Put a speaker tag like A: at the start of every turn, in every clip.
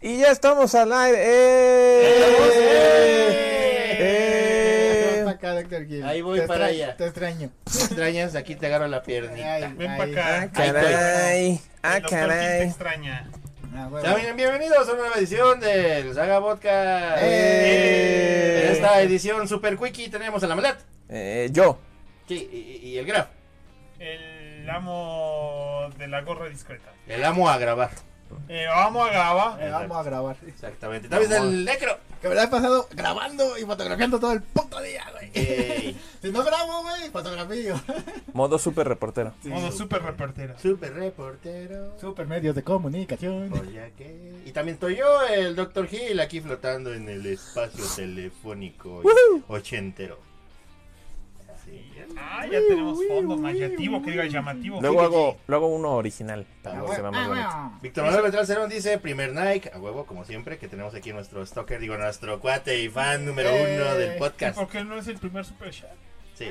A: ya estamos al aire. ¡Eh! ¡Eh! ¡Eh!
B: Ven pa' acá, Dr. Gil.
C: Ahí voy
B: Te
C: para
B: extra-
C: allá.
B: Te extraño.
C: Me extrañas, aquí te agarro la piernita.
B: Ay,
D: Ven
B: ay.
D: para acá.
A: Ah, caray. Ah,
D: El doctor Gil te
A: caray.
D: extraña.
B: Ah, huevo.
C: Ya bien- bienvenidos a una nueva edición del Saga Vodka.
A: ¡Eh!
C: En esta edición super quickie tenemos a la Malat
A: Eh, yo.
C: sí, y, y el Graf.
D: El amo de la gorra discreta.
C: El amo a grabar.
D: Eh, vamos a Gaba.
B: Eh, Vamos a grabar.
C: Exactamente. También está el Necro.
B: Que me la he pasado grabando y fotografiando todo el puto día, güey.
C: Ey,
B: Si no grabo, güey, fotografío.
A: Modo super reportero.
D: Modo super reportero.
C: super reportero.
B: Super medios de comunicación.
C: Oye, ¿qué? Y también estoy yo, el Dr. Hill, aquí flotando en el espacio telefónico ochentero. Sí,
D: Ah, ya tenemos fondo llamativo, que diga llamativo.
A: Luego hago, luego uno original. Luego se va más bonito.
B: Ah,
C: Víctor Manuel Beltrán Cerón dice, primer Nike, a huevo, como siempre, que tenemos aquí nuestro stalker, digo, nuestro cuate y fan número
B: Eh,
C: uno del
D: ¿Y
C: podcast.
D: por qué no es el primer super chat?
C: Sí.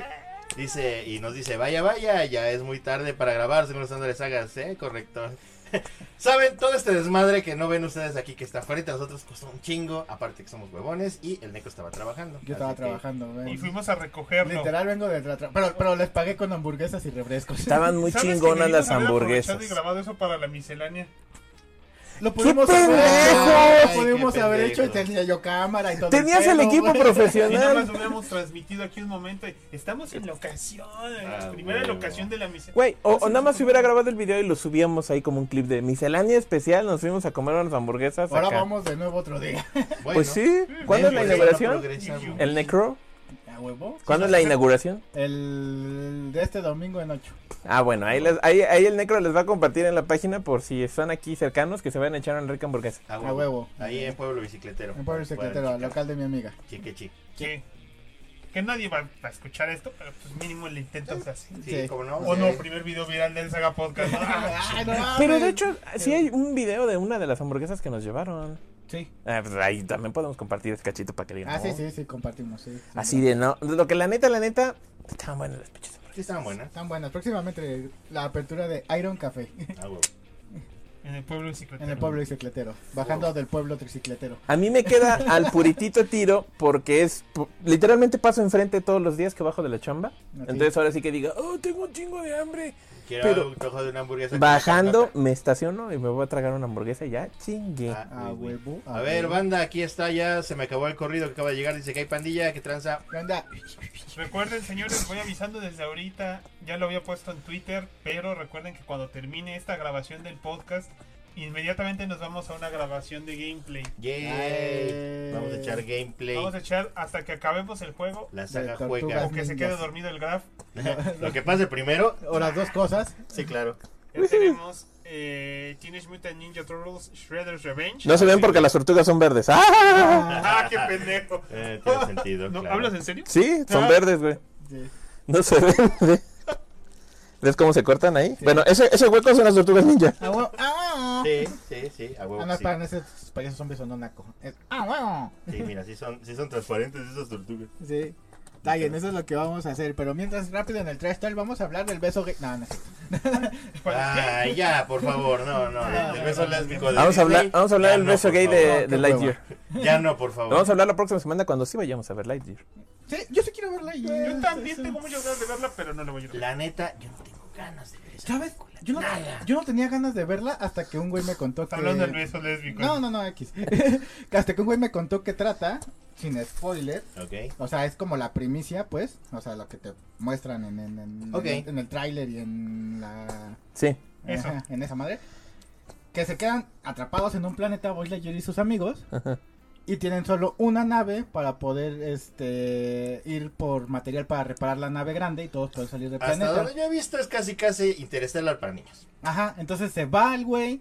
C: Dice, y nos dice, vaya, vaya, ya es muy tarde para grabar, según los estándares sagas, ¿eh? Correcto. Saben, todo este desmadre que no ven ustedes aquí, que está fuera de nosotros, costó pues, un chingo, aparte que somos huevones, y el Neco estaba trabajando.
B: Yo estaba
C: Así que-
B: trabajando,
D: Y
B: güey.
D: fuimos a recogerlo.
B: Literal vengo de la tra- pero, pero les pagué con hamburguesas y refrescos.
A: Estaban muy
D: ¿Sabes que
A: chingonas
D: debimos
A: las
D: haber aprovechado
A: hamburguesas.
D: Y grabado eso para la miscelánea.
B: Lo pudimos
A: ¡Qué
B: haber
A: pendejo!
B: hecho,
C: Ay,
B: lo pudimos
C: qué
B: haber
C: pendejo.
B: hecho y tenía yo cámara y todo.
A: Tenías el
B: pedo,
A: equipo
B: güey.
D: Y nada más
A: profesional.
D: hubiéramos transmitido aquí un momento. y Estamos en locación. en la
C: Ah,
D: primera
C: huevo.
D: locación de la miscelánea.
A: Güey, o, o nada más si hubiera grabado el video y lo subíamos ahí como un clip de miscelánea especial. Nos fuimos a comer unas hamburguesas.
B: Ahora
A: acá.
B: vamos de nuevo otro día.
C: Bueno,
A: Pues sí. ¿Cuándo es la
C: pues sí, no
A: inauguración?
C: progresamos.
A: ¿El Necro?
B: ¿A huevo?
A: ¿Cuándo
B: Sí,
A: es la
B: sí.
A: inauguración?
B: El de este domingo en 8.
A: Ah, bueno, ahí, les- ahí, ahí el Necro les va a compartir en la página por si están aquí cercanos que se vayan a echar una rica hamburguesa.
C: A
B: A huevo.
C: Ahí en Pueblo Bicicletero.
B: En Pueblo Secretario,
C: Pueden
B: al local de mi amiga.
C: checar. Chiquichi.
D: Que, que nadie va a escuchar esto, pero pues mínimo el intento se hace.
C: Sí,
B: Sí.
C: como no.
D: O
C: sí.
D: no, primer video viral del Saga Podcast. Ah,
B: Ay, no mames.
A: Pero de hecho, sí hay un video de una de las hamburguesas que nos llevaron.
B: Sí.
A: Ah, pues ahí también podemos compartir el cachito para que digan.
B: Ah, sí,
A: "No".
B: sí, sí, compartimos. Sí, sí.
A: Así de no. Lo que la neta, la neta, estaban buenas las pinches hamburguesas.
C: Sí, estaban buenas.
B: Están buenas. Próximamente la apertura de Iron Café
C: A huevo.
D: en el pueblo bicicletero.
B: en el pueblo bicicletero. Bajando del pueblo tricicletero.
A: A mí me queda al puritito tiro porque es. pu- Literalmente paso enfrente todos los días que bajo de la chamba. Entonces ahora sí que diga, oh, tengo un chingo de hambre.
C: Quiero
A: Pero-
C: un trozo de una hamburguesa. con
A: Bajando,
C: batata.
A: me estaciono y me voy a tragar una hamburguesa y ya chingue.
C: Ah,
B: A
C: uy, uy.
B: huevo.
C: A ver, banda, aquí está ya. Se me acabó el corrido que acaba de llegar. Dice que hay pandilla, que tranza.
B: Anda.
D: Recuerden, señores, voy avisando desde ahorita. Ya lo había puesto en Twitter, pero recuerden que cuando termine esta grabación del podcast, inmediatamente nos vamos a una grabación de gameplay.
C: Yay.
B: Ay.
C: Eh, Vamos a echar gameplay.
D: Vamos a echar hasta que acabemos el juego
C: La saga
B: De tortugas.
C: juega.
D: o que se quede dormido el graph.
C: Lo que pase primero.
B: O las dos cosas.
C: Sí, claro.
D: Ya tenemos eh, Teenage Mutant Ninja Turtles Shredder's Revenge.
A: No se ven porque las tortugas son verdes. ¡Ah!
D: Ah, qué pendejo.
C: Eh, tiene sentido.
D: ¿No,
C: claro.
D: ¿Hablas en serio?
A: Sí, son
D: Ah.
A: verdes, güey.
B: Sí.
A: No se ven, güey. ¿Ves cómo se cortan ahí? Bueno, ese, ese hueco son las tortugas ninja.
B: A huevo. Ah.
C: Sí, sí, sí. A
B: Ah,
C: huevo.
B: no,
C: sí.
B: para no ser payasos zombies son naco. Es, ah, huevo.
C: Sí, mira, sí son, sí son transparentes esas tortugas.
B: Sí. Está bien, eso es lo que vamos a hacer. Pero mientras rápido en el trash tal, vamos a hablar del beso gay. No, Ah. no.
D: ¿Cuál es?
C: Ay, ya, por favor. No, no. El beso lésbico de
A: Vamos a hablar,
C: Disney,
A: vamos a hablar
C: ya
A: del
C: no,
A: beso
C: por
A: gay
C: favor.
A: de,
B: No,
A: de
B: qué
A: Lightyear.
C: Ya no, por favor.
A: Lo vamos a hablar la próxima semana cuando sí vayamos a ver Lightyear.
B: Sí, yo sí quiero verla.
D: Yo también tengo muchas ganas de verla, pero no la voy a ir a ver.
C: La neta, yo no tengo ganas de ver esa
B: ¿Sabes?
C: película.
B: Yo no,
C: Nada.
B: yo no tenía ganas de verla hasta que un güey me contó que...
D: Está hablando del beso lésbico.
B: No, no, no, X. hasta que un güey me contó que trata, sin spoiler.
C: Ok.
B: O sea, es como la primicia, pues. O sea, lo que te muestran en, en, en-
C: Ok.
B: en el tráiler y en la...
A: Sí.
D: Eso.
B: Ajá, en esa madre. Que se quedan atrapados en un planeta Boy Lightyear y sus amigos.
A: Ajá.
B: Y tienen solo una nave para poder este ir por material para reparar la nave grande y todos pueden salir del
C: Hasta
B: planeta.
C: donde yo he visto es casi, casi interestelar para niños.
B: Ajá, entonces se va el güey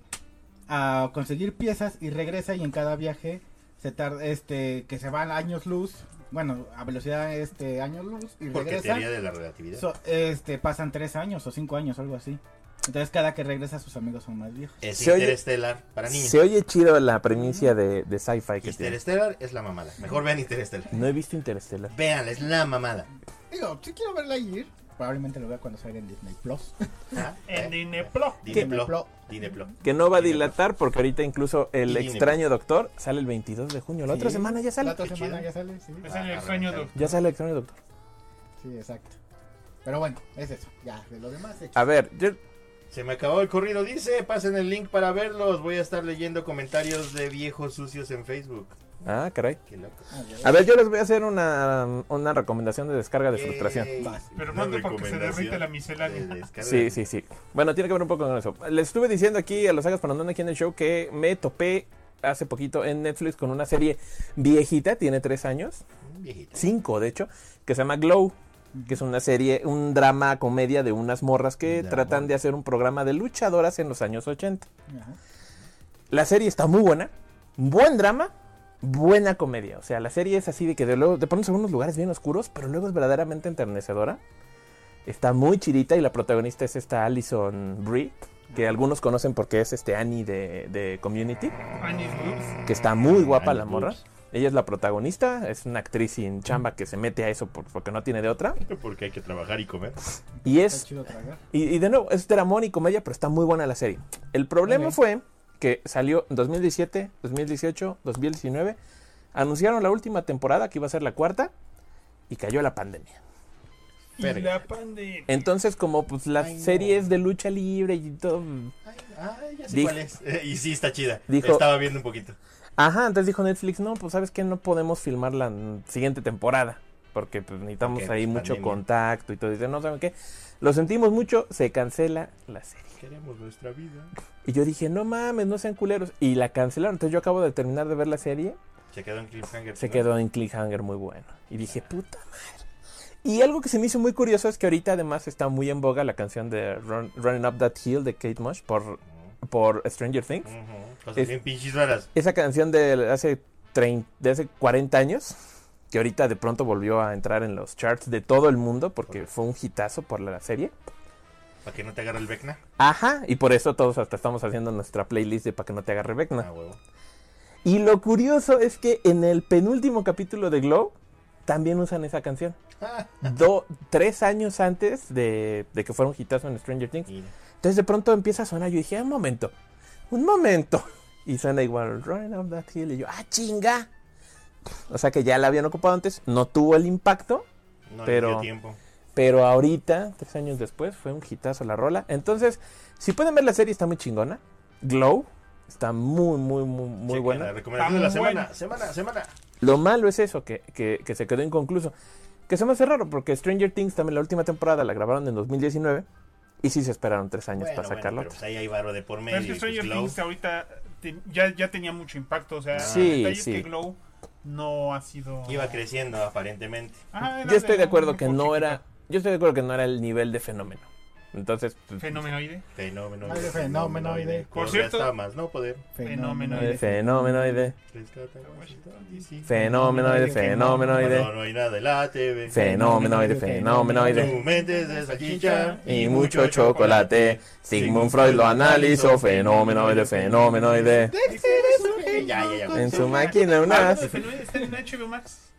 B: a conseguir piezas y regresa y en cada viaje se tarda este que se van años luz, bueno, a velocidad este años luz y
C: Porque
B: regresa.
C: teoría de la relatividad.
B: So- este pasan tres años o cinco años algo así. Entonces cada que regresa sus amigos son más viejos.
C: es
A: Se oye-
C: interestelar para niños.
A: Se oye chido la premicia de, de sci-fi que tiene.
C: Interestelar es la mamada. Mejor vean Interestelar.
A: No he visto Interstellar.
C: Véanla, es la mamada.
B: Digo, sí quiero verla ir. Probablemente lo vea cuando salga en Disney Plus.
C: Ah,
D: En
C: ¿eh?
D: Dineplo.
C: Dineplo.
B: Dineplo.
C: Dineplo.
A: Que no va a
C: Dineplo.
A: dilatar porque ahorita incluso el
C: Y dime.
A: extraño doctor sale el 22 de junio. La otra
B: Sí.
A: semana ya
B: La
A: sale.
B: otra
C: qué
B: semana
C: chido.
B: ya sale, sí.
D: Es
C: Ah,
D: el
C: a
D: extraño
C: reventar.
D: doctor.
A: Ya sale el extraño doctor.
B: Sí, exacto. Pero bueno, es eso. Ya, de lo demás hecho.
A: A ver, yo-
C: Se me acabó el corrido. Dice, pasen el link para verlos. Voy a estar leyendo comentarios de viejos sucios en Facebook.
A: Ah, caray.
C: Qué loco.
B: Ah, ya.
A: A ver, yo les voy a hacer una, una recomendación de descarga de
C: Yay.
A: frustración.
B: Vas.
D: Pero
C: Una
D: pronto porque se
C: recomendación
D: derrite la
C: de
D: miscelánea.
C: descarga.
A: Sí, sí, sí. Bueno, tiene que ver un poco con eso. Les estuve diciendo aquí a los sagas andando aquí en el show que me topé hace poquito en Netflix con una serie viejita, tiene tres años,
C: Mm, Viejito.
A: cinco de hecho, que se llama Glow, que es una serie, un drama comedia de unas morras que
C: Drama.
A: tratan de hacer un programa de luchadoras en los años 80.
B: Ajá.
A: La serie está muy buena, buen drama, buena comedia. O sea, la serie es así de que de luego te pones en unos lugares bien oscuros, pero luego es verdaderamente enternecedora. Está muy chidita y la protagonista es esta Allison Brie, que algunos conocen porque es este Annie de, de Community,
D: Anis Boobs.
A: que está muy guapa
C: Annie
A: la morra.
C: Brooks.
A: Ella es la protagonista, es una actriz sin chamba que se mete a eso por- porque no tiene de otra.
C: Porque hay que trabajar y comer.
A: Y
B: Está
A: es
B: chido tragar.
A: y, y de nuevo, es dramón y comedia, pero está muy buena la serie. El problema
B: Ok.
A: fue que salió en 2017, 2018, 2019. Anunciaron la última temporada, que iba a ser la cuarta, y cayó la pandemia.
D: Y
C: Verga.
D: la pandemia.
A: Entonces, como pues las
C: Ay, no.
A: series de lucha libre y todo.
C: Ay, ay, ya sé
A: Dijo-
C: cuál es. Eh, y sí, está chida.
A: Dijo-
C: Estaba viendo un poquito.
A: Ajá, entonces dijo Netflix, no, pues sabes que no podemos filmar la mm, siguiente temporada. Porque pues, necesitamos
C: Ok,
A: ahí
C: pues,
A: mucho
C: pandemia.
A: contacto y todo. Dice, no, ¿saben qué? Lo sentimos mucho, se cancela la serie.
C: Queremos nuestra vida.
A: Y yo dije, no mames, no sean culeros. Y la cancelaron. Entonces yo acabo de terminar de ver la serie
C: Se quedó en cliffhanger.
A: se
C: ¿no?
A: quedó en cliffhanger muy bueno. Y dije, puta madre. Y algo que se me hizo muy curioso es que ahorita además está muy en boga la canción de Run- Running Up That Hill de Kate Moss por, por Stranger Things.
C: Ujú, Cosas
A: Es-
C: bien pinches raras.
A: Esa canción de hace, trein- de hace 40 años, que ahorita de pronto volvió a entrar en los charts de todo el mundo porque
C: Ok.
A: fue un hitazo por la serie.
C: Para que no te agarre el Vecna.
A: Ajá, y por eso todos hasta estamos haciendo nuestra playlist de Pa' que no te agarre Vecna.
C: Ah, huevo.
A: Y lo curioso es que en el penúltimo capítulo de Glow también usan esa canción.
C: Ah,
A: do- tres años antes de, de que fuera un hitazo en Stranger Things.
C: mira.
A: Entonces de pronto empieza a sonar. Yo dije, "Ah, un momento, un momento. Y suena igual, Running Up That Hill. Y yo, ¡ah, chinga! O sea que ya la habían ocupado antes, no tuvo el impacto,
C: No
A: Pero-
C: le dio tiempo.
A: pero ahorita, tres años después, fue un hitazo la rola. Entonces, si pueden ver la serie, está muy chingona. Glow está muy, muy, muy, muy
C: Chequen
A: buena.
C: La recomendación de
D: Está
C: la
D: muy
C: semana.
D: buena.
C: Semana, semana.
A: Lo malo es eso, que, que- que se quedó inconcluso. Que se me hace raro, porque Stranger Things también la última temporada la grabaron en 2019 y sí se esperaron tres años
C: Bueno,
A: para
C: bueno,
A: sacarla.
C: pero pues ahí hay varo de por medio.
D: Pero es que
C: y, pues,
D: Stranger
C: Glow.
D: Things ahorita te- ya, ya tenía mucho impacto. O sea,
A: Sí,
D: el detalle es
A: sí.
D: que Glow no ha sido.
C: Iba creciendo aparentemente.
D: Ah, era
A: yo estoy de
D: un
A: acuerdo que
D: grupo
A: no
D: chiquito.
A: era, yo estoy de acuerdo que no era el nivel de fenómeno. Entonces, pues,
D: Fenomenoide.
C: Fenómeno.
B: Madre fenómeno,
C: fenómeno,
D: Por
C: corre
D: cierto-
C: hasta más no poder.
D: Fenómeno.
A: de fenomenoide,
C: Rescata Washington DC.
A: fenomenoide,
C: Cuando
A: fenomenoide,
C: no hay nada en la TV.
A: fenomenoide, fenomenoide.
C: Tu mente es de salchicha
A: Y mucho chocolate. Sigmund Freud lo analizó, fenomenoide, fenomenoide.
C: Ya, ya, ya.
A: En su máquina
D: Ah,
A: una...
D: no, Fenomenoide está en HBO Max.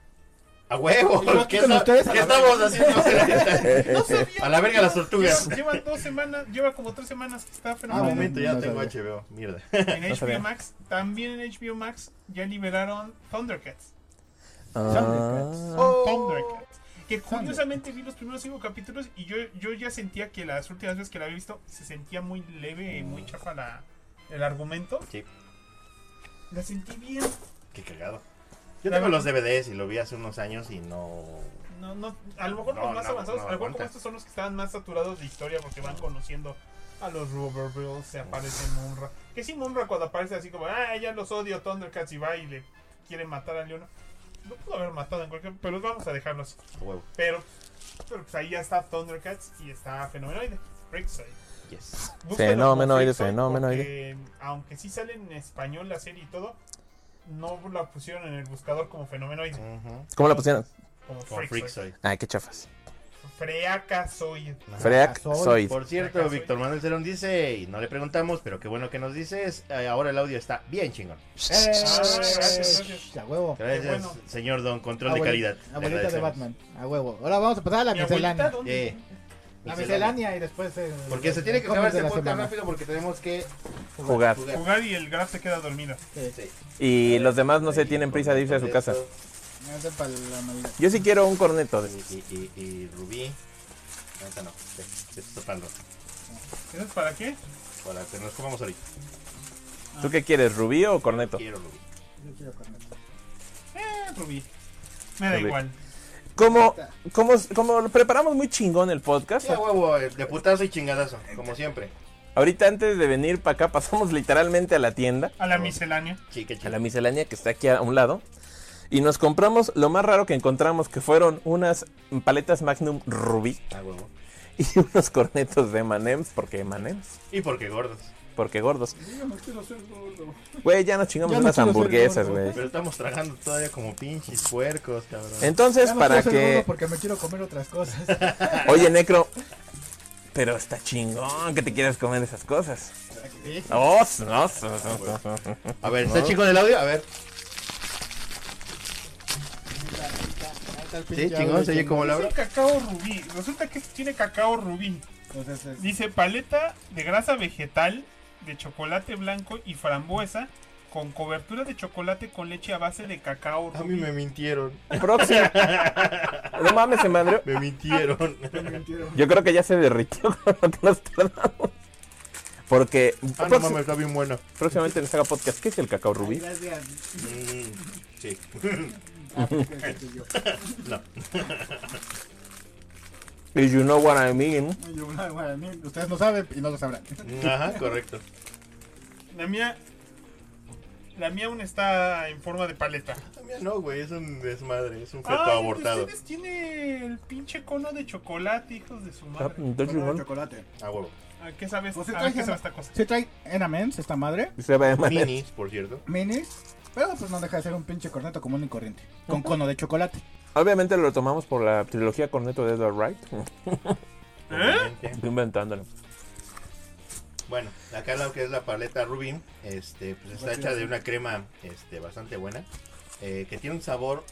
C: A huevo.
B: Yo aquí
C: ¿Qué,
B: con
C: está-
B: ustedes, a
C: qué
B: la
C: estamos haciendo?
D: No sabía.
C: A la verga las tortugas.
D: Lleva, lleva dos semanas, lleva como tres semanas que está
C: Ah,
B: No,
D: fenomenal.
C: momento, ya
B: no
C: tengo
B: sabía.
C: HBO. Mierda.
D: en
A: No sabía.
D: HBO Max, también en HBO Max ya liberaron Thundercats.
A: Ah,
C: Oh.
D: Thundercats. Que curiosamente vi los primeros cinco capítulos y yo, yo ya sentía que las últimas veces que la había visto se sentía muy leve y muy chafa la, el argumento.
C: Mm. Sí.
D: La sentí bien.
C: Qué cagado. Yo tengo los DVDs y lo vi hace unos años y no.
D: No, no, a lo mejor
C: No,
D: los más
C: no,
D: avanzados,
C: no
D: a lo mejor
C: aguanta. Mm.
D: como estos son los que estaban más saturados de historia porque van conociendo a los Rubberbills, se aparece Munra. Que si Munra cuando aparece así como, ah, ya los odio Thundercats y va y le quiere matar a Leona. Lo pudo haber matado en cualquier, pero vamos a dejarlos.
C: A huevo.
D: Pero, pero pues ahí ya está Thundercats y está Fenomenoide. Freakzoid.
C: Yes.
D: Búscalo
A: Fenomenoide,
D: por Freakzoid
A: Fenomenoide.
D: porque, Aunque sí sale en español la serie y todo, no la pusieron en el buscador como Fenomenoide,
C: Ujú.
A: ¿Cómo la pusieron?
D: como
C: Con
D: Freakzoid.
C: Freakzoid.
A: Ay, qué chafas.
D: Freaca soy.
C: Ajá.
A: Freak soy.
C: Por cierto, Víctor Manuel Cerón dice, y no le preguntamos, pero qué bueno que nos dices, eh, ahora el audio está bien chingón.
D: gracias, gracias.
B: A huevo.
C: Gracias,
D: Qué bueno.
C: señor Don Control
B: Abueli-
C: de Calidad. Le
B: Abuelita de
C: agradecemos.
B: Batman. A huevo. Ahora vamos a pasar a la
D: Mi abuelita,
B: miscelánea.
D: ¿dónde?
C: Eh,
B: La miscelánea y después. eh,
C: Porque se tiene que
B: cómics
C: acabar
B: de
C: este
B: la
C: podcast
B: semana.
C: rápido porque tenemos que
A: Jugar.
C: jugar.
D: Jugar y el Graf se queda dormido.
B: Sí,
C: Sí.
A: Y los demás no se tienen prisa de irse a su casa.
B: me hace pa' la Navidad.
A: Yo sí quiero un corneto. de-
C: Y, y, y, y Rubí. Ahorita no, te, te estoy topando.
D: ¿Eso es para qué? Eh,
C: Para que nos comamos ahorita.
A: ¿Tú qué quieres, rubí o corneto?
C: Quiero Rubí.
B: Yo quiero corneto.
D: Eh, Rubí. Me da
A: Rubí.
D: igual.
A: Como, como, como lo preparamos muy chingón el podcast,
C: Sí, a huevo, eh, de putazo y chingadazo, como siempre.
A: ahorita antes de venir para acá pasamos literalmente a la tienda,
D: A la miscelánea.
C: Sí, qué chido.
A: a la miscelánea que está aquí a un lado, y nos compramos lo más raro que encontramos, que fueron unas paletas Magnum Rubí
C: A huevo.
A: y unos cornetos de Manems, porque Manems,
C: Y porque gordos.
A: porque gordos.
B: Yo no quiero ser gordo.
A: Güey, ya nos chingamos
B: Ya no
A: unas
B: quiero ser
A: hamburguesas,
B: gordo.
A: güey.
C: Pero estamos tragando todavía como pinches puercos, cabrón.
A: Entonces,
B: Ya no
A: para
B: quiero ser gordo
A: que...
B: Porque me quiero comer otras cosas.
A: Oye, Necro, pero está chingón que te quieras comer esas cosas.
B: Sí.
A: Oh, no, no, no, no.
C: A ver, ¿está chingón el audio? A ver. Sí, chingón, se oye como la
D: Es el cacao rubí. Resulta que este tiene cacao rubí.
B: Entonces, este, es-
D: Dice paleta de grasa vegetal, de chocolate blanco y frambuesa, con cobertura de chocolate con leche a base de cacao
C: A mí
D: rubí.
C: me mintieron,
A: Próximo. No mames, se madreó.
C: me mintieron. Ah,
A: Yo creo que ya se derritió con lo que nos tardamos. Porque
C: Ah, no
A: próxim-
C: mames, está bien bueno.
A: próximamente nos haga podcast. ¿Qué es el cacao rubí?
B: Gracias.
C: Mm, sí.
B: Ah, pues, creo que yo.
C: No.
A: Y you know what I mean.
B: Yo, bueno, bueno, Ustedes no saben y no lo sabrán.
C: Ajá, correcto.
D: La mía. La mía aún está en forma de paleta.
C: También no, güey, es un desmadre, es un feto
D: Ah,
C: abortado.
D: ustedes tiene el pinche cono de chocolate, hijos de su madre.
A: Don't you
B: Bueno,
A: want-
B: chocolate.
C: A Ah, huevo.
D: ¿A qué sabes?
B: Pues sí
D: ¿A ver
B: traje
D: qué
B: una-
D: sabe esta cosa?
B: Sí trae enamens esta madre.
A: Se va a llamar-
C: Minis, por cierto.
B: Minis. Pero pues no deja de ser un pinche corneto común y corriente. Con cono de chocolate.
A: Obviamente lo tomamos por la trilogía Corneto de Edward Wright.
C: obviamente.
A: Estoy inventándolo.
C: Bueno, acá lo que es la paleta Rubin, este, pues está hecha de una crema este, bastante buena, eh, que tiene un sabor,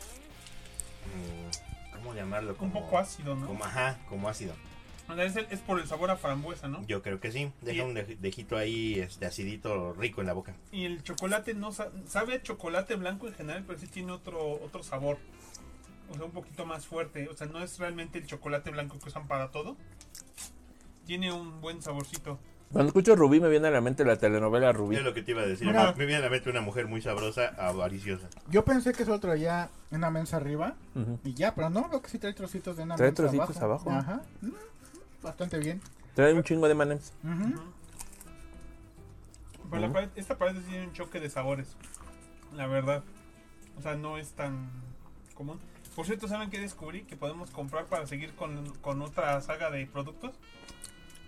C: mm, ¿cómo llamarlo?
D: Un
C: Como,
D: poco ácido, ¿no?
C: Como, ajá, como ácido.
D: O sea, Es, el- es por el sabor a frambuesa, ¿no?
C: Yo creo que sí, deja un dej- dejito ahí este, acidito rico en la boca.
D: Y el chocolate no sa- sabe a chocolate blanco en general, pero sí tiene otro, otro sabor. O sea, un poquito más fuerte. O sea, no es realmente el chocolate blanco que usan para todo. Tiene un buen saborcito.
A: Cuando escucho Rubí me viene a la mente la telenovela Rubí.
C: Es lo que te iba a decir,
B: Mira.
C: me, me viene a la mente una mujer muy sabrosa, avariciosa.
B: Yo pensé que eso traía una mensa arriba
A: Ujú.
B: y ya, pero no, veo que sí trae trocitos de una
A: Trae
B: mensa
A: trocitos abajo.
B: Ajá. Mm, Bastante bien.
A: Trae un chingo de manems.
B: Ujú.
D: Pero la
A: Ujú.
D: pared- esta pared sí tiene un choque de sabores. La verdad. O sea, no es tan común. Por cierto, ¿saben qué descubrí? Que podemos comprar para seguir con, con otra saga de productos.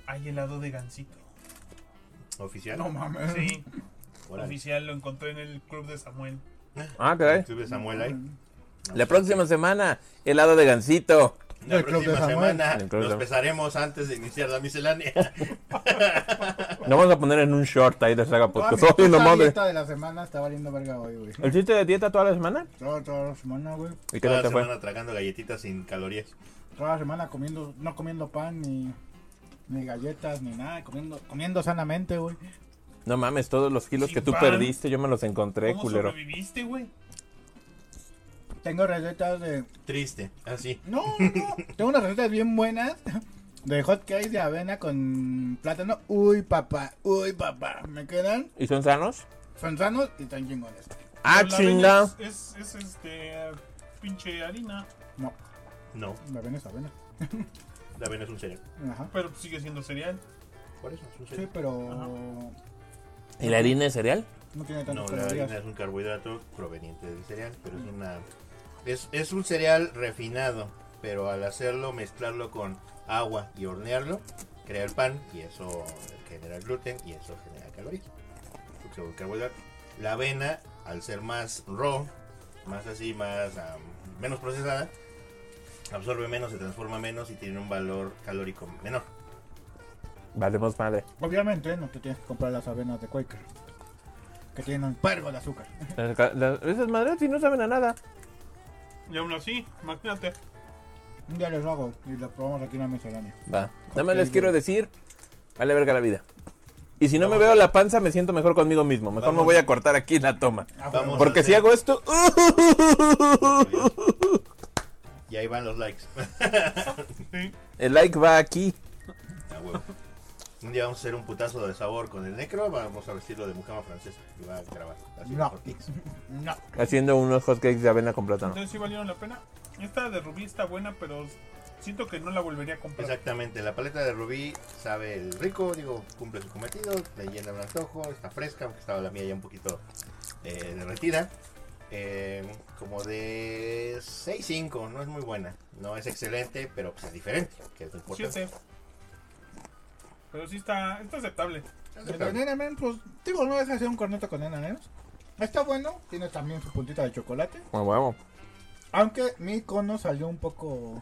D: Hay helado de gansito.
C: Oficial.
B: No mames.
D: Sí,
C: Órale.
D: oficial, ¿eh? lo encontré en el club de Samuel.
A: Ah, caray.
C: Sube Samuel
D: Mm.
C: ahí.
B: Mm.
A: La próxima semana, helado de gansito.
C: La
B: Del Club de
C: próxima
B: Samuel.
C: semana
A: Del Club de
C: nos
A: Samuel.
C: pesaremos antes de iniciar la miscelánea.
A: Lo vamos a poner en un short ahí de Saga
B: Toda Ah, mi
A: Podcast. ¡Ay, Pues, no
B: puta
A: mames!
B: dieta de la semana está valiendo verga hoy, güey.
A: ¿El chiste de dieta toda la semana?
B: Toda, toda la semana, güey.
A: ¿Y qué
C: Toda
A: tal
C: la
A: te fue?
C: semana tragando galletitas sin calorías.
B: Toda la semana comiendo, no comiendo pan ni, ni galletas ni nada, comiendo, comiendo sanamente, güey.
A: No mames, todos los kilos
D: Sí,
A: que tú
D: van.
A: perdiste yo me los encontré,
D: ¿Cómo
A: culero.
D: sobreviviste, güey?
B: Tengo recetas de.
C: Triste, Ah, así.
B: No, no. Tengo unas recetas bien buenas de hot cakes de avena con plátano. Uy, papá, uy, papá. Me quedan.
A: ¿Y son sanos?
B: Son sanos y están chingones.
A: ¡Ah,
D: Pero la
A: chinga!
D: avena Es, es, es, este eh, pinche harina,
B: No,
C: No,
B: la avena es avena.
C: la avena es un cereal.
B: Ajá.
D: pero pues sigue siendo cereal.
C: Por eso es un
B: Sí,
C: cereal.
B: pero.
D: Ajá.
A: ¿Y la harina de cereal?
B: No tiene
C: No,
B: tantas
C: la
B: calorías.
C: harina es un carbohidrato proveniente del cereal, pero es una... Es, es un cereal refinado, pero al hacerlo, mezclarlo con agua y hornearlo, crea el pan y eso genera gluten y eso genera calorías. Porque es un carbohidrato. La avena, al ser más raw, más así, más am, menos procesada, absorbe menos, se transforma menos y tiene un valor calórico menor.
A: Valemos madre.
B: Obviamente no te tienes que comprar las avenas de Quaker. Que tienen un pargo de azúcar.
A: Las- las- esas madres sí no saben a nada. Ah.
D: Y aún así, imagínate.
B: Un día les hago y lo probamos aquí en la miscelánea.
A: Va. Nada más les
B: Ok,
A: quiero
B: bien.
A: decir, vale verga la vida. Y si no me veo la panza, me siento mejor conmigo mismo. Mejor me
C: Vamos.
A: voy a cortar aquí la toma.
B: Ah,
C: Vamos.
B: bueno.
A: Porque
C: hacer-
A: si hago esto... uh,
C: Y ahí van los likes.
D: Sí.
A: El like va aquí.
C: A huevo. Un día vamos a hacer un putazo de sabor con el necro, vamos a vestirlo de mucama francesa y va a grabar. Así,
B: No,
C: cortitos.
B: no.
A: Haciendo unos hotcakes de avena con plátano.
D: Entonces sí valieron la pena. Esta de Rubí está buena, pero siento que no la volvería a comprar.
C: Exactamente, la paleta de rubí sabe el rico, digo, cumple su cometido, te llena un antojo, está fresca, aunque estaba la mía ya un poquito eh, derretida. Eh, como de 6.5, no es muy buena, no es excelente, pero pues es diferente, que es lo importante.
D: Siete. Pero sí está, está aceptable.
B: El de Nena Men, pues, digo, no es hacer un corneto con Nena Men. Está bueno, tiene también su puntita de chocolate.
A: Ah, huevo.
B: Aunque mi cono salió un poco,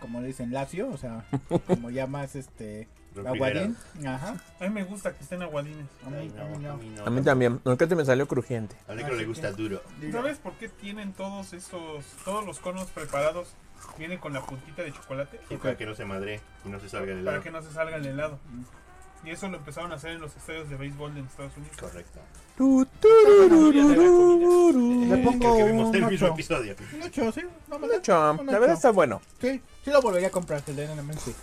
B: como le dicen, lacio, o sea, como ya más este. Aguadín. Ajá.
D: A mí me gusta que estén aguadines.
B: A mí, a mí no.
A: A mí también. Aunque te me salió crujiente.
C: Al negro le gusta duro.
B: Digo,
D: ¿Sabes por qué tienen todos esos, todos los conos preparados? Vienen con la puntita de chocolate
C: Y para que no se madre y no se salga del
D: para
C: lado.
D: que no se salga el helado. Y eso lo empezaron a hacer en los estadios de béisbol de Estados Unidos.
C: Correcto.
A: Tu, tu,
D: Esta es la
A: ru,
D: novia de la
A: ru, ru,
B: Le
C: Eh,
A: ru.
B: pongo
C: creo que vimos el
B: un
C: mismo
B: ocho.
C: episodio.
B: Un 8, sí, no me
A: Un ocho.
B: Un
A: La verdad
B: ocho.
A: está bueno.
B: Sí, sí lo volvería a comprar, el de Nena Men, sí.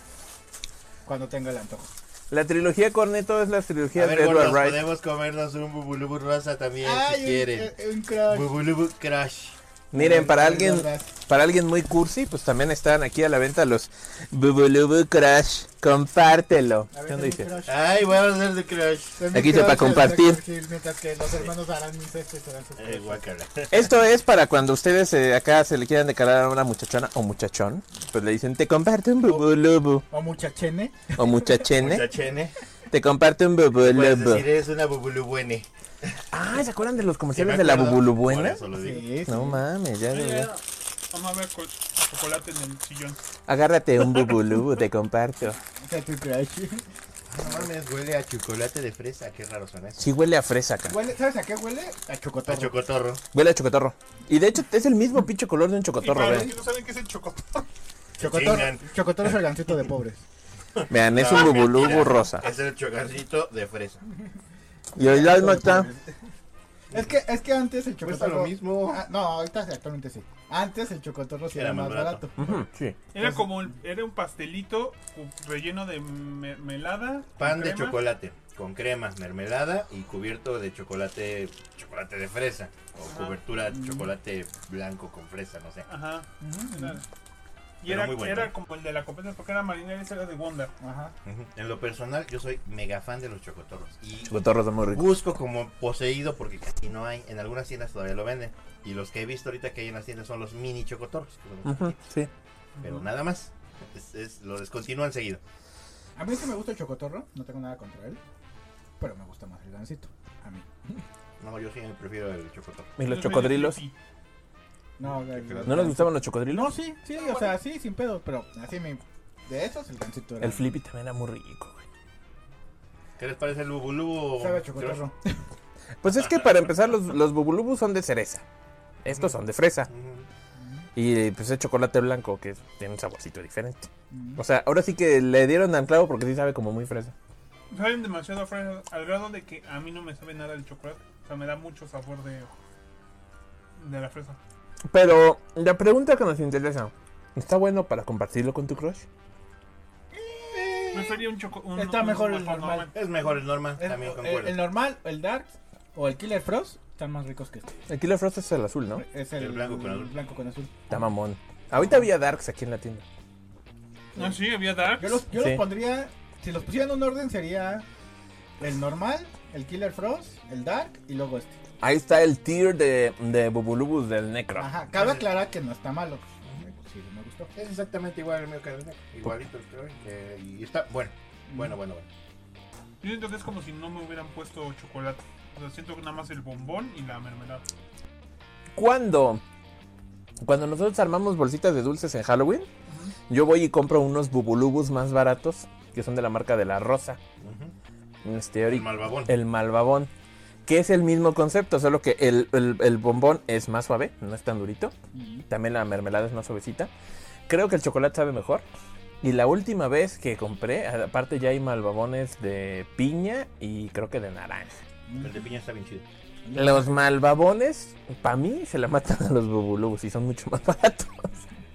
B: Cuando tenga el antojo.
A: La trilogía Corneto es la trilogía
C: A
A: de
C: ver, gordos,
A: Edward Wright.
C: podemos comernos un bubulubu rosa también si
D: eh,
C: quieren.
B: un, un crush.
C: Bubulubu crash.
A: Miren, para
B: Ay,
A: alguien,
B: gordas.
A: para alguien muy cursi, pues también están aquí a la venta los Bubulubu Crash. Compártelo.
B: A ver,
A: ¿Qué
B: un
A: onda dice?
B: crush.
C: Ay, voy a hacer de crash.
B: Un
A: Aquí está
B: crush
A: para
B: de
A: compartir.
B: Zac Efron, Mientras que los hermanos harán mis cestes serán sus
C: Eh,
B: crushes.
C: guácala.
A: Esto es para cuando ustedes eh, acá se le quieran declarar a una muchachona o muchachón, pues le dicen, te comparte un bubulubu.
B: O muchachene.
A: O muchachene,
C: Muchachene.
A: te comparte un
C: Puedes
A: bubulubu.
C: decir, eres una bubulubuene.
A: Ah, ¿se acuerdan de los
C: ¿Se me
A: comerciales de la
C: acuerdo? Por
A: bubulubuena?
C: eso lo digo.
B: Sí, sí.
A: No mames, ya, ya, ya.
D: Vamos a ver con chocolate en el sillón.
A: Agárrate un bubulubu, te comparto.
B: Está tu crush.
C: No mames, huele a chocolate de fresa. Qué raro suena eso.
A: Sí huele a fresa acá.
B: Huele- ¿Sabes a qué huele? A chocotorro.
C: A chocotorro.
A: Huele a chocotorro. Y de hecho es el mismo pinche color de un
D: Y
A: chocotorro,
D: para los
A: vean.
D: que no saben qué es el chocotorro,
B: chocotorro,
C: Chingan.
B: chocotorro es el gancito de pobres.
A: Vean, es un
C: Ah,
A: bubulubu
C: mentira.
A: rosa.
C: Es el chocarcito de fresa.
A: Y el alma está...
B: Es que, es que antes el
C: Cuesta
B: chocotorro.
C: lo mismo.
B: Ah, no, ahorita actualmente sí. Antes el chocotorro sí era, más barato.
A: Ujú, sí.
D: era como el- era un pastelito cu- relleno de me- melada. con
C: Pan de
D: crema.
C: chocolate con crema, mermelada y cubierto de chocolate, chocolate de fresa o
D: Ajá. Mm.
C: cobertura de chocolate blanco con fresa, no sé.
D: Ajá.
B: Ujú,
D: era-
B: ujú.
D: Y
C: Mm. Pero
D: era,
C: muy bueno.
D: era como el de la competencia porque era marinera y ese era de Wonder.
B: Ajá.
C: En lo personal, yo soy mega fan de los chocotorros y
A: Chocotorro está muy rico.
C: busco como poseído porque casi no hay. En algunas tiendas todavía lo venden y los que he visto ahorita que hay en las tiendas son los mini chocotorros, que son los
A: Ujú,
C: chiquitos,
A: sí.
C: pero nada más. Es, es- lo descontinúan seguido.
B: A mí sí me gusta el chocotorro, no tengo nada contra él. Pero me gusta más el gancito. A mí.
C: No, yo sí prefiero el chocotorro.
A: ¿Y los
D: Entonces,
A: chocodrilos?
D: sí,
B: No, el-
A: ¿No les gustaban los chocodrilos?
B: No, sí, sí, o sea, sí, sin pedo. Pero así me. De esos el gancito era.
A: El flippy también era muy rico, güey.
C: ¿Qué les parece el bubulú?
B: Sabe a chocotorro.
A: Pues es que para empezar, los, los bubulubus son de cereza. Estos son de fresa. Y eh, pues es chocolate blanco, que es- tiene un saborcito diferente.
B: Ujú.
A: O sea, ahora sí que le dieron al clavo porque sí sabe como muy fresa.
D: Saben demasiado a fresa, al grado de que a mí no me sabe nada el chocolate. O sea, me da mucho sabor de, de la fresa.
A: Pero la pregunta que nos interesa, ¿está bueno para compartirlo con tu crush?
D: Prefería un chocolate.
B: Está mejor el normal.
C: Es mejor el normal,
B: El,
C: también
B: el-
C: concuerdo.
B: el normal, el dark o el killer frost están más ricos que este.
A: Aquí la Frost es el azul, ¿no?
B: Es el,
C: El blanco con azul.
B: blanco con azul.
A: Está mamón. Ahorita había Darks aquí en la tienda.
D: Ah, sí, había Dark.
B: Yo los, yo
A: Sí.
B: los pondría, si los pusieran en un orden sería el normal, el Killer Frost, el Dark y luego este.
A: Ahí está el tier de, de Bubulubus del Necro.
B: Ajá, cabe aclarar que no está malo. pues Sí, me gustó.
C: Es exactamente igual el mío que el mío. Igualito, creo. que- y está bueno. Bueno, bueno, bueno.
D: Yo siento que es como si no me hubieran puesto chocolate. O sea, siento que nada más el bombón y la mermelada.
A: Cuando, cuando nosotros armamos bolsitas de dulces en Halloween, yo voy y compro unos Bubulubus más baratos, que son de la marca de la Rosa. Este,
C: El
A: ahorita-
C: malvabón.
A: el malvabón, que es el mismo concepto, solo que
B: Mm,
A: el, el- el bombón es más suave, no es tan durito. También la mermelada es más suavecita. creo que el chocolate sabe mejor. Y la última vez que compré, aparte ya hay malvabones de piña y creo que de naranja.
C: El
B: mm,
C: de piña está bien chido.
A: Los malvabones, para mí, se la matan a los bubulubus y son mucho más baratos.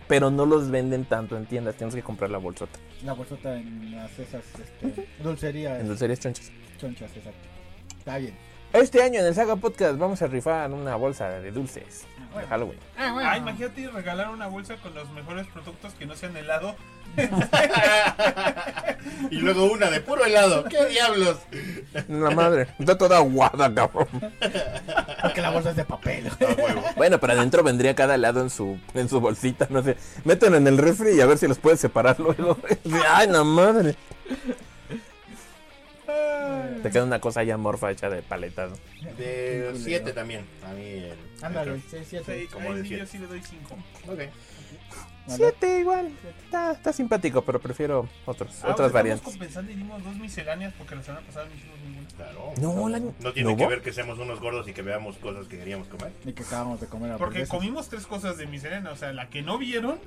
A: Pero no los venden tanto en tiendas, tienes que comprar la bolsota.
B: La bolsota en las esas este, dulcerías
A: En dulcerías chonchas.
B: chonchas, exacto. Está bien.
A: Este año en el Saga Podcast vamos a rifar una bolsa de dulces
B: Ah,
A: de
B: bueno.
A: Halloween.
B: Ah, bueno.
D: Ah, imagínate regalar una bolsa con los mejores productos que no sean helado.
C: y luego una de puro helado. ¿Qué diablos?
A: La madre, está toda aguada, cabrón.
B: Porque la bolsa es de papel.
C: A huevo.
A: Bueno, pero adentro vendría cada lado en su, en su bolsita, no sé. Métanlo en el refri y a ver si los puedes separar luego. Ay, la madre.
D: Ah,
A: Te queda una cosa ya morfa hecha de paletas. ¿no?
C: De 7 también. A mí el.
B: Ándale,
C: el-
B: 6,
D: Sí,
B: 7.
C: Como
D: ahí sí
C: decía.
D: yo sí le doy Ah, 5.
C: Ok.
A: Siete igual. Está, está simpático, pero prefiero otros, otras variantes.
D: pues, Estamos compensando y dimos dos misceláneas porque la semana pasada no hicimos ninguna.
C: Claro.
A: No, la-
C: No tiene
A: ¿no
C: que
A: hubo?
C: ver que seamos unos gordos y que veamos cosas que queríamos comer.
B: Ni que acabamos de comer
D: Porque
B: hamburguesas.
D: comimos tres cosas de miscelánea. O sea, la que no vieron.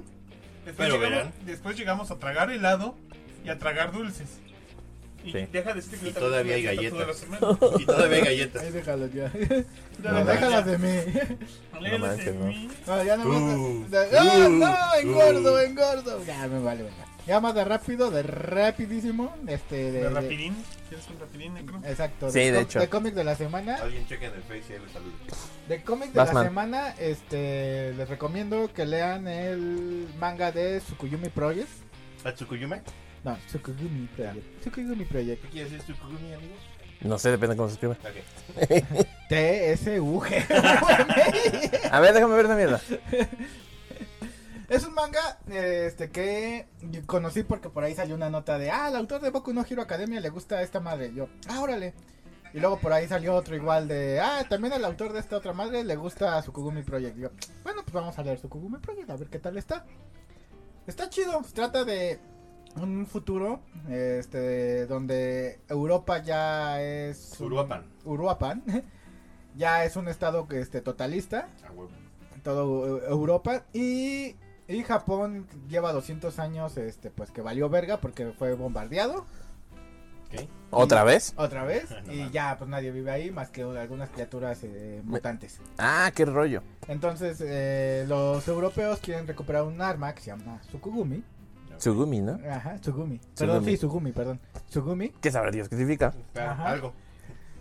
D: Después,
C: Pero
D: llegamos,
C: verán.
D: después llegamos a tragar helado y a tragar dulces. Y
A: Sí.
D: deja de decirte que
C: Y
D: yo
C: todavía
D: también
C: hay
D: me siento
C: galletas.
D: toda la semana.
C: Y todavía hay galletas.
B: Ahí déjalas ya.
D: Ya
A: No,
D: la-
B: déjalas de mí.
D: Léelas
A: manches,
D: en
A: no.
D: mí.
B: No, ya no
C: Uh,
B: más. de- ¡Ah,
C: uh,
B: no! Engordo,
C: uh.
B: engordo. Ya me vale, venga. Ya más de rápido, de rapidísimo. Este, de.
D: De
B: de-
D: rapidín. ¿Quieres un rapidín, negro?
B: Exacto.
A: Sí, de
B: com-
A: hecho.
B: De cómic de la semana.
C: Alguien cheque en el Face y ahí les saludo.
B: De cómic de
A: Batman.
B: la semana, este, les recomiendo que lean el manga de Tsukuyumi Project.
C: ¿A Tsukuyume?
B: No, Tsukuyumi Project. Tsukuyumi Project.
C: ¿Qué quiere decir Tsukuyume, amigos?
A: No sé, depende de cómo se escribe.
C: Ok.
B: TSUG.
A: A ver, déjame ver esa mierda.
B: es un manga este, que conocí porque por ahí salió una nota de, ah, el autor de Boku no Hero Academia le gusta a esta madre. Yo, ah, órale. Y luego por ahí salió otro igual de, ah, también al autor de esta otra madre le gusta a Tsukugumi Project. Yo, bueno, pues vamos a leer Tsukugumi Project, a ver qué tal está. Está chido, se trata de un futuro este, donde Europa ya es... un-
C: Uruapan.
B: Uruapan. Ya es un estado este, totalista
C: A huevo.
B: todo eh, Europa y, y Japón lleva 200 años este pues que valió verga porque fue bombardeado
C: Ok.
A: ¿Otra vez?
B: otra vez
C: No
B: y
C: mames.
B: ya pues nadie vive ahí más que algunas criaturas eh, mutantes.
A: Ah, qué rollo.
B: Entonces eh, los europeos quieren recuperar un arma que se llama Tsukugumi.
A: Tsugumi, ¿no?
B: Ajá, Tsugumi. Perdón,
A: Tsugumi.
B: sí, Tsugumi, perdón. Tsugumi.
A: ¿Qué sabrá Dios qué significa?
C: Espera,
B: Ajá.
C: Algo.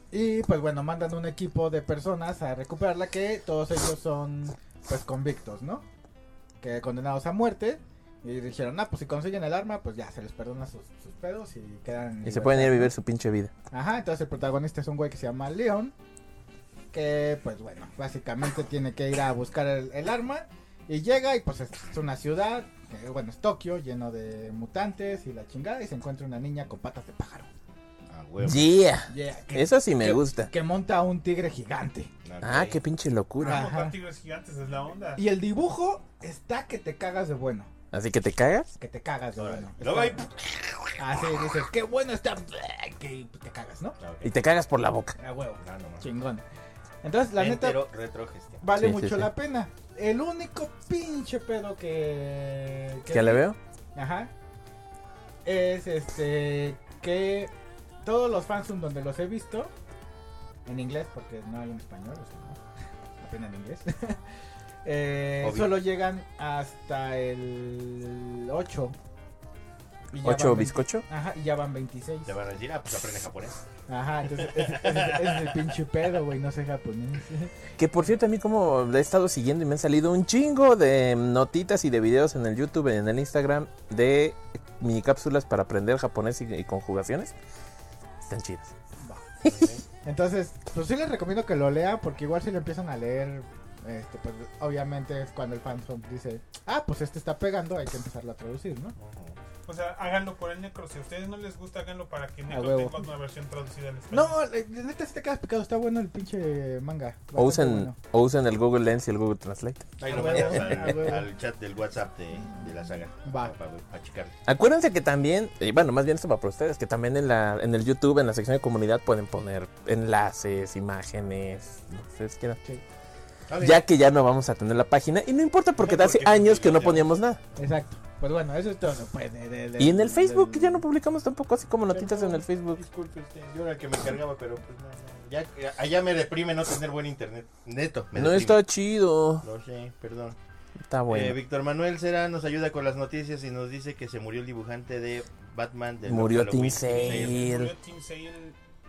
B: Y pues bueno, mandan un equipo de personas a recuperarla que todos ellos son pues convictos, ¿no? Que condenados a muerte. Y dijeron, ah, pues si consiguen el arma, pues ya se les perdona sus, sus pedos y quedan... en
A: Y se pueden ir a
B: libertad,
A: vivir su pinche vida.
B: ¿no? Ajá, entonces el protagonista es un güey que se llama Leon. Que pues bueno, básicamente tiene que ir a buscar el, el arma. Y llega y pues es es una ciudad, que, bueno, es Tokio, lleno de mutantes y la chingada. Y se encuentra una niña con patas de pájaro.
C: A huevo.
A: Yeah.
B: Yeah, que-
A: Eso sí
B: que-
A: me gusta.
B: que monta un tigre gigante.
C: Ok.
A: Ah, qué pinche locura.
D: Vamos
B: Ajá.
D: a tigres gigantes, es la onda.
B: Y el dibujo está que te cagas de bueno.
A: Así que te cagas.
B: Que te cagas de
C: Órale.
B: bueno.
C: Lo va y-
B: Está- Así dices, qué bueno está. Que te cagas, ¿no?
C: Ah, ok.
A: Y te cagas por la boca.
B: A huevo.
C: Ah, no, no.
B: Chingón. Entonces, la neta,
C: Entero retrogestión.
A: Sí,
B: vale
A: sí,
B: mucho
A: sí.
B: la pena. El único pinche pedo que.
A: ¿Ya le veo?
B: Ajá. Es este. Que todos los fansum donde los he visto. En inglés, porque no hay en español, o sea, ¿no? apenas en inglés. eh,
C: Obvio.
B: solo llegan hasta el 8. Y ya
A: ¿Ocho
B: van
A: bizcocho?
B: 20 Ajá, y ya van 26.
C: Te van a decir, ah, pues aprende japonés.
B: Ajá, entonces ese, ese- ese es el pinche pedo, güey, no sé japonés.
A: Que por cierto, a mí como le he estado siguiendo y me han salido un chingo de notitas y de videos en el YouTube, en el Instagram, de mini cápsulas para aprender japonés y, y conjugaciones. Están chidas.
B: Entonces, pues sí les recomiendo que lo lea porque igual si lo empiezan a leer, este, pues obviamente es cuando el fansum dice, ah, pues este está pegando, hay que empezarlo a traducir, ¿no?
D: O sea, háganlo por el necro. Si a ustedes no les gusta, háganlo para que necro
B: huevo.
D: tenga una versión traducida al español.
B: No, la la neta si te quedas picado, está bueno el pinche manga.
A: O
B: bastante
A: usen,
B: bueno.
A: o usen el Google Lens y el Google Translate.
C: Ahí lo
B: A huevo,
C: mandas al,
B: a huevo.
C: al chat del WhatsApp de, de la saga.
B: Va.
C: Para, para checarle.
A: Acuérdense que también, y bueno, más bien esto va para ustedes, que también en, la, en el YouTube, en la sección de comunidad, pueden poner enlaces, imágenes, lo que ustedes quieran.
B: Sí.
C: Está bien.
A: ya que ya no vamos a tener la página. Y no importa porque
C: No,
A: hace
C: porque
A: años que no
C: ya.
A: poníamos nada.
B: Exacto. Pues bueno, eso es todo. Pues, de- de- de-
A: Y en el
B: de-
A: Facebook
B: de-
A: ya no publicamos tampoco así como notitas en el Facebook.
C: Disculpe usted, pues, eh, yo era el que me encargaba, pero pues no, no, ya, ya- allá me deprime no tener buen internet. Neto, me
A: No
C: deprime.
A: está chido.
C: Lo sé, perdón.
A: Está
C: Eh,
A: bueno.
C: Víctor Manuel Cera nos ayuda con las noticias y nos dice que se murió el dibujante de Batman. De
A: Murió
C: Halloween.
A: Tim Sale.
D: Murió
A: él.
D: Tim Sale.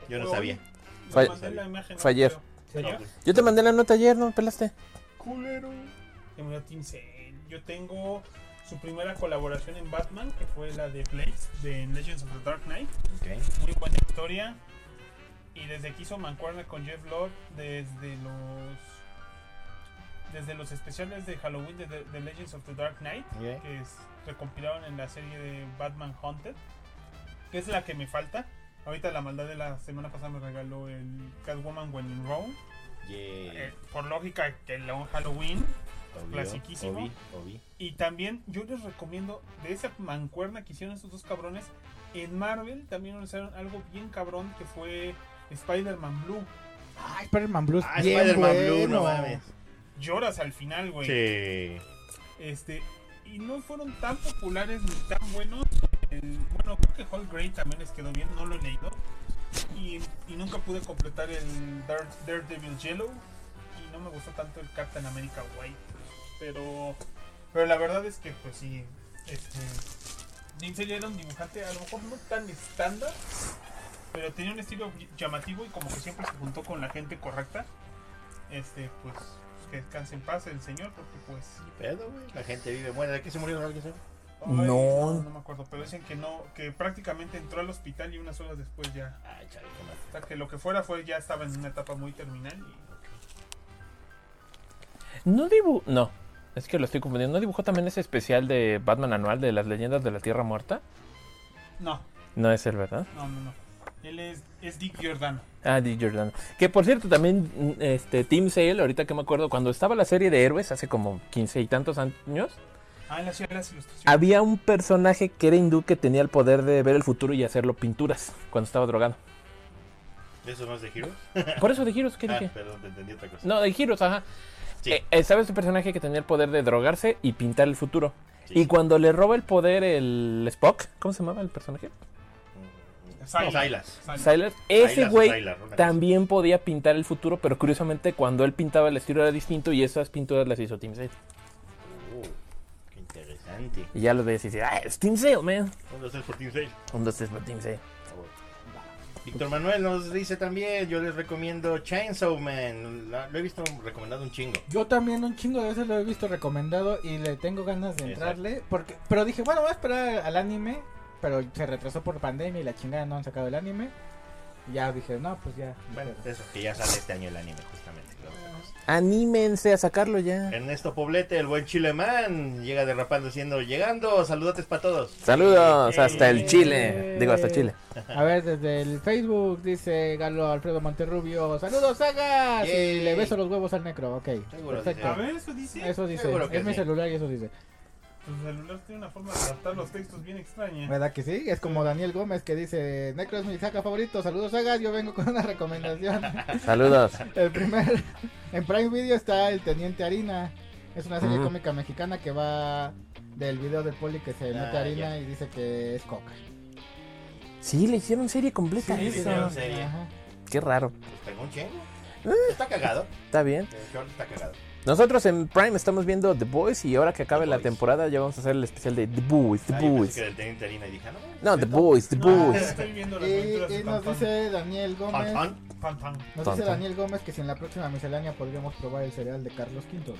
C: Yo no
D: Fue
C: sabía.
D: hoy. Le
A: Fue-
D: mandé la imagen, no
A: fue ayer.
D: creo.
C: No,
D: ¿Fue ayer?
C: pues,
A: Yo te mandé la nota ayer, no me pelaste.
C: Culero.
D: Que murió Tim Sale. Yo tengo su primera colaboración en Batman, que fue la de Blade, de Legends of the Dark Knight.
C: Ok.
D: Muy buena historia. Y desde que hizo Mancuerna con Jeff Lord, desde los. Desde los especiales de Halloween de, de- de Legends of the Dark Knight,
C: Ok.
D: que es- recompilaron en la serie de Batman Haunted, que es la que me falta. Ahorita la maldad de la semana pasada me regaló el Catwoman When in Rome.
C: Yeah.
D: Eh, por lógica, que el Halloween.
C: Obvio,
D: clasiquísimo.
C: obvi, obvi.
D: Y también yo les recomiendo de esa mancuerna que hicieron estos dos cabrones. En Marvel también realizaron algo bien cabrón que fue Spider-Man Blue.
B: Ah, Spider-Man
D: Pues
B: Blue.
C: Ah, Spider-Man Blue, no mames.
D: Lloras al final, güey.
C: Sí.
D: Este, y no fueron tan populares ni tan buenos. El- bueno, creo que Hall Grey también les quedó bien, no lo he leído. Y, y nunca pude completar el Dare- Daredevil Yellow. Y no me gustó tanto el Captain America White. Pero, pero la verdad es que, pues sí, este, Jim Sale era un dibujante, a lo mejor no tan estándar, pero tenía un estilo ll- llamativo y como que siempre se juntó con la gente correcta. Este, pues que descanse en paz el señor, porque pues
C: Ni pedo, güey. La gente vive buena. ¿De qué se murió alguien sabe?
D: Ay,
A: No.
D: no. no me acuerdo, pero dicen que no, que prácticamente entró al hospital y unas horas después ya.
C: Ah, chale, qué mal.
D: O sea, que lo que fuera fue ya estaba en una etapa muy terminal. Y...
A: No dibu... No. Es que lo estoy confundiendo. ¿No dibujó también ese especial de Batman anual de las leyendas de la Tierra Muerta?
D: No,
A: No es el, ¿verdad?
D: no, no, no. Él es, es Dick Giordano.
A: Ah, Dick Jordan. Que por cierto, también mm, este Tim Sale, ahorita que me acuerdo, cuando estaba la serie de héroes hace como 15 y tantos años,
D: Ah, él hacía las ilustraciones.
A: había un personaje que era hindú que tenía el poder de ver el futuro y hacerlo pinturas cuando estaba drogado.
C: ¿Eso no es de Heroes?
A: Por eso de Heroes, ¿qué
C: Ah,
A: dije?
C: perdón, te entendí otra cosa.
A: No, de Heroes, ajá.
C: Sí.
A: Eh, eh, ¿Sabes un personaje que tenía el poder de drogarse y pintar el futuro?
C: Sí.
A: Y cuando le roba el poder el Spock, ¿cómo se llamaba el personaje?
C: Mm, mm.
D: Silas.
C: Silas.
D: Sale.
A: Silas. Ese
C: Silas o
A: güey
C: Silar, una
A: también podía pintar el futuro, pero curiosamente cuando él pintaba el estilo era distinto y esas pinturas las hizo Tim Sale.
C: cosa. Oh, qué interesante.
A: Y ya lo ves y dices, ah, es Tim Sale, man.
C: ¿Dónde está el Fortín Sale?
A: Un, dos, tres, por Tim Sale.
C: Víctor Manuel nos dice también, yo les recomiendo Chainsaw Man. La- lo he visto recomendado un chingo.
B: Yo también un chingo de veces lo he visto recomendado y le tengo ganas de
C: Exacto.
B: entrarle. Porque, pero dije, bueno, voy a esperar al anime. Pero se retrasó por pandemia y la chingada no han sacado el anime. Y ya dije, no, pues ya.
C: Bueno,
B: pero-
C: eso, que ya sale este año el anime, justamente. claro.
A: Anímense a sacarlo ya.
C: Ernesto Poblete, el buen chilemán, llega derrapando diciendo, llegando, saludotes para todos.
A: Saludos
D: Eh,
A: hasta
D: eh,
A: el Chile. Digo, hasta Chile.
B: A ver, desde el Facebook dice Galo Alfredo Monterrubio, saludos sagas.
C: Yay.
B: Y le beso los huevos al necro, ok.
C: Seguro
D: A
B: Perfecto.
D: ver, eso dice.
B: Eso dice,
C: Seguro que
B: es mi
C: sí.
B: celular y eso dice.
D: Tu celular tiene una forma de adaptar los textos bien extraña.
B: ¿Verdad que sí? Es como Daniel Gómez que dice, Necro es mi saga favorito, saludos sagas, yo vengo con una recomendación.
A: Saludos.
B: El primer. En Prime Video está El Teniente Harina. Es una serie
A: Ujú.
B: cómica mexicana que va del video del poli que se mete
C: Ah,
B: harina y dice que es coca.
A: Sí, le hicieron serie completa
C: Sí,
A: a
C: le
A: eso.
C: hicieron serie.
B: Ajá.
A: Qué raro.
C: Pues pegó un chingo. Está cagado.
A: Está bien.
C: El short está cagado.
A: Nosotros en Prime estamos viendo The Boys y ahora que acabe
C: The
A: la
C: Boys.
A: temporada ya vamos a hacer el especial de The Boys, The
C: Ah, yo pensé
A: Boys.
C: que del teniente harina y dije, no, no,
A: No, The Boys, The
D: No,
A: Boys.
D: estoy viendo las aventuras
B: Y,
D: de
B: y nos
D: Pantán.
B: dice Daniel Gómez.
C: Pantón.
D: Pantán.
B: Nos
A: Tan,
B: dice
A: tan.
B: Daniel Gómez que si en la próxima miscelánea podríamos probar el cereal de Carlos V.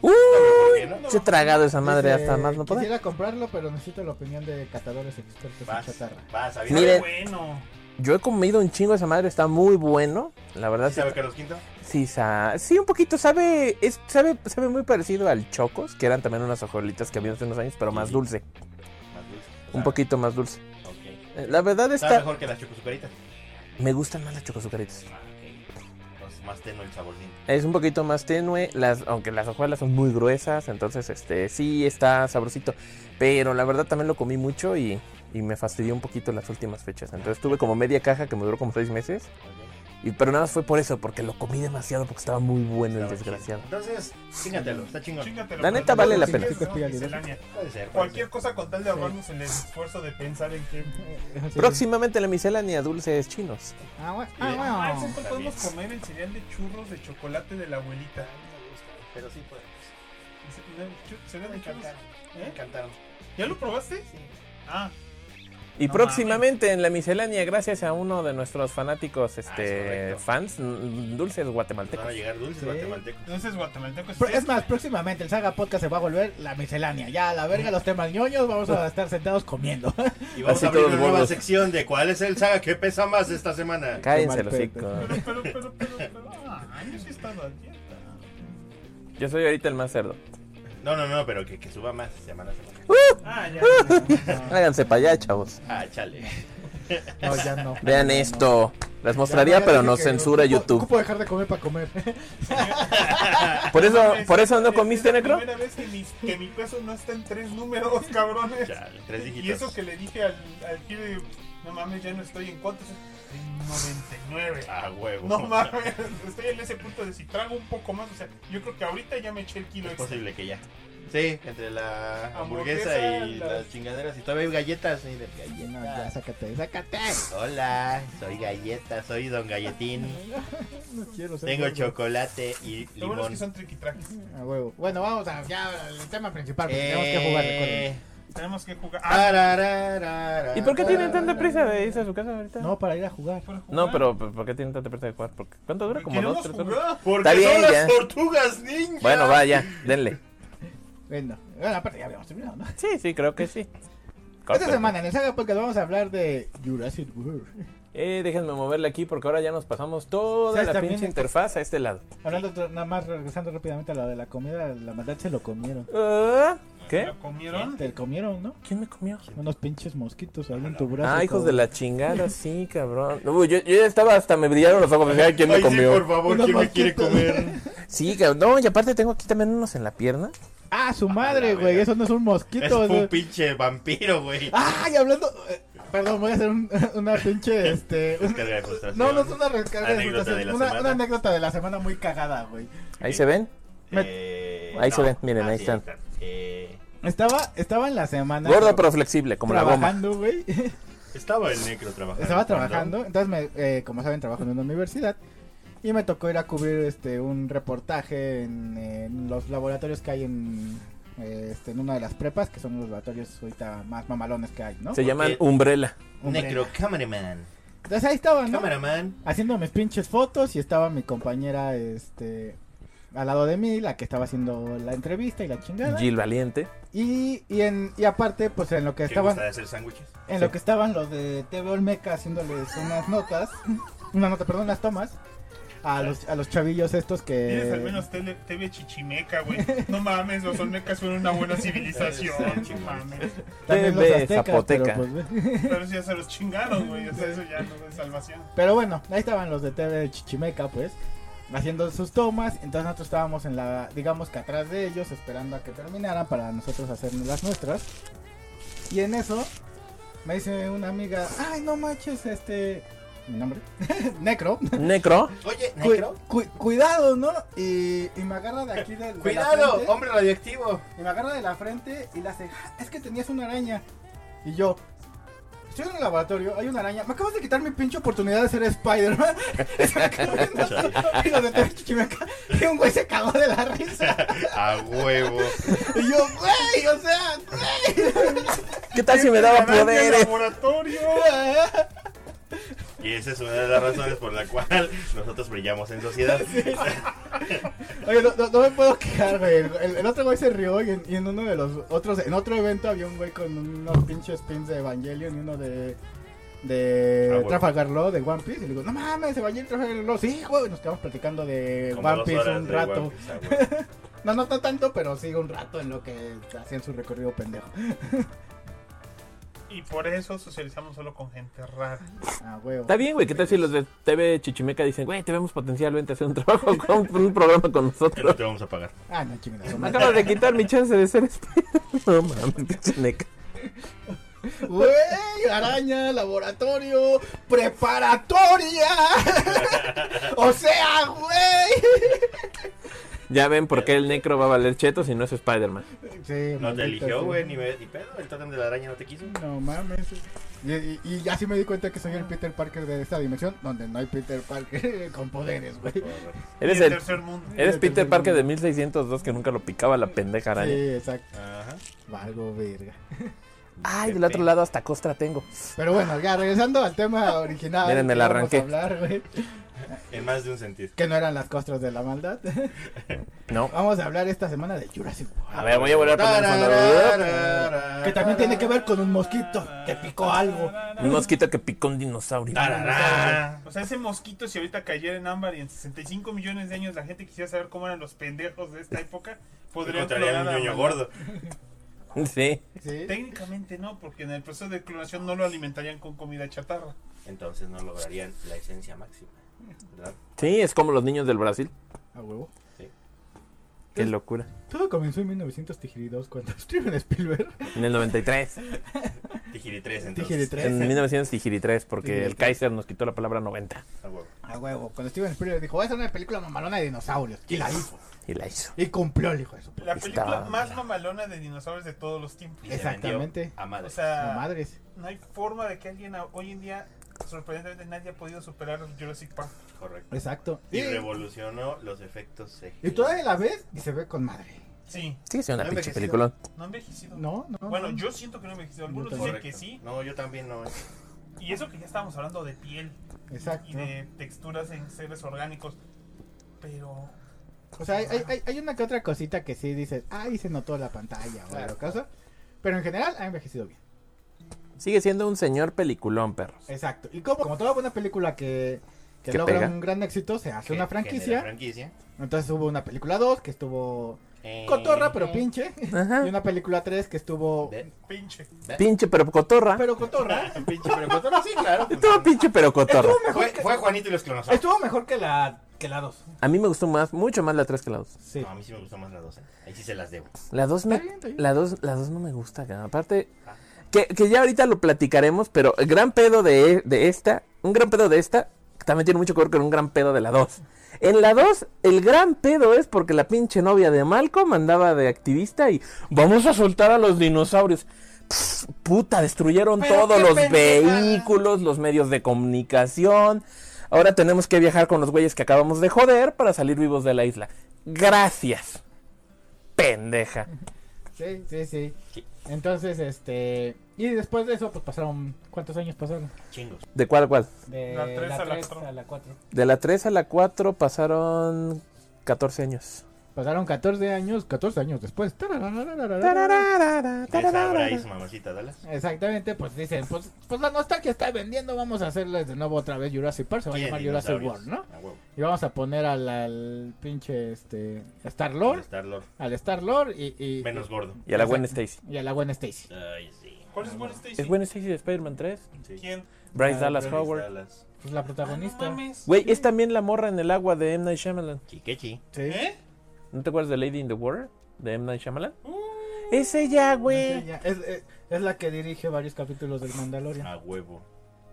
A: Uy,
C: Ah. ¿no?
A: se he Uh, tragado esa madre
B: Dice,
A: hasta más no poder.
B: Quisiera comprarlo, pero necesito la opinión de catadores expertos en
C: Vas,
B: chatarra.
C: vas, avienta.
A: Miren.
D: Bueno,
A: Yo he comido un chingo esa madre, está muy bueno. La verdad
C: ¿Sí sabe que los quinto?
A: Sí, sa- sí, un poquito. Sabe, es, sabe, sabe muy parecido al chocos, que eran también unas hojolitas que había hace unos años, pero más
C: Sí.
A: dulce.
C: Más dulce.
A: Un poquito más dulce.
C: Ok.
A: Eh, La verdad
C: Sabe
A: está.
C: mejor que las chocosucaritas.
A: Me gustan más las chocosucaritas.
C: Ah, ok. Entonces, más tenue el saborcito.
A: Es un poquito más tenue, las, aunque las hojuelas son muy gruesas, entonces este sí está sabrosito. Pero la verdad también lo comí mucho y, y me fastidió un poquito las últimas fechas. Entonces tuve como media caja que me duró como seis meses
C: Ok.
A: Y, pero nada más fue por eso, porque lo comí demasiado porque estaba muy bueno el
C: Estaba
A: desgraciado.
C: chido. Entonces, chingatelo, está chingón.
D: Chíngatelo,
A: La
D: pero
A: neta
D: no
A: vale la
D: lo consigues,
B: pena.
D: ¿no? Miscelánea.
C: Puede ser. puede
D: Cualquier cosa con tal de ahorrarnos el esfuerzo de pensar en qué.
B: Así.
A: Próximamente la miscelánea dulces chinos.
B: Ah, bueno.
C: Y-
D: Ah,
B: Ah,
D: es
B: bueno.
D: entonces podemos comer el cereal de churros de chocolate de la abuelita.
C: ser. Me gusta, Pero sí podemos.
D: Dice, "No, chu- ¿Cereal
C: Me
D: de churros?
C: encantaron. Me
D: ¿Eh?
C: encantaron.
D: ¿Ya lo probaste?
C: Sí.
D: Ah,
A: Y
D: No
A: próximamente en la miscelánea, gracias a uno de nuestros fanáticos
C: Ah, es
A: este,
C: correcto.
A: fans, mm, dulces
C: Nos van a
A: guatemaltecos.
C: llegar dulces
B: Sí.
C: guatemaltecos.
D: entonces guatemalteco es
B: Pr- Es más, próximamente el Saga Podcast se va a volver la miscelánea. Ya, a la verga, los temas ñoños, vamos a estar sentados comiendo.
C: Y vamos
A: Así
C: a abrir
A: todos
C: una nueva
A: gordos.
C: sección de cuál es el saga que pesa más esta semana.
A: Cállense
B: Qué mal
A: los
B: pedo.
A: hocico.
D: Pero, pero, pero, pero, pero. Ah, yo sí he estado a dieta.
A: Yo soy ahorita el más cerdo.
C: No, no, no, pero que, que suba más semana a semana.
D: Ah, ya.
A: Háganse para allá, chavos.
C: Ah, chale.
B: No, ya no.
A: Vean
B: No, no.
A: esto. Las
B: Ya,
A: mostraría,
B: ya
A: pero
B: dije
A: nos
B: que
A: censura
B: ocupo-
A: YouTube.
B: Ocupo dejar de comer para comer.
A: Por eso,
D: Es-
A: por eso no
D: es
A: comiste,
D: la
A: Necro.
D: primera vez que mi, que mi peso no está en tres números, cabrones.
C: Chale, tres dígitos.
D: Y eso que le dije al, al pibe, no mames, ya no estoy en cuántos. En 99.
C: Ah, huevo.
D: No mames, estoy en ese punto de si trago un poco más, o sea, yo creo que ahorita ya me eché el kilo
C: Es
D: extra.
C: posible que ya. Sí, entre la hamburguesa,
D: Hamburguesa,
C: y
D: la-
C: las chingaderas. Y todavía hay galletas. ahí de galletas.
B: No, ya, sácate, sácate.
C: Hola, soy galleta, soy don galletín.
B: No quiero ser
C: Tengo
B: gordo.
C: chocolate y
D: Lo bueno es
C: limón.
D: que son triquitraques.
B: A huevo. Bueno, vamos a ya al tema principal, porque tenemos que jugar, recuerden.
C: Eh,
D: Tenemos que jugar. Ah,
C: tarararara.
A: ¿Y por qué tienen tanta prisa de irse a su casa ahorita?
B: No, para ir a jugar.
D: por jugar.
A: No, pero ¿por por qué tienen tanta prisa de jugar? Porque- ¿Cuánto dura? Como dos,
D: Queremos
A: tres horas.
D: jugar.
C: Porque
A: Está bien,
C: son las
A: ya.
C: tortugas ninja.
A: Bueno, vaya, denle.
B: Bueno, bueno, aparte ya habíamos terminado, ¿no?
A: Sí, sí, creo que sí.
B: Esta semana en el Saga Podcast vamos a hablar de Jurassic World.
A: Eh, déjenme moverle aquí porque ahora ya nos pasamos toda
B: ¿Sabes
A: la
B: también?
A: pinche interfaz a este lado.
B: Hablando otro- nada más, regresando rápidamente a la de la comida, la maldad se lo comieron.
A: Ah, ¿Qué?
D: ¿Lo
A: Este
D: comieron?
B: Te comieron, ¿no?
A: ¿Quién me comió?
B: Unos pinches mosquitos ahí en tu brazo.
A: Ah, hijos
B: cabrón.
A: de la chingada, sí, cabrón. Uy, yo, yo ya estaba hasta me brillaron los ojos. Decía, "Ay, ¿quién me
C: Ay, sí, por
A: comió?
C: favor,
B: Unos
C: ¿quién me quiere
B: mosquitos.
C: comer?
A: Sí, cabrón. No, y aparte tengo aquí también unos en la pierna.
B: Ah, su
C: A
B: madre,
C: la
B: güey.
C: verga.
B: Eso no es un
C: Es
B: mosquito.
C: un
B: eso-
C: pinche vampiro, güey.
B: Ah, y hablando. eh, Perdón, voy a hacer un- una pinche. Este. un-
C: Descarga de frustración.
B: No, no es una recarga de
C: Anécdota de
B: frustración,
C: la
B: una,
C: semana.
B: una anécdota de la semana muy cagada, güey.
A: Ahí
C: Sí.
A: se ven.
C: Eh,
A: Ahí se ven, miren,
C: Ah,
A: ahí
C: sí,
A: están.
C: Eh,
B: Estaba, estaba en la semana.
A: Gordo pero flexible, como la bomba.
B: trabajando, güey.
C: estaba el necro trabajando.
B: Estaba trabajando. Entonces, me, eh, como saben, trabajo en una universidad. Y me tocó ir a cubrir este un reportaje en, en los laboratorios que hay en, eh, este, en una de las prepas, que son los laboratorios ahorita más mamalones que hay, ¿no?
A: Se llaman
C: Porque-
A: Umbrella.
B: Hombre.
C: Necro cameraman.
B: Entonces ahí estaba, ¿no?
C: Cameraman.
B: haciendo mis pinches fotos y estaba mi compañera este al lado de mí, la que estaba haciendo la entrevista y la chingada.
A: Jill Valiente.
B: Y, y en y aparte, pues en lo que
C: Que gusta
B: estaban
C: de hacer sándwiches.
B: en lo que estaban los de TV Olmeca haciéndoles unas notas, una nota, perdón, unas tomas a los a los chavillos estos
D: Tienes al
B: que
D: menos tele- TV Chichimeca, güey. No mames, los olmecas fueron una buena
C: Sí,
D: civilización. No
C: chingón.
D: mames.
B: también los
A: TV
B: aztecas, pero,
A: zapoteca.
B: pues,
D: Pero si ya se los chingaron, güey. O sea, eso ya no es salvación.
B: pero bueno, ahí estaban los de TV Chichimeca, pues haciendo sus tomas, entonces nosotros estábamos en la digamos que atrás de ellos esperando a que terminaran para nosotros hacer las nuestras. Y en eso me dice una amiga, ay no manches, este, mi nombre, Necro,
A: Necro.
C: Oye,
B: Cu-
C: necro.
B: cu- cuidado, ¿no? Y, y me agarra de aquí del. de la
C: Cuidado,
B: frente,
C: hombre radioactivo.
B: y me agarra de la frente y le hace, "Ah, es que tenías una araña. Y yo, estoy en el laboratorio, hay una araña. Me acabas de quitar mi pinche oportunidad de ser Spider-Man. Y se me quedó viendo así, y los de TV Chichimeca, y un güey se cagó de la risa.
C: A huevo.
B: Y yo, güey, o sea,
A: ¿Qué tal si me daba
D: Araña en
A: poderes?
D: laboratorio!
B: güey.
C: Y esa es una de las razones por la cual nosotros brillamos en sociedad.
B: Oye, no, no- no me puedo quejar, güey. El, el- el otro güey se rió y en, y en uno de los otros, en otro evento había un güey con unos pinches pins de Evangelion y uno de de
C: Ah, bueno.
B: Trafalgar Law, de One Piece. Y le digo, no mames, Evangelion Trafalgar Law. Sí, güey, nos quedamos platicando de
C: Como
B: One
C: dos
B: Piece
C: horas
B: un
C: de
B: rato.
C: One Piece, ah, a huevo.
B: No, no no tanto, pero sí un rato en lo que hacían su recorrido pendejo.
D: Y por eso socializamos solo con gente rara.
B: Ah, huevo.
A: Está bien, güey. ¿Qué tal si los de TV Chichimeca dicen, güey, te vemos potencial, vente a hacer un trabajo, con un programa con
C: Que no
A: nosotros?
C: te vamos a pagar.
B: Ah, no, chingada.
A: Me acabas de quitar mi chance de ser este. No mames, pinche Necro.
B: Güey, araña, laboratorio, preparatoria. o sea, güey.
A: Ya ven por qué el necro va a valer cheto si no es Spider-Man.
C: No te
B: Sí, maldita sea.
C: eligió, güey, ni, me- ni pedo. El totem de la araña no te quiso.
B: No mames. Y, y- y así me di cuenta que soy el Peter Parker de esta dimensión, donde no hay Peter Parker con poderes, güey.
A: Eres
D: el
A: el,
D: tercer mundo.
A: eres Peter Parker de 1602 que nunca lo picaba la pendeja araña.
B: Sí, exacto.
C: Ajá.
B: Valgo verga.
A: Ay, del otro lado hasta costra tengo.
B: Pero bueno, ya regresando al tema original.
A: Miren, me
B: que
A: la
B: íbamos a
A: arranqué.
B: hablar, güey,
C: En más de un sentido.
B: que no eran las costras de la maldad.
A: No.
B: Vamos a hablar esta semana de Jurassic World.
A: A ver, voy a volver a poner un fondo.
B: Que también tiene que ver con un mosquito que picó algo.
A: Un mosquito que picó un dinosaurio.
B: Ah.
C: Tarará.
D: O sea, ese mosquito, si ahorita cayera en ámbar y en 65 millones de años la gente quisiera saber cómo eran los pendejos de esta época, podrían
C: Encontraría
D: clonar
C: un
D: a
C: ñoño
D: Manuel.
C: gordo.
A: Sí.
B: Sí.
D: Técnicamente no, porque en el proceso de clonación no lo alimentarían con comida chatarra.
C: Entonces no lograrían la esencia máxima. ¿Verdad?
A: Sí, es como los niños del Brasil.
B: A huevo.
A: Qué locura.
B: Todo comenzó en 1932 cuando Steven Spielberg.
A: En el 93.
C: Tijiri 3,
B: Tijiri
C: entonces.
B: tres.
A: En 1993, porque el
B: 93.
A: Kaiser nos quitó la palabra 90.
C: Ah, huevo.
B: A huevo. Cuando Steven Spielberg dijo, voy a hacer una película mamalona de dinosaurios. Y la hizo.
A: Y la hizo.
B: Y cumplió el hijo de su puta.
D: La película
A: Está-
D: más mamalona de dinosaurios de todos los tiempos.
C: Y se
B: Exactamente.
C: vendió A madre.
D: O sea,
B: No madres.
D: no hay forma de que alguien a- hoy en día, sorprendentemente, nadie ha podido superar Jurassic Park.
C: Correcto.
B: Exacto. Y,
C: Y revolucionó los efectos CGI.
B: y eh? todavía la ves y se ve con madre.
D: Sí,
A: Sigue siendo
C: No
A: una pinche
C: envejeció.
A: película.
D: no ha envejecido.
B: No, no.
D: Bueno,
B: no.
D: yo siento que no ha envejecido. Algunos
B: Yo
D: dicen
C: Correcto.
D: que sí.
C: No, yo también no. eh.
D: Y eso que ya estábamos hablando de piel
B: Exacto.
D: y de texturas en seres orgánicos. Pero
B: O sea, hay, hay- hay una que otra cosita que sí dices, ay, se notó la pantalla o
C: Claro.
B: algo cosa. Pero en general ha envejecido bien.
A: Sigue siendo un señor peliculón, perros.
B: Exacto. Y como, como toda buena película que, que
A: Que
B: logra
A: pega.
B: un gran éxito, se hace
C: Que- que
B: una
C: de la
B: franquicia.
C: franquicia.
B: Entonces hubo una película 2 que estuvo
C: Eh,
B: cotorra, pero pinche.
A: Ajá.
B: Y una película 3 que estuvo.
C: de-
D: pinche.
A: Pinche pero cotorra.
B: Pero cotorra.
C: Pinche, pero cotorra, sí, claro. pues,
A: Estuvo pinche pero cotorra.
C: Fue, fue Juanito y los clonosaurios.
B: Estuvo mejor que la, que la 2.
A: A mí me gustó más, mucho más la 3 que la 2.
B: Sí.
C: No, a mí sí me gusta más la 12. Ahí sí se las debo.
A: La 2 me,
B: Está bien, está bien.
A: la dos, la dos no me gusta, cara. aparte
C: Ah.
A: que, que ya ahorita lo platicaremos, pero el gran pedo de, de esta, un gran pedo de esta también tiene mucho que ver con un gran pedo de la 2. En la 2 el gran pedo es porque la pinche novia de Malcolm andaba de activista y vamos a soltar a los dinosaurios. Pff, Puta, destruyeron
B: Pero
A: todos
B: qué
A: los
B: pendejada.
A: vehículos, los medios de comunicación. Ahora tenemos que viajar con los güeyes que acabamos de joder para salir vivos de la isla. Gracias. Pendeja.
B: Sí, sí, sí.
C: Sí.
B: Entonces, este. Y después de eso, pues pasaron. ¿Cuántos años pasaron?
C: Chingos.
A: ¿De cuál a cuál?
B: De
D: La tres a la
B: tres
D: cuatro.
B: a la 4.
A: De la 3 a la 4 pasaron 14 años.
B: Pasaron 14 años, 14 años después. Tarararararara.
A: Tararara,
C: Les
A: tararara.
C: sabráis, mamacita Dallas.
B: Exactamente, pues dicen, pues, pues la nostalgia está vendiendo, vamos a hacerles de nuevo otra vez Jurassic Park, se va a
C: ¿Quién?
B: llamar Jurassic
C: Dinosaurios.
B: World, ¿no?
C: A huevo.
B: Y vamos a poner al, al pinche este Star
C: Lord.
B: Lord,
C: Star Lord.
B: al Star Lord y, y,
C: Menos gordo.
A: Y a la Gwen Stacy.
B: y a la Gwen Stacy.
C: Ay, sí.
D: ¿Cuál es Gwen Stacy?
A: ¿Es Gwen Stacy de Spider-Man 3?
C: Sí.
D: ¿Quién?
A: Bryce
B: Ah,
A: Dallas
C: Bryce
A: Howard.
C: Dallas.
B: Pues la
D: Ah, no
B: protagonista.
D: mames.
A: Güey, es también la morra en el agua de M. Night Shyamalan.
C: Chiquechi.
B: Sí.
D: ¿Eh?
A: ¿No te acuerdas de Lady in the Water? De M. Night Shyamalan.
C: Mm.
D: Uh,
A: Es ella,
B: Sí,
A: güey.
B: ya, Es, es- es la que dirige varios capítulos del Mandalorian.
C: A huevo.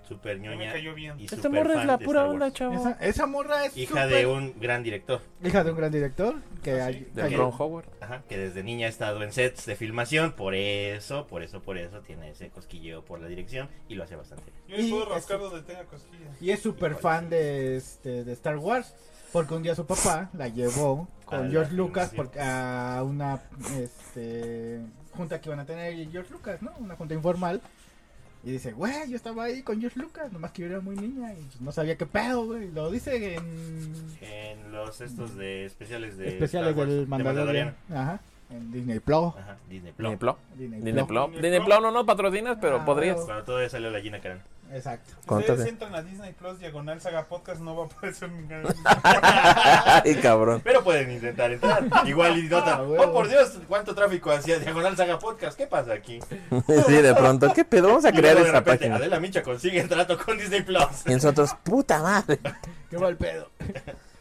C: Super
D: me
C: ñoña.
D: cayó bien.
C: Y
A: Esta
C: super
A: morra Este es
C: fan
A: la
C: de
A: pura
C: Star
A: onda,
C: Wars.
A: chavo.
B: Esa, esa morra es
C: Hija
B: súper-
C: de un gran director.
B: hija de un gran director que
D: Ah,
B: hay-
D: sí.
A: De
C: Ok.
A: Ron Howard.
C: Ajá, que desde niña ha estado en sets de filmación, por eso, por eso, por eso tiene ese cosquilleo por la dirección y lo hace bastante bien.
D: Yo me
B: Y
D: puedo rascar
B: este-
D: donde tenga cosquillas.
B: Y es súper fan de, este, de Star Wars. Porque un día su papá la llevó
C: A
B: con
C: la
B: George Lucas
C: filmación.
B: porque, a una este, junta que iban a tener él y George Lucas, ¿no? Una junta informal. Y dice, güey, yo estaba ahí con George Lucas, nomás que yo era muy niña y no sabía qué pedo, güey. Lo dice en
C: En los estos de especiales de
B: especiales
C: Star Wars,
B: del
C: de
B: Mandalorian. Ajá. En Disney Plus.
C: Ajá, Disney Plus.
A: Disney Plus.
B: Disney
A: Disney
B: Plus.
A: Plus. Disney Plus no nos patrocinas, pero
B: Ah,
A: podrías.
C: Cuando todavía salió la Gina Carano.
B: Exacto.
A: ¿Cuántas
D: Ustedes
A: de-
D: entran a Disney Plus, diagonal, saga podcast, no va a aparecer ningún.
A: Ay, cabrón.
C: Pero pueden intentar entrar. Igual y
B: Ah,
C: nota.
B: huevo.
C: Oh, por Dios, cuánto tráfico hacia Diagonal Saga Podcast. ¿Qué pasa aquí?
A: Sí, de pronto. ¿Qué pedo? Vamos a
C: Y luego
A: crear
C: de
A: esta
C: repente,
A: página.
C: Adela Micha consigue trato con Disney Plus.
A: Y nosotros, puta madre.
B: Qué mal pedo.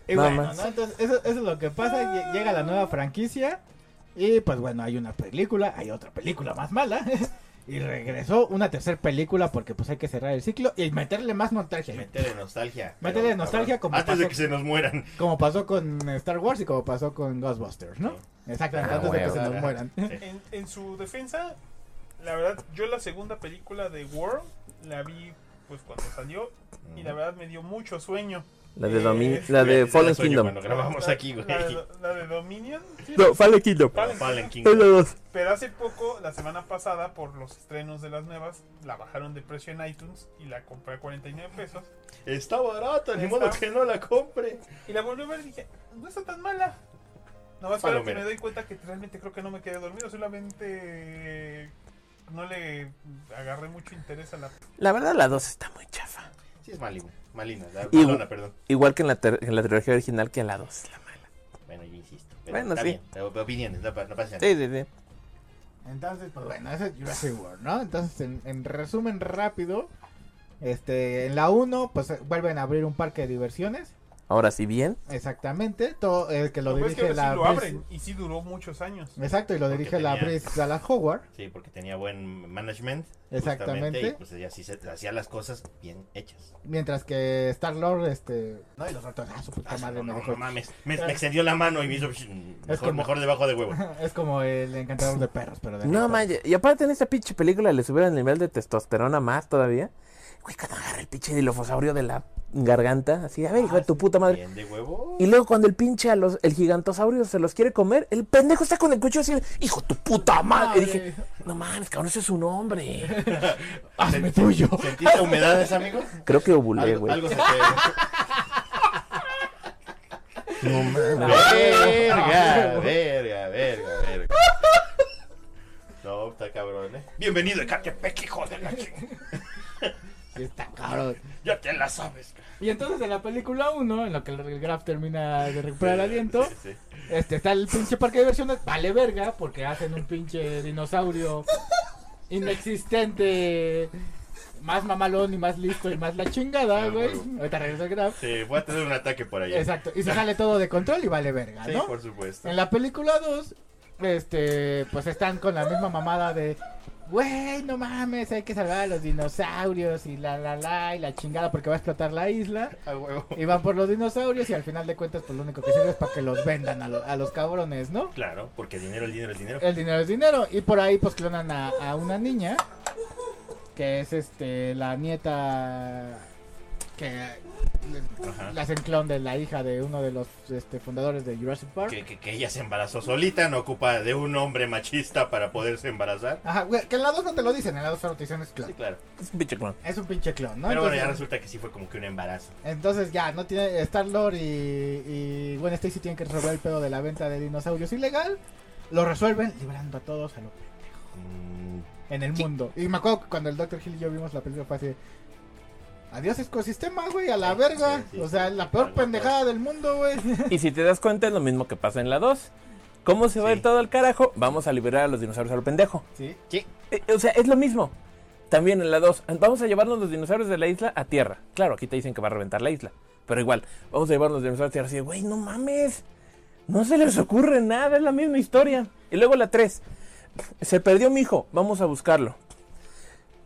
B: Y
A: Nada
B: bueno,
A: más.
B: ¿no? Entonces, eso, eso es lo que pasa. lle- Llega la nueva franquicia. Y pues bueno, hay una película, hay otra película más mala. Y regresó una tercera película porque pues hay que cerrar el ciclo y meterle más nostalgia.
C: Métele nostalgia.
B: Eh, Métele
C: pero,
B: nostalgia
C: cabrón,
B: como
C: Antes de
B: pasó-
C: que se nos mueran.
B: Como pasó con Star Wars y como pasó con Ghostbusters, ¿no? Exactamente,
A: Ah,
B: antes de que
A: huevo.
B: se nos mueran.
C: Sí.
D: En, en su defensa, la verdad, yo la segunda película de World la vi pues cuando salió y
C: Mm.
D: la verdad me dio mucho sueño.
A: La de, Domin-
D: Eh,
A: la de
C: Te da
A: Fallen
C: sueño
A: Kingdom.
C: Cuando grabamos
D: La-
C: aquí, güey.
D: La, de, la de Dominion.
A: No, Fallen Kingdom.
D: Fallen
C: Fallen
A: Es la
C: Kingdom.
A: dos.
D: Pero hace poco, la semana pasada, por los estrenos de las nuevas, la bajaron de precio en iTunes y la compré a 49 pesos.
C: Está barata, ni
D: Está-
C: modo que no la compre.
D: Y la volví a ver y dije, no está tan mala. No más claro que
C: Palomera.
D: me doy cuenta que realmente creo que no me quedé dormido, solamente no le agarré mucho interés a la...
A: La verdad, la 2 está muy chafa.
C: Sí, es Malina. Malina, la,
A: Y-
C: malona, perdón.
A: Igual que en la, ter- en la trilogía original, que la 2 es la mala.
C: Bueno, yo insisto.
A: Bueno,
C: está
A: sí.
C: bien, pero opiniones, no, pa- no pasa nada.
A: Sí, sí, sí.
B: Entonces, pues bueno, ese es Jurassic World, ¿no? Entonces, en, en resumen rápido, este, en la 1, pues eh, vuelven a abrir un parque de diversiones.
A: Ahora sí, bien.
B: Exactamente, todo el que lo
D: Lo que pasa Pues es que
B: dirige la
D: ahora sí lo
B: Bris-
D: abren y sí duró muchos años.
B: Exacto, y lo
C: Porque
B: dirige la
C: tenía-
B: Brice Dallas Howard.
C: Sí, porque tenía buen management.
B: Exactamente.
C: justamente, Y pues ella sí se hacía las cosas bien hechas.
B: Mientras que Star Lord, este. No, y los ratos, ah, su puta
C: Ah,
B: madre,
C: no,
B: me
C: no,
B: dejó.
C: no mames, me, me extendió la mano y me hizo mm, mejor,
B: como-
C: mejor debajo de huevo.
B: Es como el encantador de perros, pero de
A: No
B: ratones.
A: manches. Y aparte en esta pinche película le subieron el nivel de testosterona más todavía. Güey, cuando agarra el pinche dilofosaurio de la garganta, así, a ver,
C: Ah,
A: hijo de tu puta madre.
C: Bien de huevo.
A: Y luego cuando el pinche a los, el gigantosaurio se los quiere comer, el pendejo está con el cuchillo así, hijo de tu puta madre. Y dije, no mames, cabrón, ese es un hombre.
B: Hazme tuyo.
C: ¿Sentiste humedades, amigo?
A: Creo que ovulé,
C: Algo,
A: güey.
C: algo se te...
A: No mames.
C: verga, verga, verga, verga. No, está cabrón, ¿eh? Bienvenido a Catepec, hijo de la chingada.
B: Sí, está cabrón.
C: Ya te la sabes. cara.
B: Y entonces en la película 1, en lo que el Graf termina de recuperar el aliento,
C: Sí, sí.
B: este está el pinche parque de diversiones, vale verga, porque hacen un pinche dinosaurio inexistente, más mamalón y más listo y más la chingada,
C: Ah,
B: güey.
C: huevo.
B: Ahorita regresa el Graf.
C: Sí, voy a tener un ataque por allá.
B: Exacto, y se sale todo de control y vale verga,
C: Sí,
B: ¿no?
C: por supuesto.
B: En la película 2, este, pues están con la misma mamada de, güey, no mames, hay que salvar a los dinosaurios y la la la y la chingada porque va a explotar la isla.
C: A huevo.
B: Y van por los dinosaurios y al final de cuentas, pues lo único que sirve es para que los vendan a, lo- a los cabrones, ¿no?
C: Claro, porque dinero, el dinero, el dinero.
B: El dinero es dinero. Y por ahí, pues clonan a, a una niña, que es este, la nieta que
C: Ajá.
B: la hacen clon de la hija de uno de los este, fundadores de Jurassic Park.
C: Que, que- que ella se embarazó solita, no ocupa de un hombre machista para poderse embarazar.
B: Ajá, güey, que en la 2 no te lo dicen, en la 2 solo te dicen es
C: Sí,
B: clon.
C: claro.
A: Es un pinche clon.
B: Es un pinche clon, ¿no?
C: Pero bueno, ya
B: entonces,
C: resulta que sí fue como que un embarazo.
B: entonces ya, no tiene Star-Lord y, y Gwen Stacy tienen que resolver el pedo de la venta de dinosaurios ilegal. Lo resuelven liberando a todos a lo-
C: Mm,
B: en el mundo. Y me acuerdo que cuando el Dr. Hill y yo vimos la película fue así. Adiós ecosistema, güey, a la
C: Sí,
B: verga.
C: sí, sí,
B: o sea,
C: sí.
B: la peor
C: Algo
B: pendejada del mundo, güey.
A: Y si te das cuenta, es lo mismo que pasa en la 2. ¿Cómo se va a ir
C: Sí.
A: todo al carajo? Vamos a liberar a los dinosaurios a lo pendejo.
B: Sí.
C: Sí,
A: Eh, O sea, es lo mismo. También en la 2. Vamos a llevarnos los dinosaurios de la isla a tierra. Claro, aquí te dicen que va a reventar la isla. Pero igual, vamos a llevar los dinosaurios a tierra. Así, de, güey, no mames. No se les ocurre nada, es la misma historia. Y luego la 3. Se perdió mi hijo, vamos a buscarlo.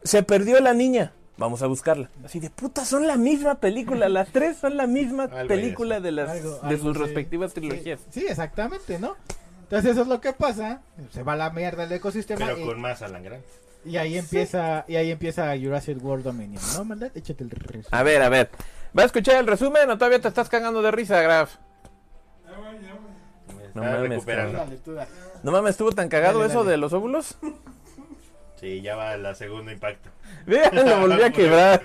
A: Se perdió la niña, vamos a buscarla. Así de puta, son la misma película. Las tres son la misma
C: Algo hay de
A: película de, las,
B: Algo-
A: de
B: algo
A: sus
B: sí.
A: respectivas trilogías.
B: Sí, sí, exactamente, ¿no? Entonces eso es lo que pasa. Se va a la mierda el ecosistema.
C: pero
B: y-
C: con más alangrán.
B: Y ahí empieza, y ahí empieza Jurassic World Dominion, ¿no, maldad? Échate el resumen.
A: A ver, a ver. ¿Va a escuchar el resumen o todavía te estás cagando de risa, Graf? No
C: Me está
A: mames,
C: recuperando.
B: Dale, tú dale.
A: No mames, estuvo tan cagado
B: Dale,
A: eso
B: dale.
A: de los óvulos.
C: Sí, ya va la segundo impacto.
A: Mira, lo volví a quebrar.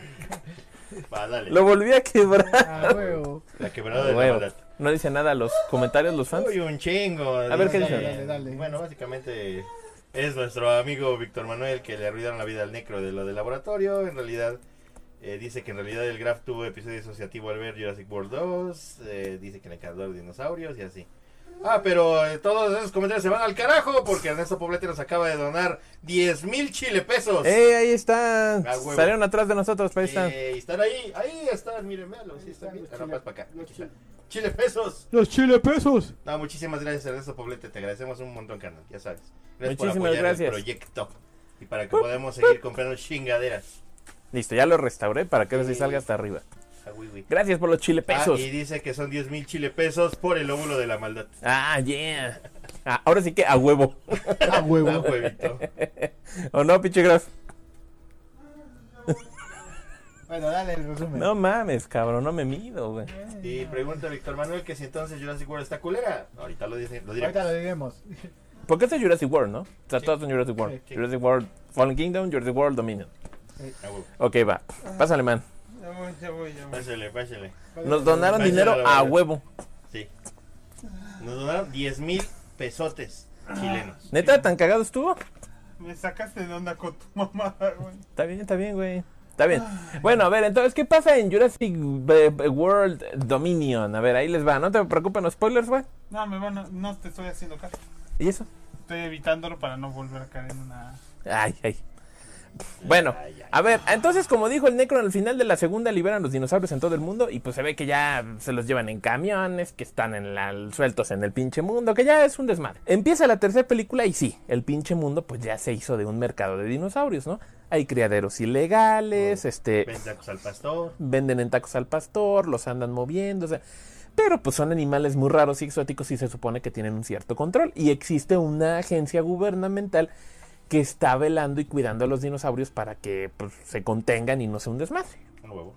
C: Va, dale.
A: Lo volví a quebrar.
B: Ah, huevo.
C: La quebrada de
A: Huevo.
C: la maldad.
A: No dice nada los comentarios los fans.
C: Uy, un chingo. A
A: ver, ¿qué dice?
B: Dale, dale.
C: Bueno, básicamente es nuestro amigo Víctor Manuel que le arruinaron la vida al necro de lo del laboratorio. En realidad, eh, dice que en realidad el Graf tuvo episodio asociativo al ver Jurassic World 2. eh, dice que el encantador de dinosaurios y así. Ah, pero eh, todos esos comentarios se van al carajo porque Ernesto Poblete nos acaba de donar 10 mil chile pesos.
A: ¡Eh, ahí están!
C: Ah, huevo.
A: Salieron atrás de nosotros, pero ahí están.
C: Eh, están ahí, ahí están, miren, véanlos, sí están,
B: Ahí están
C: Ah, no,
B: los
C: pas para acá,
B: chile-
C: aquí está. Chile pesos.
B: Los chile pesos.
C: No, muchísimas gracias Ernesto Poblete, te agradecemos un montón, carnal, ya sabes. Gracias
A: Muchísimas
C: por apoyar
A: gracias.
C: el proyecto. y para que podamos seguir comprando chingaderas.
A: Listo, ya lo restauré para que ahora sí
C: Sí.
A: salga hasta arriba.
C: Ah, uy, uy.
A: Gracias por los chile
C: Ah,
A: pesos.
C: y dice que son 10 mil chile pesos por el óvulo de la maldad.
A: Ah, yeah. Ah, ahora sí que a huevo.
B: A
C: Ah,
B: huevo.
C: huevito.
A: ¿O no, pinche Graf?
B: Bueno, dale el resumen.
A: No mames, cabrón, no me mido, güey.
C: Y pregunta a Víctor Manuel que si entonces Jurassic World está culera. Ahorita lo, dice, lo diremos.
B: Ahorita lo diremos.
A: Porque este es Jurassic World, ¿no? O sea, todos son Jurassic World.
B: Sí,
C: sí.
A: Jurassic World Fallen Kingdom, Jurassic World Dominion.
C: Ah, huevo.
A: Ok, va. Pásale, man.
D: Ya voy, ya voy, ya voy.
C: Pásale, pásale.
A: Nos donaron
C: Vaya,
A: dinero
C: la verdad.
A: a huevo.
C: Sí. Nos donaron 10 mil pesotes chilenos.
A: ¿Neta tan cagado estuvo?
D: Me sacaste de onda con tu mamada, güey.
A: Está bien, está bien, güey. Está bien. Bueno, a ver, entonces, ¿qué pasa en Jurassic eh, World Dominion? A ver, ahí les va. No te preocupen los spoilers, güey.
D: No, me van a- no te estoy haciendo caso.
A: ¿Y eso?
D: Estoy evitándolo para no volver a caer en una.
A: Ay, ay. Bueno,
C: Ay, ay.
A: a ver, entonces como dijo el Necron al final de la segunda liberan los dinosaurios en todo el mundo y pues se ve que ya se los llevan en camiones, que están en la- sueltos en el pinche mundo, que ya es un desmadre. Empieza la tercera película y sí, el pinche mundo pues ya se hizo de un mercado de dinosaurios, ¿no? Hay criaderos ilegales, este
C: Pentacos al pastor.
A: venden en tacos al pastor, los andan moviendo, o sea, pero pues son animales muy raros y exóticos y se supone que tienen un cierto control. Y existe una agencia gubernamental que está velando y cuidando a los dinosaurios para que pues, se contengan y no sea un desmadre.
C: Ah, huevo.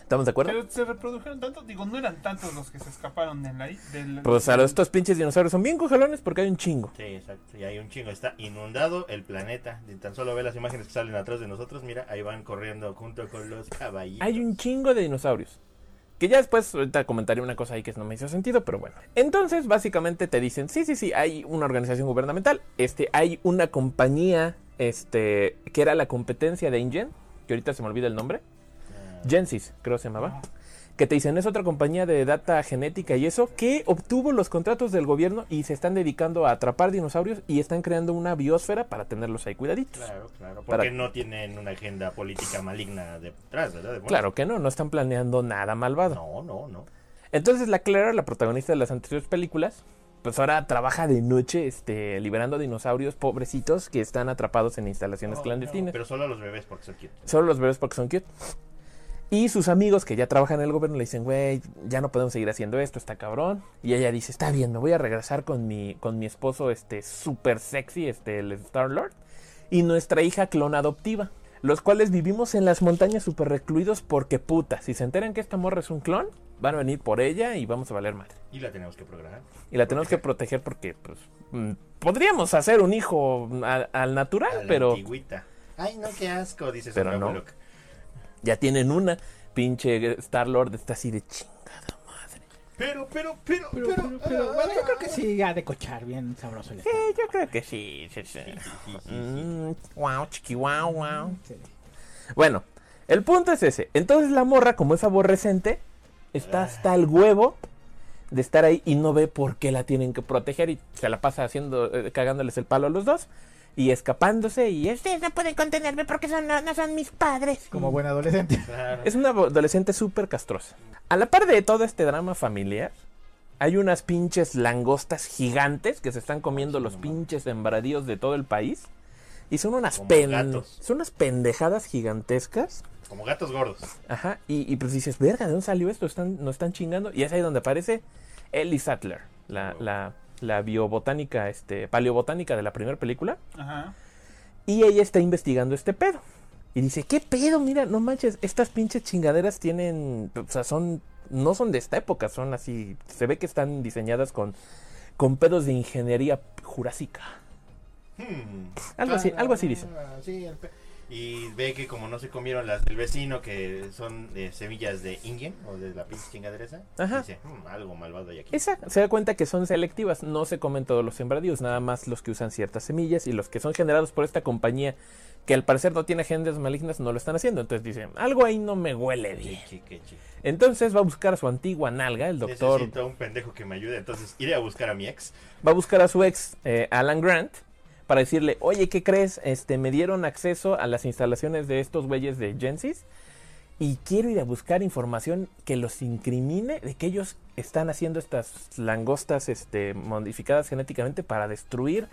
A: ¿Estamos de acuerdo?
D: Pero se reprodujeron tantos, digo, no eran tantos los que se escaparon de la. i- Del,
A: Pues a los- estos pinches dinosaurios son bien cogelones porque hay un chingo.
C: Sí, exacto. Y hay un chingo. Está inundado el planeta. Y tan solo ve las imágenes que salen atrás de nosotros. Mira, ahí van corriendo junto con los caballitos.
A: Hay un chingo de dinosaurios. Que ya después ahorita comentaré una cosa ahí que no me hizo sentido, pero bueno. Entonces, básicamente te dicen, sí, sí, sí, hay una organización gubernamental, este, hay una compañía, este, que era la competencia de InGen, que ahorita se me olvida el nombre,
C: Ah,
A: Gensis, creo se llamaba, que te dicen, es otra compañía de data genética y eso, que obtuvo los contratos del gobierno y se están dedicando a atrapar dinosaurios y están creando una biosfera para tenerlos ahí cuidaditos.
C: Claro, claro. Porque
A: Para-
C: no tienen una agenda política maligna detrás, ¿verdad? De-
A: Claro que no, no están planeando nada malvado.
C: No, no, no.
A: Entonces la Clara, la protagonista de las anteriores películas, pues ahora trabaja de noche, este, liberando dinosaurios pobrecitos que están atrapados en instalaciones
C: Oh, No, no,
A: clandestinas.
C: pero solo a los bebés porque son cute.
A: Solo los bebés porque son cute. Y sus amigos que ya trabajan en el gobierno le dicen, güey, ya no podemos seguir haciendo esto, está cabrón. Y ella dice, está bien, me voy a regresar con mi, con mi esposo, este, super sexy, este, el Star Lord. Y nuestra hija clona adoptiva. Los cuales vivimos en las montañas super recluidos porque puta, si se enteran que esta morra es un clon, van a venir por ella y vamos a valer madre.
C: Y la tenemos que programar.
A: Y la tenemos que proteger porque, pues, mm, podríamos hacer un hijo mm, a- al
C: A
A: natural,
C: la
A: Ah, pero
C: antigüita. Ay, no, qué asco, dice
A: Pero
C: Sandra
A: no.
C: Bullock.
A: ya tienen una. Pinche Star Lord está así de chingada madre.
C: Pero, pero, pero,
B: Pero, pero, pero, bueno, yo creo que sí, ha de cochar bien sabroso el estado.
A: Eh, yo creo que sí, sí, sí. Mm, wow, chiqui, wow, wow.
B: este, Sí.
A: Bueno, el punto es ese. Entonces la morra, como es aborrecente, está hasta el huevo de estar ahí y no ve por qué la tienen que proteger y se la pasa haciendo, eh, cagándoles el palo a los dos y escapándose y ustedes no pueden contenerme porque son, no, no son mis padres.
B: Como buen adolescente.
C: Claro.
A: Es una adolescente súper castrosa. A la par de todo este drama familiar, hay unas pinches langostas gigantes que se están comiendo
C: Sí,
A: los
C: no mames.
A: pinches sembradíos de todo el país. Y son unas,
C: Como
A: pen-
C: gatos.
A: son unas pendejadas gigantescas.
C: Como gatos gordos.
A: Ajá. Y, y pues dices, verga, ¿de dónde salió esto? Están, nos están chingando. Y es ahí donde aparece Ellie Sattler, la,
C: Wow.
A: la, la biobotánica, este, paleobotánica de la primera película.
D: Ajá.
A: Y ella está investigando este pedo. Y dice, ¿qué pedo? Mira, no manches, estas pinches chingaderas tienen, o sea, son, no son de esta época, son así, se ve que están diseñadas con, con pedos de ingeniería jurásica.
C: Hmm.
A: Algo así, algo así dice.
C: Ah, sí, el pe- Y ve que como no se comieron las del vecino, que son de semillas de ingen o de la pinche chingadera esa,
A: Ajá.
C: dice, "Hmm, algo malvado hay aquí.
A: Esa, se da cuenta que son selectivas, no se comen todos los sembradíos, nada más los que usan ciertas semillas y los que son generados por esta compañía que al parecer no tiene agendas malignas no lo están haciendo. Entonces dice, algo ahí no me huele bien.
C: Qué chi, qué chi.
A: Entonces va a buscar a su antigua nalga, el doctor
C: Necesito a un pendejo que me ayude, entonces iré a buscar a mi ex.
A: va a buscar a su ex, eh, Alan Grant, para decirle, oye, ¿qué crees? Este, me dieron acceso a las instalaciones de estos güeyes de Gensis y quiero ir a buscar información que los incrimine de que ellos están haciendo estas langostas este, modificadas genéticamente para destruir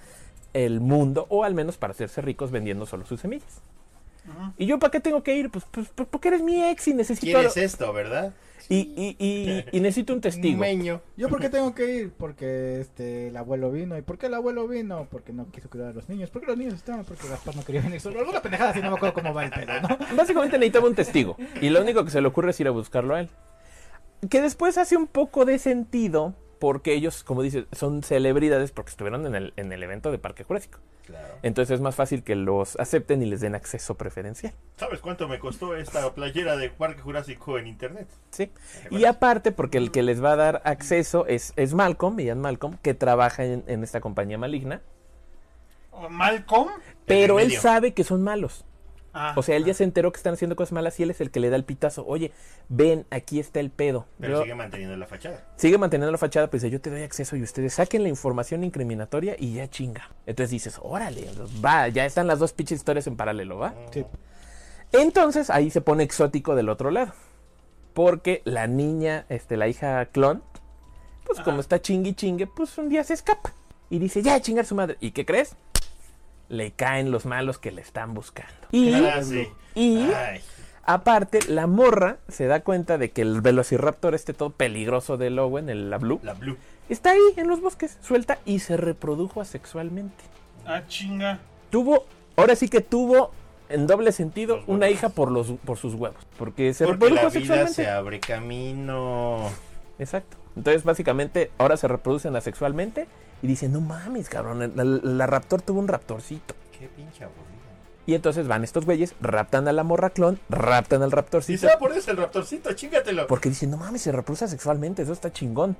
A: el mundo, o al menos para hacerse ricos vendiendo solo sus semillas. ¿Y yo para qué tengo que ir? Pues, pues, pues, porque eres mi ex y necesito...
C: ¿Quieres esto, verdad?
A: Y, y, y, y necesito un testigo.
C: Meño.
B: ¿Yo por qué tengo que ir? Porque este, el abuelo vino. ¿Y por qué el abuelo vino? Porque no quiso cuidar a los niños. ¿Por qué los niños estaban? Porque Gaspar no quería venir solo. Alguna pendejada así, no me acuerdo cómo va el pedo, ¿no?
A: Básicamente necesitaba un testigo. Y lo único que se le ocurre es ir a buscarlo a él. Que después hace un poco de sentido. Porque ellos, como dices, son celebridades porque estuvieron en el, en el evento de Parque Jurásico.
C: Claro.
A: Entonces es más fácil que los acepten y les den acceso preferencial.
C: ¿Sabes cuánto me costó esta playera de Parque Jurásico en internet?
A: Sí. Y aparte, porque el que les va a dar acceso es, es Malcolm, Ian Malcolm, que trabaja en, en esta compañía maligna.
D: ¿O Malcolm.
A: Pero él
C: medio.
A: sabe que son malos.
D: Ah,
A: O sea, él ya se enteró que están haciendo cosas malas y él es el que le da el pitazo. Oye, ven, aquí está el pedo.
C: Pero
A: Yo-
C: sigue manteniendo la fachada.
A: sigue manteniendo la fachada, pues dice, yo te doy acceso y ustedes saquen la información incriminatoria y ya chinga. Entonces dices, órale, va, ya están las dos pinches historias en paralelo, ¿va?
B: Sí.
A: Entonces ahí se pone exótico del otro lado. Porque la niña, este, la hija clon, pues como está chingui chingue, pues un día se escapa. Y dice, ya chingar su madre. ¿Y qué crees? Le caen los malos que le están buscando. Y,
C: Ah, sí.
A: y
C: Ay,
A: aparte, la morra se da cuenta de que el velociraptor, este todo peligroso de Lowen, el la Blue,
C: la blue.
A: está ahí en los bosques, suelta y se reprodujo asexualmente.
D: ah, chinga.
A: Tuvo, ahora sí que tuvo en doble sentido
C: Los
A: una
C: huevos.
A: hija por los por sus huevos, porque se
C: Porque
A: reprodujo
C: la vida
A: asexualmente.
C: se abre camino.
A: Exacto. Entonces, básicamente, ahora se reproducen asexualmente y dicen, no mames, cabrón, la, la raptor tuvo un raptorcito.
C: Qué pinche aburrida.
A: Y entonces van estos güeyes, raptan a la morra clon, raptan al
C: Si
A: raptorcito.
C: se va a poner ese el raptorcito, chingatelo.
A: Porque dicen, no mames, se reproduce sexualmente, eso está chingón.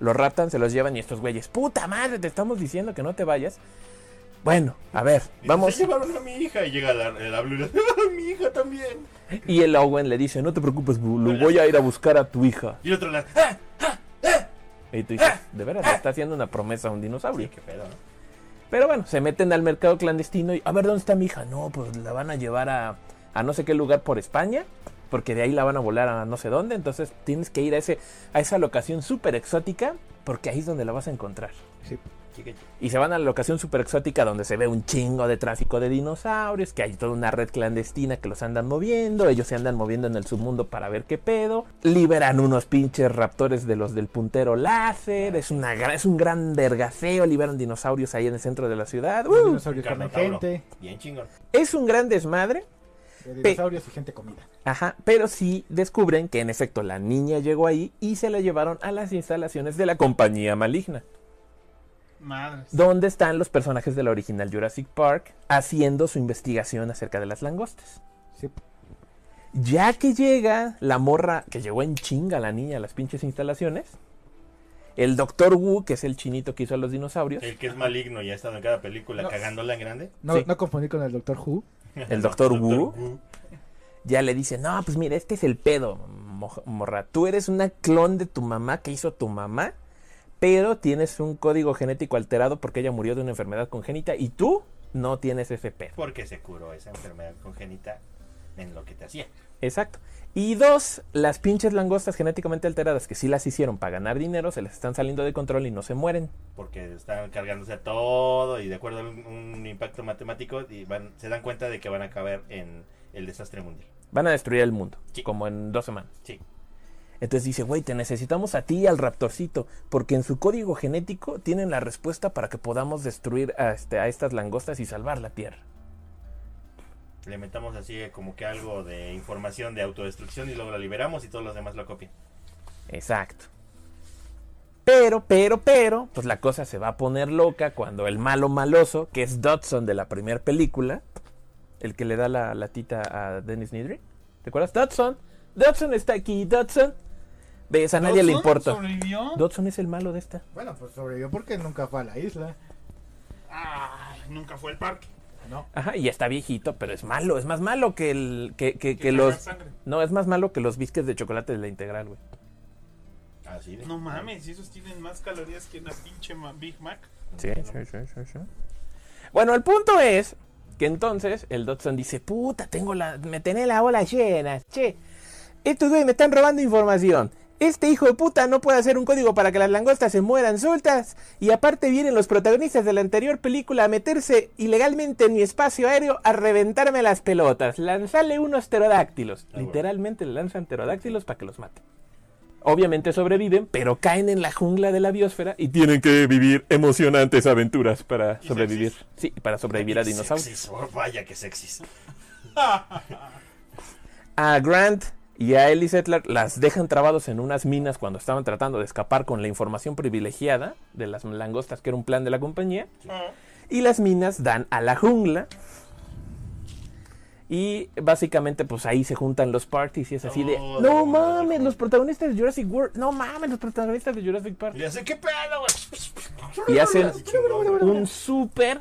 A: Los raptan, se los llevan y estos güeyes, puta madre, te estamos diciendo que no te vayas. Bueno, a ver,
C: Dice,
A: vamos.
C: Se llevaron a mi hija y llega la, la blue. y le dice, "Ah, mi hija también.
A: Y el Owen le dice, no te preocupes, Blue, lo voy a ir a buscar a tu hija.
C: Y el otro la. ¡Ah!
A: Y tú dices, de veras, le está haciendo una promesa a un dinosaurio.
C: Sí, qué pedo, ¿no?
A: Pero bueno, se meten al mercado clandestino y a ver dónde está mi hija. No, pues la van a llevar a, a no sé qué lugar por España, porque de ahí la van a volar a no sé dónde. Entonces tienes que ir a, ese, a esa locación súper exótica, porque ahí es donde la vas a encontrar.
B: Sí.
C: Chica, chica.
A: Y se van a la locación súper exótica donde se ve un chingo de tráfico de dinosaurios, que hay toda una red clandestina que los andan moviendo, ellos se andan moviendo en el submundo para ver qué pedo, liberan unos pinches raptores de los del puntero láser, es, una, gra- es un gran vergaceo, liberan dinosaurios ahí en el centro de la ciudad.
B: Los
A: ¡Uh!
B: dinosaurios comen
C: Carnotauro.
B: gente.
C: Bien chingón.
A: Es un gran desmadre,
B: de dinosaurios y gente comida.
A: ajá, pero sí descubren que en efecto la niña llegó ahí y se la llevaron a las instalaciones de la compañía maligna.
D: Madre.
A: donde están los personajes de la original Jurassic Park haciendo su investigación acerca de las langostas.
B: Sí.
A: Ya que llega la morra que llegó en chinga la niña a las pinches instalaciones, el doctor Wu, que es el chinito que hizo a los dinosaurios,
C: El que es maligno y ha estado en cada película
B: No.
C: cagándola en grande.
B: No,
A: Sí.
B: no confundir con el Doctor Who.
A: El Dr. Wu. ya le dice, no, pues mira, este es el pedo, mo- morra, tú eres una clon de tu mamá que hizo tu mamá, pero tienes un código genético alterado porque ella murió de una enfermedad congénita y tú no tienes ese pedo.
C: Porque se curó esa enfermedad congénita en lo que te hacía.
A: Exacto. Y dos, las pinches langostas genéticamente alteradas que sí las hicieron para ganar dinero, se les están saliendo de control y no se mueren.
C: Porque están cargándose a todo y de acuerdo a un, un impacto matemático y van, se dan cuenta de que van a caber en el desastre mundial.
A: Van a destruir el mundo,
C: Sí.
A: como en dos semanas.
C: Sí.
A: Entonces dice, güey, te necesitamos a ti y al raptorcito, porque en su código genético tienen la respuesta para que podamos destruir a, este- a estas langostas y salvar la Tierra.
C: Le metamos así eh, como que algo de información de autodestrucción y luego la liberamos y todos los demás lo copian.
A: Exacto. Pero, pero, pero, pues la cosa se va a poner loca cuando el malo maloso, que es Dodson de la primera película, el que le da la latita a Dennis Nedry, ¿te acuerdas? Dodson, Dodson está aquí, Dodson. Ves, a nadie le
D: ¿Dodson
A: importa.
D: ¿Sobrevivió?
A: Dodson es el malo de esta.
B: Bueno, pues sobrevivió porque nunca fue a la isla.
D: Ay, nunca fue al parque.
B: No.
A: Ajá, y ya está viejito, pero es malo, es más malo que el que, que- que
D: cagar
A: los
D: sangre.
A: no, es más malo que los bisques de chocolate de la integral, güey.
C: Así de-
D: No mames, esos tienen más calorías que una pinche ma- Big Mac.
A: Sí, sí, sí, sí, sí. Bueno, el punto es que entonces el Dodson dice, puta, tengo la, me tené la ola llena, che, estos güey me están robando información. Este hijo de puta no puede hacer un código para que las langostas se mueran sueltas. Y aparte vienen los protagonistas de la anterior película a meterse ilegalmente en mi espacio aéreo a reventarme las pelotas. Lanzarle unos pterodáctilos.
C: bueno.
A: Literalmente le lanzan pterodáctilos para que los mate. Obviamente sobreviven, pero caen en la jungla de la biosfera y tienen que vivir emocionantes aventuras para
C: Y
A: sobrevivir.
C: sexys.
A: Sí, para sobrevivir a dinosaurios.
C: Sexys, oh, vaya que sexys.
A: a Grant y a Ellie Settler las dejan trabados en unas minas cuando estaban tratando de escapar con la información privilegiada de las langostas, que era un plan de la compañía.
D: Ah,
A: Y las minas dan a la jungla. Y básicamente, pues ahí se juntan los parties y es así de. No
C: No, no, no,
A: mames,
C: no.
A: los protagonistas de Jurassic World. No mames, los protagonistas de Jurassic Park.
C: Y así, ¿qué pedo, güey?
A: Y hacen
C: Así chingón, güey.
A: un super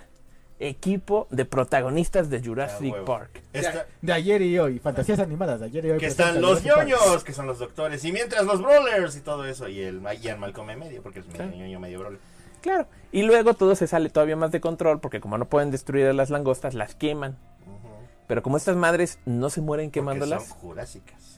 A: equipo de protagonistas de Jurassic
C: Ah, huevo.
A: Park.
C: Esta-
B: De ayer y hoy, fantasías animadas de ayer y hoy.
C: que
B: presentan
C: están los
B: Jurassic Park.
C: ñoños, que son los doctores, y mientras los brawlers y todo eso, y el y el Malcolm en medio, porque es medio
A: Sí.
C: ñoño, medio brawler.
A: Claro. Y luego todo se sale todavía más de control porque como no pueden destruir a las langostas, las queman. Pero como estas madres no se mueren
C: Porque
A: quemándolas,
C: son jurásicas.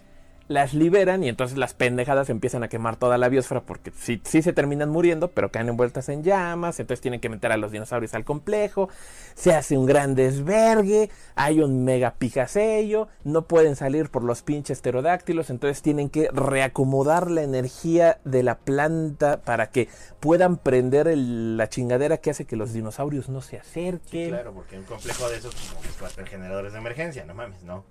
A: las liberan y entonces las pendejadas empiezan a quemar toda la biosfera porque sí, sí se terminan muriendo, pero caen envueltas en llamas, entonces tienen que meter a los dinosaurios al complejo, se hace un gran desvergue, hay un mega pijasello, no pueden salir por los pinches pterodáctilos, entonces tienen que reacomodar la energía de la planta para que puedan prender el- la chingadera que hace que los dinosaurios no se acerquen.
C: Sí, claro, porque un complejo de esos como que va a tener generadores de emergencia, no mames, no.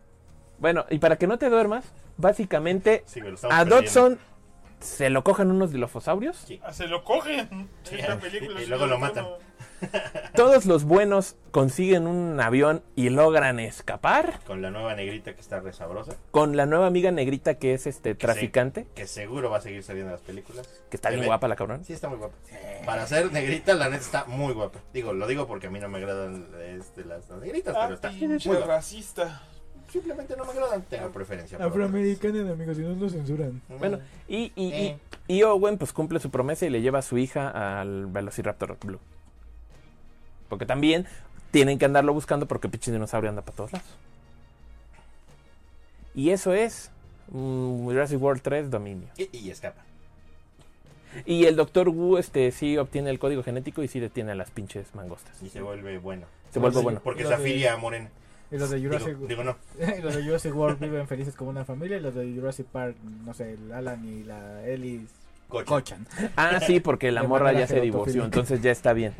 A: Bueno, y para que no te duermas, básicamente
C: Sí, me lo estamos
A: a
C: perdiendo.
A: Dodson se lo cojan unos dilofosaurios.
D: ah, se lo cogen.
C: Sí,
D: Esta
C: y-
D: película
C: y
D: sí
C: luego lo matan.
D: como-
A: Todos los buenos consiguen un avión y logran escapar
C: Con la nueva negrita que está re sabrosa,
A: con la nueva amiga negrita que es este traficante,
C: que seguro va a seguir saliendo en las películas.
A: que está
C: Se
A: bien
C: ve-
A: guapa la cabrón.
C: Sí, está muy guapa. Para ser negrita, la neta está muy guapa. Digo, lo digo porque a mí no me agradan este, las, las negritas,
D: Ah,
C: pero está muy
D: pinche
C: guapa.
D: racista.
C: Simplemente no me agradan. Tengo preferencia. por otras.
B: Afroamericanos, amigos, si no nos censuran.
A: Bueno, y, y, y-
C: Eh.
A: y Owen pues cumple su promesa y le lleva a su hija al Velociraptor Blue. Porque también tienen que andarlo buscando porque pinche dinosaurio anda para todos lados. Y eso es mm, Jurassic World 3 Dominio.
C: Y, y escapa.
A: Y el Dr. Wu este, sí obtiene el código genético y sí detiene a las pinches mangostas.
C: Y se vuelve bueno.
A: Se vuelve
B: Sí.
A: bueno.
C: Porque
B: Lo
C: se
B: de-
C: afilia a Morena.
B: Y los de Jurassic,
C: Digo, digo, no.
B: y los de Jurassic World viven felices como una familia. Y los de Jurassic Park, no sé, el Alan y la Ellie
C: Coche.
B: cochan.
A: Ah, sí, porque la
B: De
A: morra
B: manera
A: ya se divorció,
B: gerotofílica.
A: entonces ya está bien.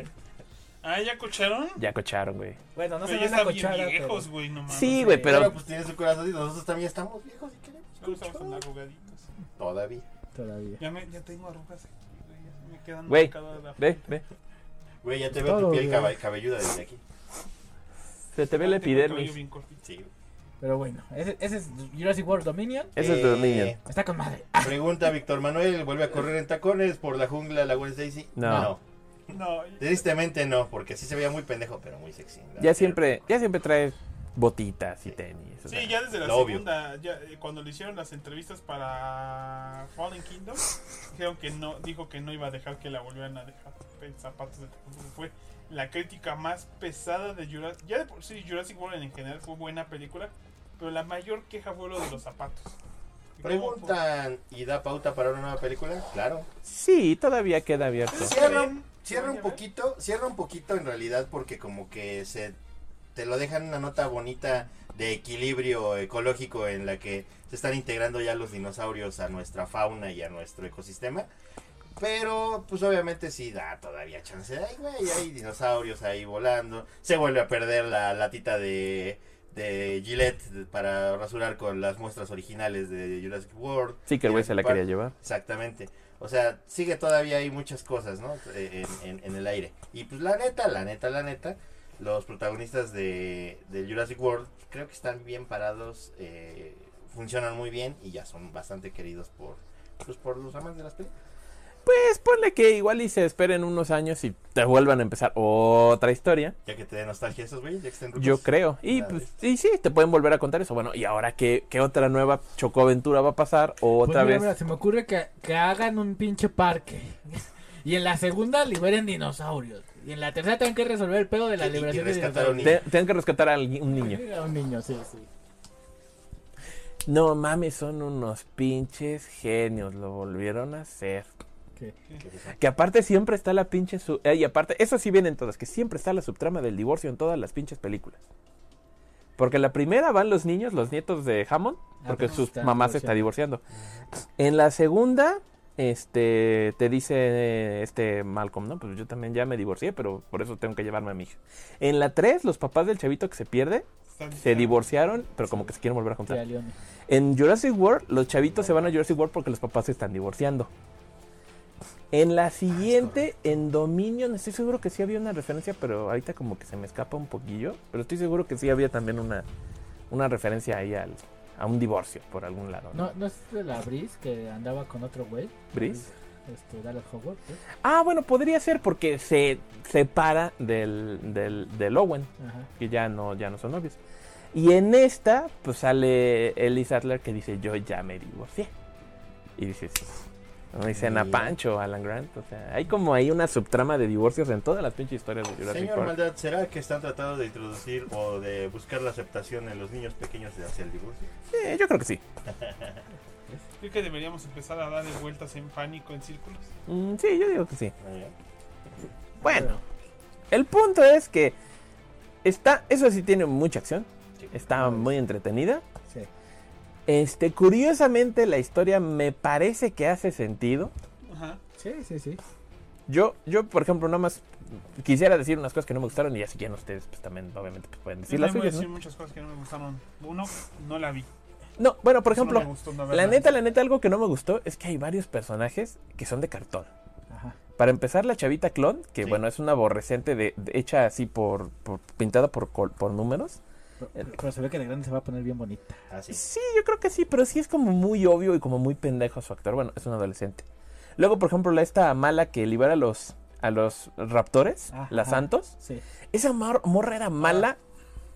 D: Ah, ¿ya escucharon?
A: Ya cocharon, güey.
B: Bueno, no se
D: Pero
B: ve
D: ya
B: la
D: están
B: cochada.
D: bien
B: pero-
D: viejos, güey, no mames.
A: Sí, güey,
C: Pero,
A: pero
C: pues tiene su corazón y nosotros también estamos viejos y queremos
D: Ya no estamos tan
C: cochar.
D: arrugaditos.
C: Todavía.
B: Todavía.
D: Ya, me, ya tengo arrugas aquí, güey. Ya se me quedan
A: Güey,
D: marcadas la-
A: ve, ve.
C: Güey, ya te veo tu
B: Todo
C: piel
B: bien.
C: cabe- cabelluda desde aquí.
A: Se te ve la
D: Ah, tengo el cabello
A: epidermis.
D: bien cortito.
C: Sí.
B: Pero bueno, ese, ese es Jurassic World Dominion.
A: Eso es
C: Eh,
A: de niño.
B: Está con madre.
C: Pregunta Víctor Manuel, ¿vuelve a correr en tacones por la jungla de la Gwen Stacy?
A: No.
D: No,
C: Tristemente no, porque sí se veía muy pendejo, pero muy sexy. ¿no?
A: Ya siempre, ya siempre trae botitas y tenis. o sea.
D: sí, ya desde la
C: Lo obvio.
D: segunda, ya, eh, cuando le hicieron las entrevistas para Fallen Kingdom, dijeron que no, dijo que no iba a dejar que la volvieran a dejar en zapatos de tacón. Fue la crítica más pesada de Jurassic. Ya de por sí Jurassic World en general fue buena película, pero la mayor queja fue lo de los zapatos.
C: Preguntan, ¿y da pauta para una nueva película? Claro.
A: Sí, todavía queda abierto.
C: Cierra, un- cierra un poquito, cierra un poquito en realidad porque como que se te lo dejan una nota bonita de equilibrio ecológico en la que se están integrando ya los dinosaurios a nuestra fauna y a nuestro ecosistema. Pero pues obviamente sí da todavía chance. Ay, güey, hay dinosaurios ahí volando. Se vuelve a perder la latita de de Gillette para rasurar con las muestras originales de Jurassic World.
A: Sí, que el güey se la
C: Jurassic Park.
A: quería llevar.
C: Exactamente. O sea, sigue todavía hay muchas cosas, ¿no? Eh, En, en- en el aire. Y pues la neta, la neta, la neta, los protagonistas de, de Jurassic World creo que están bien parados, eh, funcionan muy bien y ya son bastante queridos por, pues, por los amantes de las películas.
A: Pues ponle que igual y se esperen unos años y te vuelvan a empezar otra historia.
C: Ya que te dé nostalgia esos güeyes, ya que estén rucos.
A: Yo creo. Y,
C: Una
A: pues,
C: vez.
A: y sí, te pueden volver a contar eso. Bueno, ¿y ahora qué, qué otra nueva chocoaventura va a pasar? ¿O
B: Pues
A: otra
B: mira,
A: vez?
B: mira, se me ocurre que, que hagan un pinche parque. Y en la segunda liberen dinosaurios. Y en la tercera tienen que resolver el pedo de la
C: Y- y
B: liberación de
C: rescatar a un
B: dinosaurios.
A: Te- Tienen que rescatar a alguien- un niño.
B: Era un niño, sí, sí.
A: No mames, son unos pinches genios. Lo volvieron a hacer.
B: ¿Qué?
A: Que aparte siempre está la pinche. su- eh, y aparte, eso sí viene en todas, que siempre está la subtrama del divorcio en todas las pinches películas. Porque la primera van los niños, los nietos de Hammond,
B: Ah,
A: porque
B: pues,
A: sus
B: está
A: mamás se está divorciando. En la segunda, este, te dice eh, este Malcolm, ¿no? Pues yo también ya me divorcié, pero por eso tengo que llevarme a mi hija. En la tres, los papás del chavito que se pierde, se divorciaron, pero como que se quieren volver a
B: Sí,
A: juntar.
B: a Leone.
A: En Jurassic World, los chavitos se van a Jurassic World porque los papás se están divorciando. En la siguiente, en Dominion, estoy seguro que sí había una referencia, pero ahorita como que se me escapa un poquillo. Pero estoy seguro que sí había también una, una referencia ahí al, a un divorcio por algún lado. ¿no?
B: No, no es de la Breeze que andaba con otro güey.
A: ¿Breeze?
B: Este, Dallas Howard. ¿sí?
A: Ah, bueno, podría ser porque se separa del, del, del Owen,
B: Ajá.
A: que ya no, ya no son novios. Y en esta, pues sale Ellie Sattler que dice, yo ya me divorcié. Y dices, no dicen a
C: Mira.
A: Pancho, Alan Grant. O sea, hay como ahí una subtrama de divorcios en todas las pinches historias de Jurassic
C: Señor
A: Park.
C: Maldad, ¿será que están tratando de introducir o de buscar la aceptación en los niños pequeños de hacia el divorcio?
A: Eh, yo creo que sí.
D: Creo que deberíamos empezar a darle vueltas en pánico, en círculos.
A: Mm, sí, yo digo que sí.
C: Ah, ya.
A: Bueno, el punto es que está, eso sí tiene mucha acción.
C: Sí.
A: Está muy entretenida.
B: Sí.
A: Este, curiosamente la historia me parece que hace sentido.
D: Ajá.
B: Sí, sí, sí.
A: Yo, yo, por ejemplo, nada más quisiera decir unas cosas que no me gustaron y ya si quieren ustedes, pues también, obviamente, pues, pueden
D: Yo
A: decir las
D: les voy a
A: suyas,
D: decir
A: ¿no?
D: muchas cosas que no me gustaron. Uno, no la vi.
A: No, bueno, por
D: Eso no me
A: ejemplo,
D: gustó, no
A: la
D: verla.
A: neta, la neta, algo que no me gustó es que hay varios personajes que son de cartón.
B: Ajá.
A: Para empezar, la chavita clon, que
C: Sí.
A: bueno, es una aborrecente de, de- hecha así por, por- pintada por, col- por números.
B: Pero, pero se ve que de grande se va a poner bien bonita.
C: Ah, sí.
A: Sí, yo creo que sí, pero sí es como muy obvio y como muy pendejo su actor. Bueno, es un adolescente. Luego, por ejemplo, la esta mala que libera a los, a los raptores, la
B: Ajá.
A: Santos.
B: Sí.
A: Esa mar- morra era mala,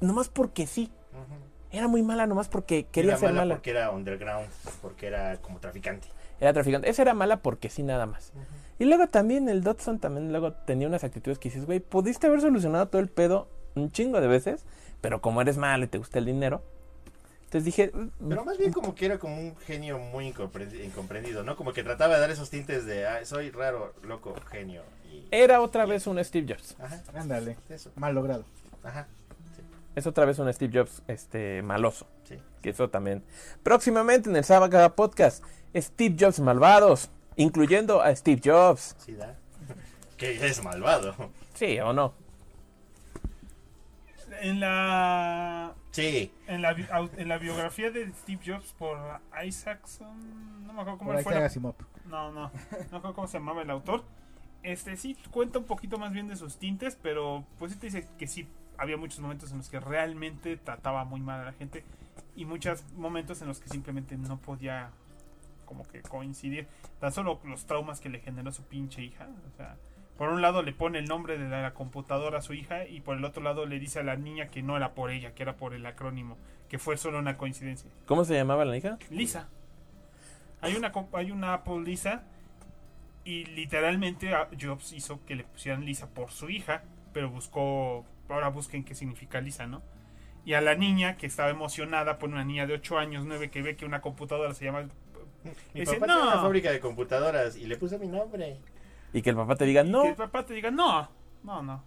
A: nomás porque sí.
C: Ujú.
A: Era muy mala nomás porque
C: Ah. Era
A: quería ser mala.
C: porque era underground, porque era como traficante.
A: Era traficante. Esa era mala porque sí, nada más. Y luego también el Dodson también luego tenía unas actitudes que dices, güey, pudiste haber solucionado todo el pedo un chingo de veces, pero como eres malo y te gusta el dinero. Entonces dije, "Mm,
C: Pero más bien como que era como un genio muy incompre- incomprendido, ¿no? Como que trataba de dar esos tintes de, ah, soy raro, loco, genio. Y...
A: era otra vez un Steve Jobs.
C: Ajá,
B: Ándale.
C: eso.
B: Mal logrado.
C: Ajá,
A: Es otra vez un Steve Jobs este maloso.
C: sí.
A: Que eso también. Próximamente en el Sábado Podcast, Steve Jobs malvados, incluyendo a Steve Jobs.
C: Sí, da. que es malvado.
A: Sí o no.
D: En la.
C: Sí.
D: En la, bi- au- en la biografía de Steve Jobs por Isaacson. No me acuerdo cómo
B: Por ahí
D: fue.
B: está
D: la-
B: Asimov.
D: No, no. No acuerdo cómo se llamaba el autor. Este sí cuenta un poquito más bien de sus tintes, pero pues sí te dice que sí había muchos momentos en los que realmente trataba muy mal a la gente y muchos momentos en los que simplemente no podía como que coincidir. Tan solo los traumas que le generó su pinche hija. O sea, por un lado le pone el nombre de la computadora a su hija y por el otro lado le dice a la niña que no era por ella, que era por el acrónimo, que fue solo una coincidencia.
A: ¿Cómo se llamaba la hija?
D: Lisa. Hay una, comp- hay una Apple Lisa y literalmente a- Jobs hizo que le pusieran Lisa por su hija, pero buscó, ahora busquen qué significa Lisa, ¿no? Y a la niña que estaba emocionada, pone una niña de 8 años, 9, que ve que una computadora se llama...
C: Mi
D: Dice,
C: papá tiene
D: "No".
C: una fábrica de computadoras y le puse mi nombre.
A: Y que el papá te diga,
D: y
A: no.
D: Que el papá te diga, no, no, no.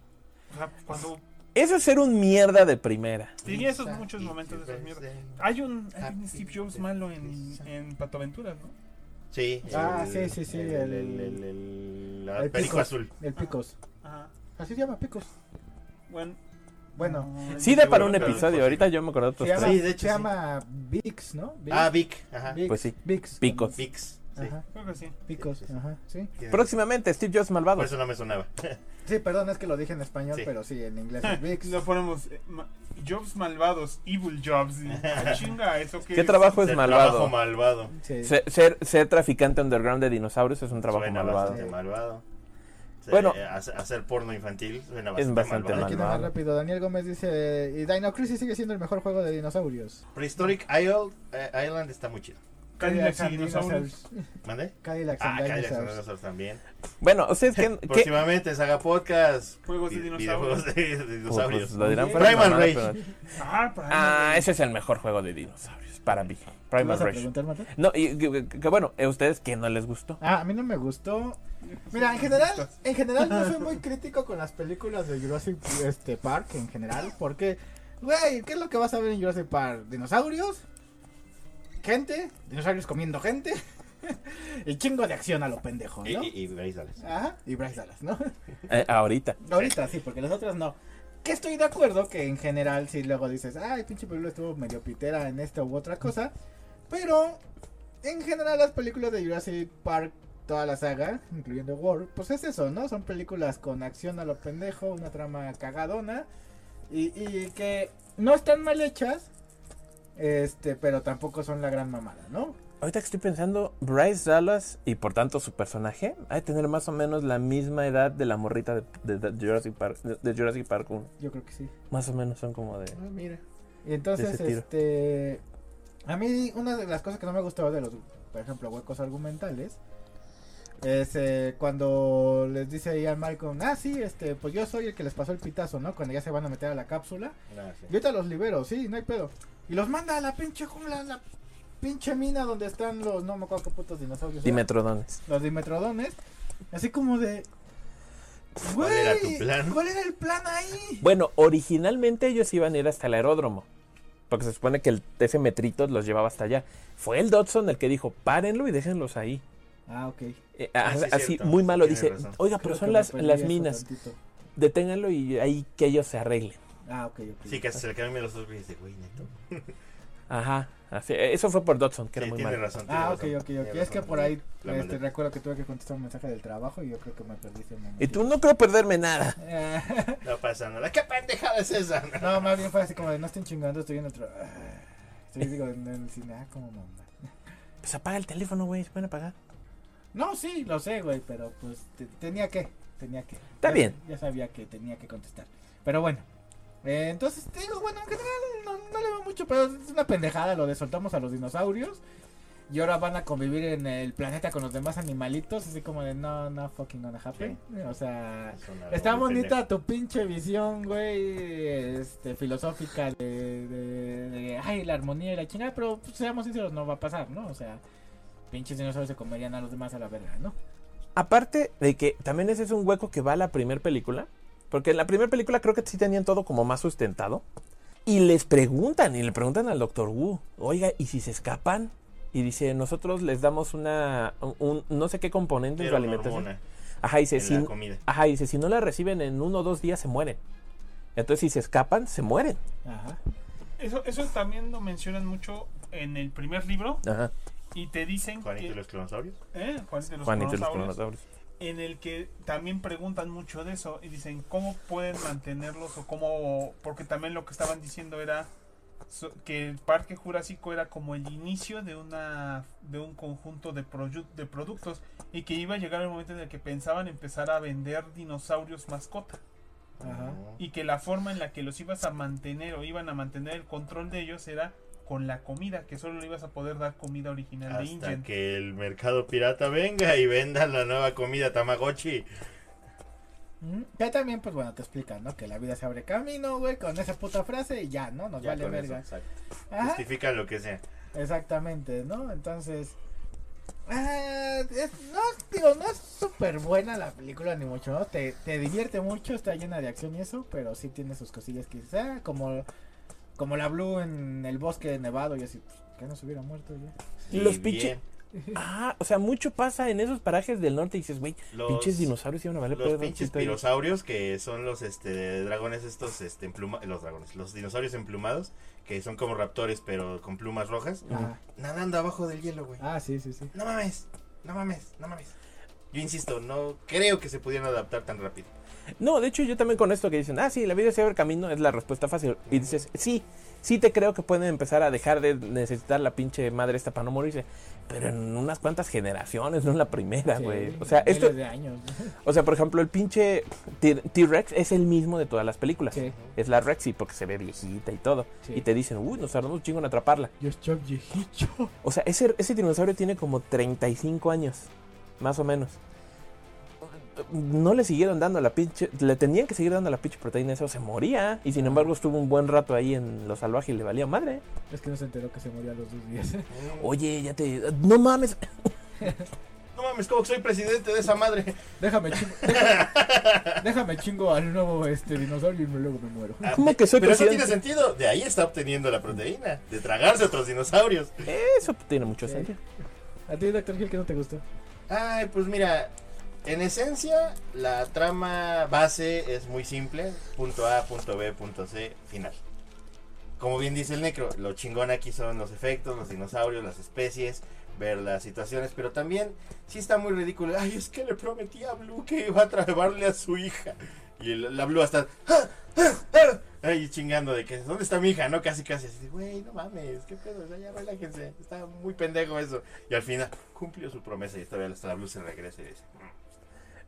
D: O sea, cuando
A: Eso es ser un mierda de primera.
D: tenía
C: Lisa,
D: esos
C: pues, eh,
D: muchos
C: it's
D: momentos de
C: your
D: esas mierdas.
C: birthday.
D: Hay un,
A: Ah,
D: hay un
C: Happy
D: Steve Jobs
C: birthday,
D: malo en,
C: Lisa.
D: en Pato Aventuras, ¿no?
C: Sí.
B: Ah, sí, sí, sí,
C: El, el-
B: el-
C: el- el- la
B: el
C: perico
B: pico.
C: azul.
B: El Picos.
D: Ajá.
B: Así se llama Picos.
D: Ah, Bueno.
B: Bueno.
D: no,
A: Sí
D: no
A: da
D: sé,
A: para
D: bueno,
A: un
D: pero-
A: episodio, ahorita yo me acuerdo de
B: Se
A: otros
B: llama,
A: tres.
C: Sí, de hecho,
B: se
C: sí.
B: llama Vix, ¿no? Vix.
C: Ah, Vic. Ajá.
B: Vix,
A: Pues sí.
B: Vix.
A: Picos.
C: Vix. Sí.
B: Ajá.
D: Creo que sí.
B: Picos.
C: Sí, sí, sí.
B: Ajá. Sí.
A: Próximamente, Steve Jobs malvado.
C: Por eso no me sonaba.
B: Sí, perdón, es que lo dije en español,
C: Sí.
B: pero sí, en inglés es Vix.
D: Lo ponemos eh, ma- Jobs malvados, evil jobs. y- ah, Chinga, eso que
A: ¿Qué trabajo es Pues
C: Ser
A: malvado?
C: Trabajo malvado.
B: Sí.
A: Ser, ser- ser traficante underground de dinosaurios es un trabajo
C: Suena
A: malvado.
C: bastante malvado. Se-
A: Bueno.
C: eh, hace- hacer porno infantil suena
A: Es
C: bastante,
A: bastante
C: malvado.
B: Aquí nada más
A: malvado.
B: rápido. Daniel Gómez dice: Y Dino Crisis sigue siendo el mejor juego de dinosaurios.
C: Prehistoric Isle- eh, Island está muy chido.
D: Cadillacs y
B: and
D: dinosaurios.
B: Dinosaurs.
C: ¿Mande?
B: Cadillacs
C: Ah,
B: and
C: Cadillacs and
B: Dinosaurs.
C: Dinosaurs también.
A: Bueno, ustedes que. que-
C: Próximamente, Saga Podcast.
D: Juegos de
C: Vi-
D: dinosaurios.
C: videojuegos de- de
A: pues, pues,
C: dinosaurios.
A: lo dirán para
C: Primal
A: mamada,
C: Rage.
A: pero-
D: Ah, para
A: Ah, ese es el mejor juego de dinosaurios para mí.
B: ¿Te
A: Primal
B: vas a
A: Rage.
B: preguntar, Marta?
A: No, y que, que- que bueno, ¿a ustedes que no les gustó?
B: Ah, a mí no me gustó. Mira, en general, en general no soy muy crítico con las películas de Jurassic este, Park en general, porque, güey, ¿qué es lo que vas a ver en Jurassic Park? ¿Dinosaurios? ¿Gente? ¿Dinosaurios comiendo gente? y chingo de acción a lo pendejo,
A: pues,
C: Y,
B: ¿no?
C: y, y Brizales.
B: Ajá, y Bryce Dallas, ¿no?
A: Eh, ahorita.
B: Ahorita sí, porque las otras no. Que estoy de acuerdo que en general si luego dices, ay, pinche película estuvo medio pitera en esta u otra cosa. Pero en general las películas de Jurassic Park, toda la saga, incluyendo World, pues es eso, ¿no? Son películas con acción a lo pendejo, una trama cagadona. Y, y que no están mal hechas. Este, pero tampoco son la gran mamada, ¿no?
A: Ahorita que estoy pensando, Bryce Dallas y por tanto su personaje, ha de tener más o menos la misma edad de la morrita de, de- de Jurassic, Park, de, de Jurassic Park 1.
B: Yo creo que sí.
A: Más o menos son como de.
C: Ah, mira.
B: Y entonces,
A: ese tiro.
B: este. A mí, una de las cosas que no me gustaba de los, por ejemplo, huecos argumentales, es eh, cuando les dice ahí al Malcolm, ah, sí, este, pues yo soy el que les pasó el pitazo, ¿no? Cuando ya se van a meter a la cápsula,
C: Ah, sí.
B: yo te los libero, sí, no hay pedo. Y los manda a la pinche jungla, a la pinche mina donde están los, no me acuerdo qué putos dinosaurios. eran,
A: Dimetrodones.
B: Los dimetrodones. Así como de.
C: ¿Cuál era tu
B: "Güey,
C: plan?"
B: ¿Cuál era el plan ahí?
A: Bueno, originalmente ellos iban a ir hasta el aeródromo. Porque se supone que el, ese metrito los llevaba hasta allá. Fue el Dodson el que dijo, párenlo y déjenlos ahí.
B: Ah, ok.
A: Eh,
C: Ah, sí,
A: así,
C: cierto.
A: muy malo,
C: Tienes
A: dice,
C: razón.
A: oiga,
B: Creo
A: pero
B: que
A: son
B: me
A: las,
B: perdí
A: las
B: eso
A: minas.
B: tantito.
A: Deténganlo y ahí que ellos se arreglen.
B: Ah, ok, ok.
C: Sí, que se le cambian los ojos y dice, güey, neto.
A: Ajá. así- eso fue por Dodson, que
C: Sí,
A: era muy
C: tiene
A: malo.
C: razón. tiene
B: Ah, ok,
C: razón,
B: ok,
C: tiene
B: ok. Es
C: razón.
B: que por ahí
C: La
B: este,
C: mandé.
B: recuerdo que tuve que contestar un mensaje del trabajo y yo creo que me perdí ese momento.
A: Y tú no creo perderme nada.
B: Eh,
C: No pasa nada. ¿Qué pendejada es esa?
B: no, más bien fue así como de no estén chingando, estoy en otro. Ah, Estoy digo, en el cine, ah, como mamá.
A: Pues apaga el teléfono, güey, se pueden apagar.
B: No, sí, lo sé, güey, pero pues te- tenía que, tenía que.
A: Está
B: Ya-
A: bien.
B: Ya sabía que tenía que contestar. Pero bueno. eh, entonces te digo, bueno, en general no, no le va mucho, pero es una pendejada lo de soltamos a los dinosaurios. Y ahora van a convivir en el planeta con los demás animalitos, así como de no, no fucking gonna happen. O sea,
C: Es una-
B: Está
C: muy
B: bonita tu pinche visión, güey, este, filosófica de, de- de, ay, la armonía y la chingada, pero pues, seamos sinceros, no va a pasar, ¿no? O sea, pinches dinosaurios se comerían a los demás a la verga, ¿no?
A: Aparte de que también ese es un hueco que va a la primera película. Porque en la primera película creo que sí tenían todo como más sustentado. Y les preguntan, y le preguntan al doctor Wu, oiga, ¿y si se escapan? Y dice, nosotros les damos una, un, un no sé qué componente en su
C: Era una
A: alimentación.
C: hormona
A: Ajá, dice,
C: en
A: si,
C: la comida.
A: ajá, dice, si no la reciben en uno o dos días se mueren. Entonces si se escapan, se mueren.
B: Ajá.
D: Eso, eso también lo mencionan mucho en el primer libro
A: Ajá.
D: y te dicen
C: Juanito y
D: que...
C: los clonosaurios.
D: ¿Eh? Juanito y los
A: Juanito y los
D: cronosaurios.
A: cronosaurios.
D: en el que también preguntan mucho de eso y dicen cómo pueden mantenerlos o cómo porque también lo que estaban diciendo era so- que el parque jurásico era como el inicio de una de un conjunto de, proyu- de productos y que iba a llegar el momento en el que pensaban empezar a vender dinosaurios mascota
B: Ajá.
D: y que la forma en la que los ibas a mantener o iban a mantener el control de ellos era con la comida que solo le ibas a poder dar comida original de
C: Hasta
D: Ingen
C: que el mercado pirata venga y venda la nueva comida Tamagotchi.
B: Mm, Ya también, pues bueno, te explican, ¿no? Que la vida se abre camino, güey, con esa puta frase y ya, ¿no? Nos
C: Ya
B: vale
C: con eso,
B: verga.
C: exacto.
B: Ajá.
C: Justifica lo que sea.
B: Exactamente, ¿no? Entonces. ah, es- no, digo, no es súper buena la película, ni mucho, ¿no? Te, te divierte mucho, está llena de acción y eso, pero sí tiene sus cosillas que dices, ah, como, como la Blue en el bosque nevado y así, pues, que no se hubiera muerto ya.
C: Y
A: Los
C: bien,
A: pinches. Ah, o sea, mucho pasa en esos parajes del norte y dices, güey,
C: Los-
A: pinches dinosaurios iban a valer
C: Los
A: pura
C: pinches
A: pito ahí.
C: pirosaurios que son los este dragones estos este empluma- los dragones, los dinosaurios emplumados que son como raptores pero con plumas rojas,
B: Ah,
C: nadando abajo del hielo, güey.
B: ah, sí, sí, sí.
C: No mames, no mames, no mames. Yo insisto, no creo que se pudieran adaptar tan rápido.
A: No, de hecho yo también con esto que dicen, ah, sí, la vida se abre camino es la respuesta fácil. Y dices, sí, sí te creo que pueden empezar a dejar de necesitar la pinche madre esta para no morirse. Pero en unas cuantas generaciones, no en la primera, Ah, güey. o sea, esto,
B: miles de años.
A: o sea, por ejemplo, el pinche T- T-Rex es el mismo de todas las películas.
B: Sí.
A: Es la Rexy porque se ve viejita y todo.
B: Sí.
A: Y te dicen, uy, nos tardamos un chingo en atraparla.
B: Yo estoy viejito.
A: O sea, ese, ese dinosaurio tiene como 35 años, más o menos. No le siguieron dando la pinche. Le tenían que seguir dando la pinche proteína, eso se moría. Y sin embargo, estuvo un buen rato ahí en lo salvaje y le valía madre.
B: Es que no se enteró que se murió a los dos días.
A: Oye, ya te. No mames.
C: No mames, como que soy presidente de esa madre.
B: Déjame chingo, déjame, déjame chingo al nuevo este dinosaurio y luego me muero.
A: ¿Cómo que soy
C: Pero eso tiene
A: presidente?
C: sentido. De ahí está obteniendo la proteína. De tragarse otros dinosaurios.
A: Eso tiene mucho
B: Sí.
A: sentido.
B: ¿A ti, Doctor Gil, qué no te gustó?
C: Ay, pues mira. En esencia, la trama base es muy simple. Punto A, punto B, punto C, final. Como bien dice el necro, lo chingón aquí son los efectos, los dinosaurios, las especies, ver las situaciones, pero también sí está muy ridículo. Ay, es que le prometí a Blue que iba a traerle a su hija. Y el- la Blue hasta... "Ah, ah, ah", Ay, chingando de que, ¿dónde está mi hija? No, casi, casi así, de, güey, no mames, qué pedo, o sea, ya relájense, está muy pendejo eso. Y al final cumplió su promesa y esta vez hasta la Blue se regresa y dice, "Mm,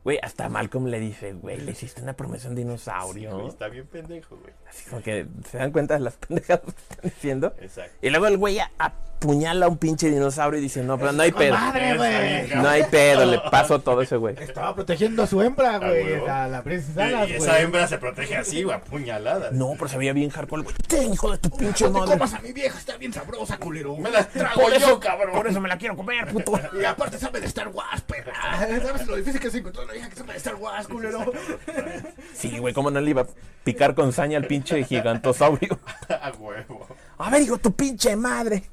A: Güey, hasta Malcolm le dice, güey, le hiciste una promesa a un
C: sí,
A: dinosaurio.
C: güey, está bien pendejo, güey.
A: Así como que se dan cuenta de las pendejadas que están diciendo.
C: Exacto.
A: Y luego el güey a- apuñala a un pinche dinosaurio y dice, no, pero no hay pedo.
B: ¡Madre,
C: Está
B: güey!
C: bien, cabrón.
A: No hay pedo, le paso todo ese güey.
B: Estaba protegiendo a su hembra, güey.
C: Ah, huevo.
B: A la princesa Alas,
C: Y, y
B: güey.
C: esa hembra se protege así, güey, apuñalada.
A: No, pero se veía bien hardcore, güey. ¡Ten, hijo de tu pinche
B: No te
A: madre!
B: comas a mi vieja, está bien sabrosa, culero.
C: Me las trago
A: Por
C: yo,
A: eso,
C: cabrón.
A: Por eso me la quiero comer, puto.
B: Y aparte sabe de Star Wars, perra. ¿Sabes lo difícil que se encontró una hija que sabe de Star Wars, culero?
A: Sí, güey, cómo no le iba a picar con saña al pinche gigantosaurio.
C: A huevo.
A: A ver, hijo, tu pinche madre.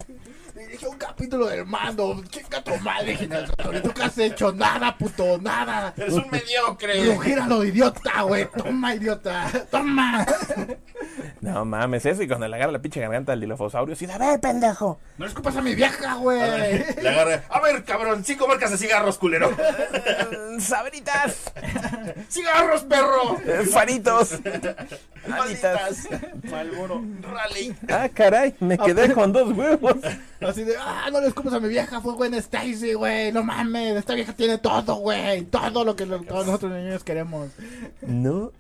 B: Le dije un capítulo del mando. Chinga tu madre, dinosaurio. Tú qué has hecho nada, puto, nada.
C: Eres un mediocre.
B: Gíralo, idiota, güey. Toma, idiota. Toma.
A: No mames, eso. Y cuando le agarra la pinche garganta al dilofosaurio, sí, a ver, pendejo.
B: No les culpas a mi vieja, güey.
C: Le agarra. A ver, cabrón, cinco marcas de cigarros, culero.
A: Mm, Sabritas,
C: ¡Cigarros, perro!
A: eh, faritos, alitas.
C: Malditas. Malboro. Rally.
A: Ah, caray, me quedé con dos huevos.
B: Así de, ah, no le escupas a mi vieja, fue Gwen Stacy, güey. No mames, esta vieja tiene todo, güey. Todo lo que lo- todos nosotros niños queremos.
A: No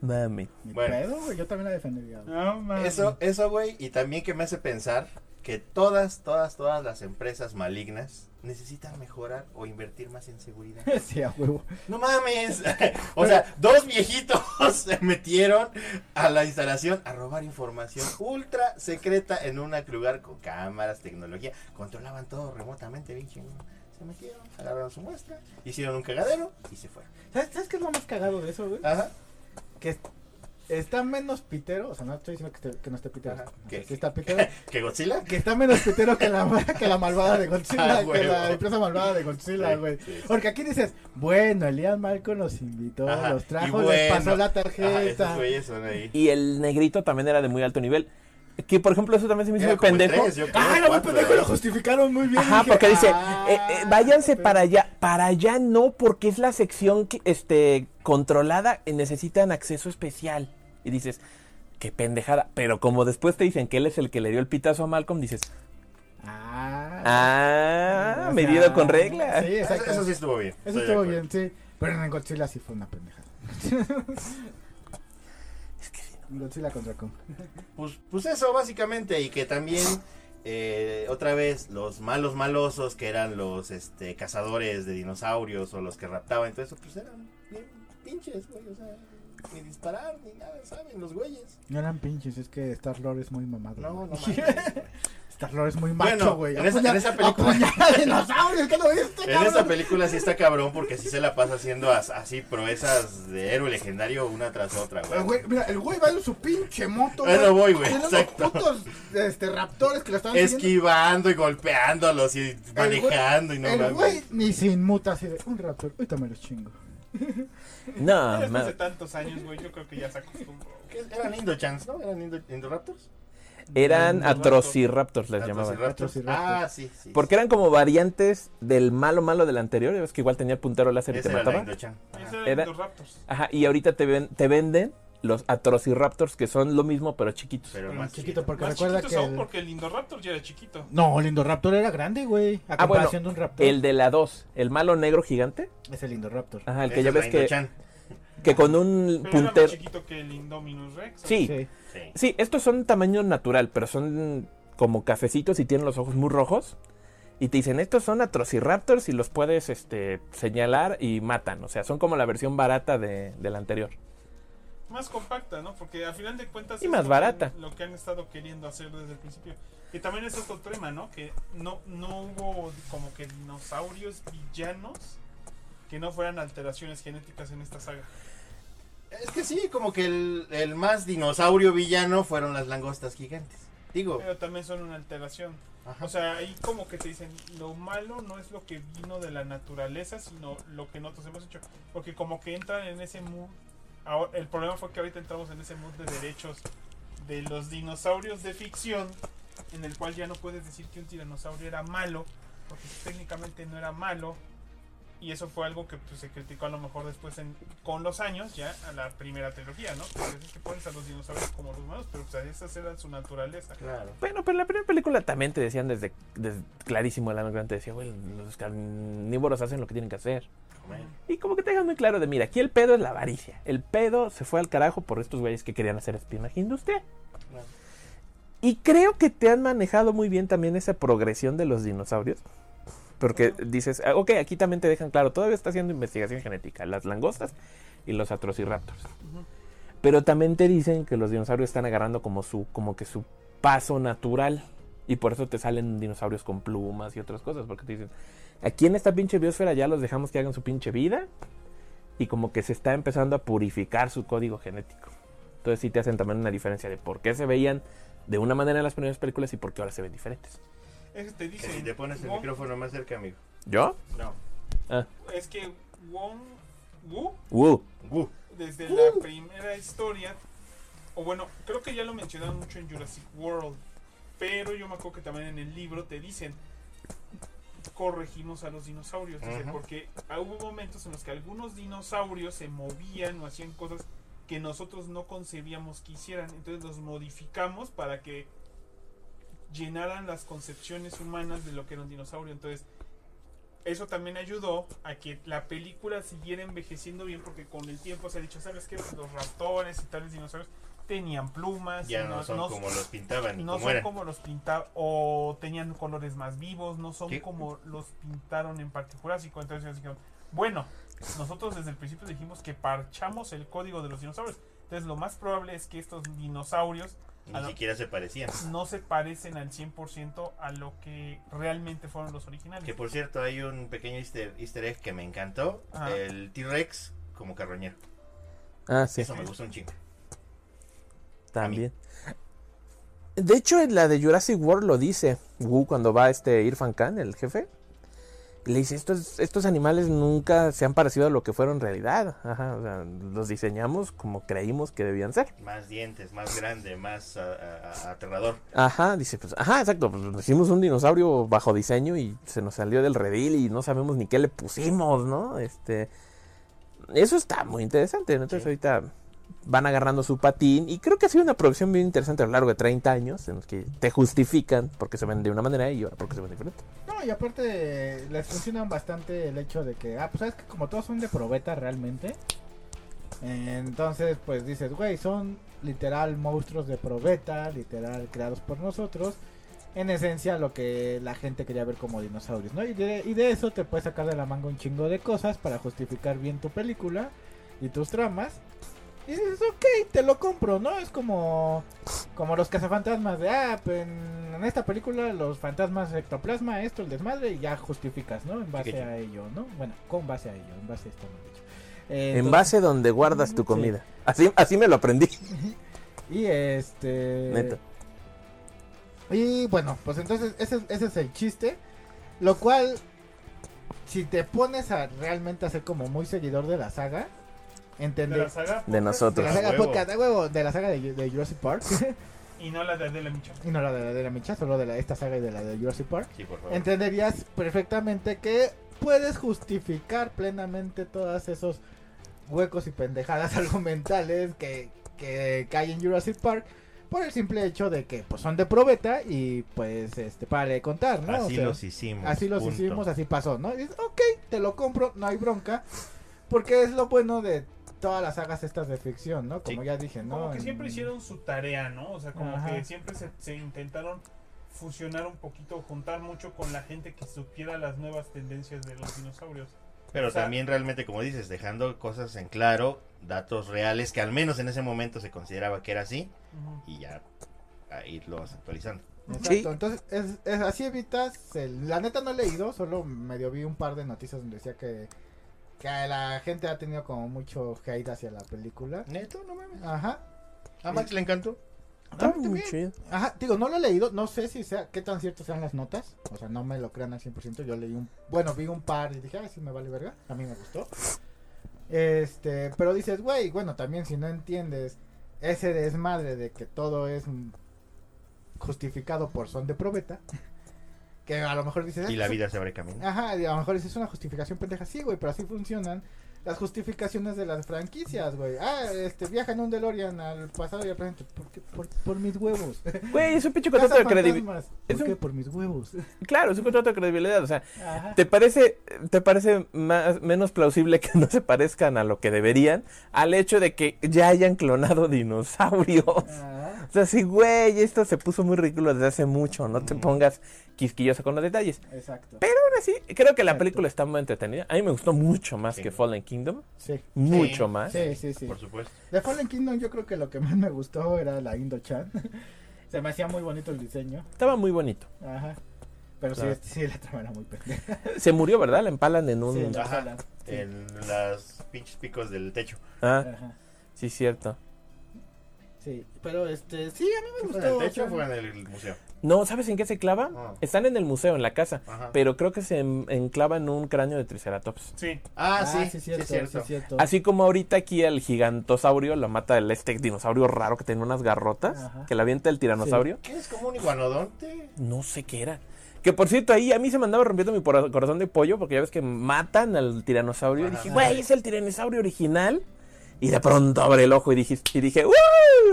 A: mames.
B: Ni
C: Bueno.
B: pedo, güey, yo también la defendería. güey.
D: No, mames.
C: Eso, eso, güey. Y también que me hace pensar que todas, todas, todas las empresas malignas necesitan mejorar o invertir más en seguridad.
B: Sí, a huevo.
C: No mames. O sea, dos viejitos se metieron a la instalación a robar información ultra secreta en un lugar con cámaras, tecnología. Controlaban todo remotamente, bien chingón. Se metieron, agarraron su muestra, hicieron un cagadero y se fueron.
B: ¿Sabes, ¿Sabes qué es lo más cagado de eso, güey?
C: Ajá.
B: Que está menos pitero, o sea, no estoy diciendo que, esté- que no esté pitero.
C: Ajá.
B: o sea,
C: ¿Qué?
B: sí está pitero.
C: ¿Que Godzilla?
B: Que está menos pitero que la, que la malvada de Godzilla,
C: Ah,
B: que
C: huevo.
B: la empresa malvada de Godzilla,
C: Sí,
B: güey.
C: sí, sí.
B: Porque aquí dices, bueno, Elian Malcolm los invitó,
C: Ajá,
B: los
C: y
B: trajo, les
C: bueno.
B: pasó la
C: Ajá,
B: tarjeta.
C: esos güeyes son ahí.
A: Y el negrito también era de muy alto nivel. Que por ejemplo, eso también se me hizo
C: Era
A: muy
C: como el
A: pendejo.
C: tres, yo creo,
B: Ah, no, muy
C: cuatro, ¿eh?
B: pendejo, lo
C: ¿verdad?
B: justificaron muy bien.
A: Ajá,
B: dije,
A: porque dice,
B: ah,
A: eh, eh, váyanse
B: pero-
A: para allá. Para allá no, porque es la sección que, este, controlada y necesitan acceso especial. Y dices, qué pendejada. Pero como después te dicen que él es el que le dio el pitazo a Malcolm, dices,
B: Ah,
A: ah,
B: o sea,
A: medido con reglas.
B: Sí,
C: Eso,
B: exacto.
C: eso
B: Eso,
C: sí estuvo bien. estoy de
B: estuvo
C: acuerdo.
B: bien, sí. Pero en Godzilla sí fue una pendejada.
A: Es que sí,
B: Godzilla contra Kong.
C: Pues, pues eso, básicamente, y que también, eh, otra vez, los malos malosos, que eran los este, cazadores de dinosaurios o los que raptaban, todo eso, pues eran bien pinches, güey, o sea, ni disparar, ni nada, ¿saben? Los güeyes.
B: No eran pinches, es que Star-Lord es muy mamado.
C: No, no
B: güey.
C: mames, güey.
B: Star-Lord es muy
C: Bueno,
B: macho, güey.
C: en esa- en esa película-
B: apuñala dinosaurios, ¿qué lo viste,
C: En
B: cabrón?
C: esta película sí está cabrón porque sí se la pasa haciendo as- así proezas de héroe legendario una tras otra,
B: El
C: güey.
B: Ah, güey, mira, el güey va en su pinche moto,
C: Ahí lo voy, güey,
B: Tiene unos
C: exacto.
B: putos este, raptores que lo estaban siguiendo.
C: Esquivando y golpeándolos y
B: güey-
C: manejando y no
B: el güey
C: mames.
B: ni se inmuta así de un raptor. Ahorita me los chingo.
D: Ya
A: No,
D: Después de
A: mames.
D: tantos años, güey, yo creo que ya se acostumbró.
C: ¿Qué? Eran Indochans, ¿no? ¿Eran Indo- Indoraptors?
A: Eran
D: Los raptors.
A: atrociraptors, les llamaban.
C: Atrociraptors.
B: Atrociraptors.
C: Ah, sí, sí.
A: Porque eran como variantes del malo malo del anterior, ya ves que igual tenía el puntero láser y
C: Ese
A: te
C: era el
A: mataba.
C: Indochan. Ajá.
D: Ese
A: Era-
D: era los Raptors.
A: Ajá, y ahorita te, ven- te venden los atrociraptors que son lo mismo pero chiquitos.
C: Pero
D: Pero
C: Ah, más
B: Chiquito, porque
D: Más
B: recuerda
D: chiquitos
B: que.
D: aún
B: el-
D: porque el Indoraptor ya era chiquito.
B: No, el Indoraptor era grande, güey. A
A: Ah, bueno,
B: comparación de un raptor.
A: El de la 2, el malo negro gigante,
B: Es el Indoraptor.
A: ajá, el
C: Ese
A: que ya
C: es la
A: ves que,
C: Indochan.
A: que con un
D: Pero era más
A: puntero...
D: chiquito que el Indominus Rex. ¿o?
A: Sí,
B: Sí.
C: Sí.
A: Sí, estos son tamaño natural, pero son como cafecitos y tienen los ojos muy rojos. Y te dicen, estos son atrociraptors y los puedes este, señalar y matan. O sea, son como la versión barata de, de la anterior.
D: Más compacta, ¿no? Porque a final de cuentas.
A: Y
D: es
A: más
D: lo que-
A: barata.
D: lo que han estado queriendo hacer desde el principio. Que también es otro tema, ¿no? Que no, no hubo como que dinosaurios villanos que no fueran alteraciones genéticas en esta saga.
C: Es que sí, como que el, el más dinosaurio villano fueron las langostas gigantes. Digo,
D: Pero también son una alteración.
C: ajá.
D: O sea, ahí como que te dicen, lo malo no es lo que vino de la naturaleza, sino lo que nosotros hemos hecho. Porque como que entran en ese mood. Ahora, el problema fue que ahorita entramos en ese mood de derechos de los dinosaurios de ficción, en el cual ya no puedes decir que un tiranosaurio era malo, porque técnicamente no era malo. Y eso fue algo que pues, se criticó a lo mejor después en- con los años, ya a la primera trilogía, ¿no? Porque es que pones a los dinosaurios como los humanos, pero pues, esa era su naturaleza.
C: claro.
A: Bueno, pero en la primera película también te decían desde, desde clarísimo, el Alan Grant te decía, güey, los carnívoros hacen lo que tienen que hacer.
C: comer.
A: Y como que te dejan muy claro de, mira, aquí el pedo es la avaricia. El pedo se fue al carajo por estos güeyes que querían hacer espionaje industrial.
C: Claro.
A: Y creo que te han manejado muy bien también esa progresión de los dinosaurios. Porque dices, ah, ok, aquí también te dejan claro, todavía está haciendo investigación genética, las langostas y los atrociraptors.
D: Ujú.
A: Pero también te dicen que los dinosaurios están agarrando como su, como que su paso natural. Y por eso te salen dinosaurios con plumas y otras cosas. Porque te dicen, aquí en esta pinche biosfera ya los dejamos que hagan su pinche vida. Y como que se está empezando a purificar su código genético. Entonces sí te hacen también una diferencia de por qué se veían de una manera en las primeras películas y por qué ahora se ven diferentes.
D: Es que te
C: Que
D: dicen.
C: si te pones el
D: Wong-
C: micrófono más cerca, amigo.
A: ¿Yo?
C: No.
D: Es que Wong Wu,
A: Uh,
C: Uh,
D: desde la primera historia, o bueno, creo que ya lo mencionaron mucho en Jurassic World, pero yo me acuerdo que también en el libro te dicen corregimos a los dinosaurios, dice,
C: Ujú.
D: porque ah, hubo momentos en los que algunos dinosaurios se movían o hacían cosas que nosotros no concebíamos que hicieran, entonces los modificamos para que llenaran las concepciones humanas de lo que era un dinosaurio, entonces eso también ayudó a que la película siguiera envejeciendo bien porque con el tiempo se ha dicho, ¿sabes qué? Los raptores y tales dinosaurios tenían plumas,
C: ya no son como los pintaban y
D: no
C: como
D: son
C: eran.
D: como los pintaban o tenían colores más vivos, no son
C: ¿Qué?
D: como los pintaron en Parque Jurásico. Entonces ellos dijeron, bueno, nosotros desde el principio dijimos que parchamos el código de los dinosaurios. Entonces lo más probable es que estos dinosaurios Ah,
C: Ni
D: no.
C: siquiera se parecían.
D: no se parecen al 100% a lo que realmente fueron los originales.
C: Que por cierto, hay un pequeño easter, easter egg que me encantó.
D: Ajá.
C: El T-Rex como carroñero.
A: ah, sí,
C: Eso me gustó un chingo.
A: también. De hecho, en la de Jurassic World lo dice Wu cuando va este Irfan Khan, el jefe. Le dice, estos, estos animales nunca se han parecido a lo que fueron en realidad. Ajá, o sea, los diseñamos como creímos que debían ser.
C: Más dientes, más grande, más a- a- a- aterrador.
A: Ajá, dice, pues, ajá, exacto, pues, hicimos un dinosaurio bajo diseño y se nos salió del redil y no sabemos ni qué le pusimos, ¿no? Este, eso está muy interesante, ¿no? Entonces
C: Sí.
A: ahorita van agarrando su patín y creo que ha sido una producción bien interesante a lo largo de 30 años en los que te justifican porque se ven de una manera y ahora porque se ven diferente.
B: No, y aparte les funcionan bastante el hecho de que, ah, pues sabes que como todos son de probeta realmente, eh, entonces pues dices, güey, son literal monstruos de probeta, literal creados por nosotros, en esencia lo que la gente quería ver como dinosaurios, ¿no? Y de, y de eso te puedes sacar de la manga un chingo de cosas para justificar bien tu película y tus tramas. Y dices, ok, te lo compro, ¿no? Es como como los cazafantasmas de ah, pues, en, en esta película los fantasmas ectoplasma, esto, el desmadre, y ya justificas, ¿no? En base
C: Chiquitín.
B: a ello, ¿no? Bueno, con base a ello, en base a esto, mejor dicho. Eh,
A: en
B: entonces-
A: base donde guardas tu
B: Sí.
A: comida. Así, así me lo aprendí.
B: Y este.
A: Neta.
B: Y bueno, pues entonces ese, ese es el chiste. Lo cual, si te pones a realmente a ser como muy seguidor de la saga,
D: De la
B: entender.
D: saga
A: De
D: podcast,
B: De
A: nosotros.
B: la
C: A
B: saga
C: huevo.
B: podcast, a huevo, de la saga de, de Jurassic Park.
D: Y no la de Adela Micha.
B: y no la de la de la Micha, solo de la, esta saga y de la de Jurassic Park,
C: Sí, por favor.
B: entenderías perfectamente que puedes justificar plenamente todos esos huecos y pendejadas argumentales que, que, que hay en Jurassic Park por el simple hecho de que pues son de probeta y pues este para de contar, ¿no? O
C: así
B: sea,
C: los hicimos.
B: Así los
C: punto.
B: hicimos, así pasó, ¿no? Y dices, ok, te lo compro, no hay bronca. Porque es lo bueno de todas las sagas estas de ficción, ¿no? Como
C: Sí.
B: ya dije, ¿no?
D: Como que
B: En-
D: siempre hicieron su tarea, ¿no? O sea, como
B: Ajá.
D: que siempre se, se intentaron fusionar un poquito, juntar mucho con la gente que supiera las nuevas tendencias de los dinosaurios.
C: Pero
D: o sea-
C: también realmente, como dices, dejando cosas en claro, datos reales que al menos en ese momento se consideraba que era así
D: Ujú.
C: y ya a irlos actualizando.
B: Exacto,
A: Sí.
B: entonces es, es- así evitas. el- la neta no he leído, solo medio vi un par de noticias donde decía que, que la gente ha tenido como mucho hate hacia la película.
C: Neto, no mames.
B: Ajá.
C: A Max le encantó.
A: Está
B: Ah,
A: muy
B: también.
A: chido.
B: Ajá, digo, no lo he leído, no sé si sea, qué tan cierto sean las notas, o sea, no me lo crean al 100%, yo leí un, bueno, vi un par y dije, ah, sí me vale verga, a mí me gustó. Este, pero dices, güey, bueno, también si no entiendes ese desmadre de que todo es mm, justificado por son de probeta, que a lo mejor dices... "Ah,
C: Y la
B: sí,
C: vida se abre camino.
B: Ajá, y a lo mejor es una justificación pendeja, sí, güey, pero así funcionan las justificaciones de las franquicias, güey. Ah, este, viaja en un DeLorean al pasado y al presente. ¿Por, qué? por, por mis huevos.
A: Güey, es un pinche
B: Casa
A: contrato de credibilidad.
B: fantasmas.
A: es
B: ¿Por
A: un-
B: qué? Por mis huevos.
A: Claro, es un contrato de credibilidad. O sea,
B: Ajá.
A: ¿te parece, te parece más, menos plausible que no se parezcan a lo que deberían al hecho de que ya hayan clonado dinosaurios? O
B: Ajá.
A: sea, sí, güey, esto se puso muy ridículo desde hace mucho. No
B: Mm.
A: te pongas quisquilloso con los detalles.
B: Exacto.
A: Aún así, creo que la
B: Exacto.
A: película está muy entretenida. A mí me gustó mucho más
C: Sí.
A: que Fallen Kingdom.
B: Sí.
A: Mucho más.
B: Sí, sí, sí.
C: Por supuesto.
B: De Fallen Kingdom yo creo que lo que más me gustó era la Indochan. Se me hacía muy bonito el diseño.
A: Estaba muy bonito.
B: Ajá. Pero sí,
A: Claro.
B: sí, la trama era muy pendeja.
A: Se murió, ¿verdad? La empalan en un...
B: Sí, la
C: Ajá.
B: sala. Sí.
C: En las pinches picos del techo.
A: Ah,
B: Ajá.
A: sí, cierto.
B: Sí. Pero este, sí, a mí
C: ¿Fue
B: me gustó.
C: en el
B: o
C: techo
B: sea, ah,
C: o fue en el museo?
A: No, ¿sabes en qué se clava?
C: Ah.
A: Están en el museo, en la casa.
C: Ajá.
A: Pero creo que se en- enclava en un cráneo de Triceratops.
D: Sí,
C: Ah, sí,
B: sí,
C: sí,
B: cierto,
C: es cierto.
B: sí, cierto.
A: Así como ahorita aquí el gigantosaurio la mata el este dinosaurio raro que tiene unas garrotas,
B: Ajá.
A: que la avienta el tiranosaurio.
C: ¿Qué es como un iguanodonte?
A: No sé qué era. Que por cierto, ahí a mí se me andaba rompiendo mi pora- corazón de pollo, porque ya ves que matan al tiranosaurio. Y
C: Ajá.
A: dije, güey, es el tiranosaurio original. Y de pronto abre el ojo y dije, y dije "¡Uh!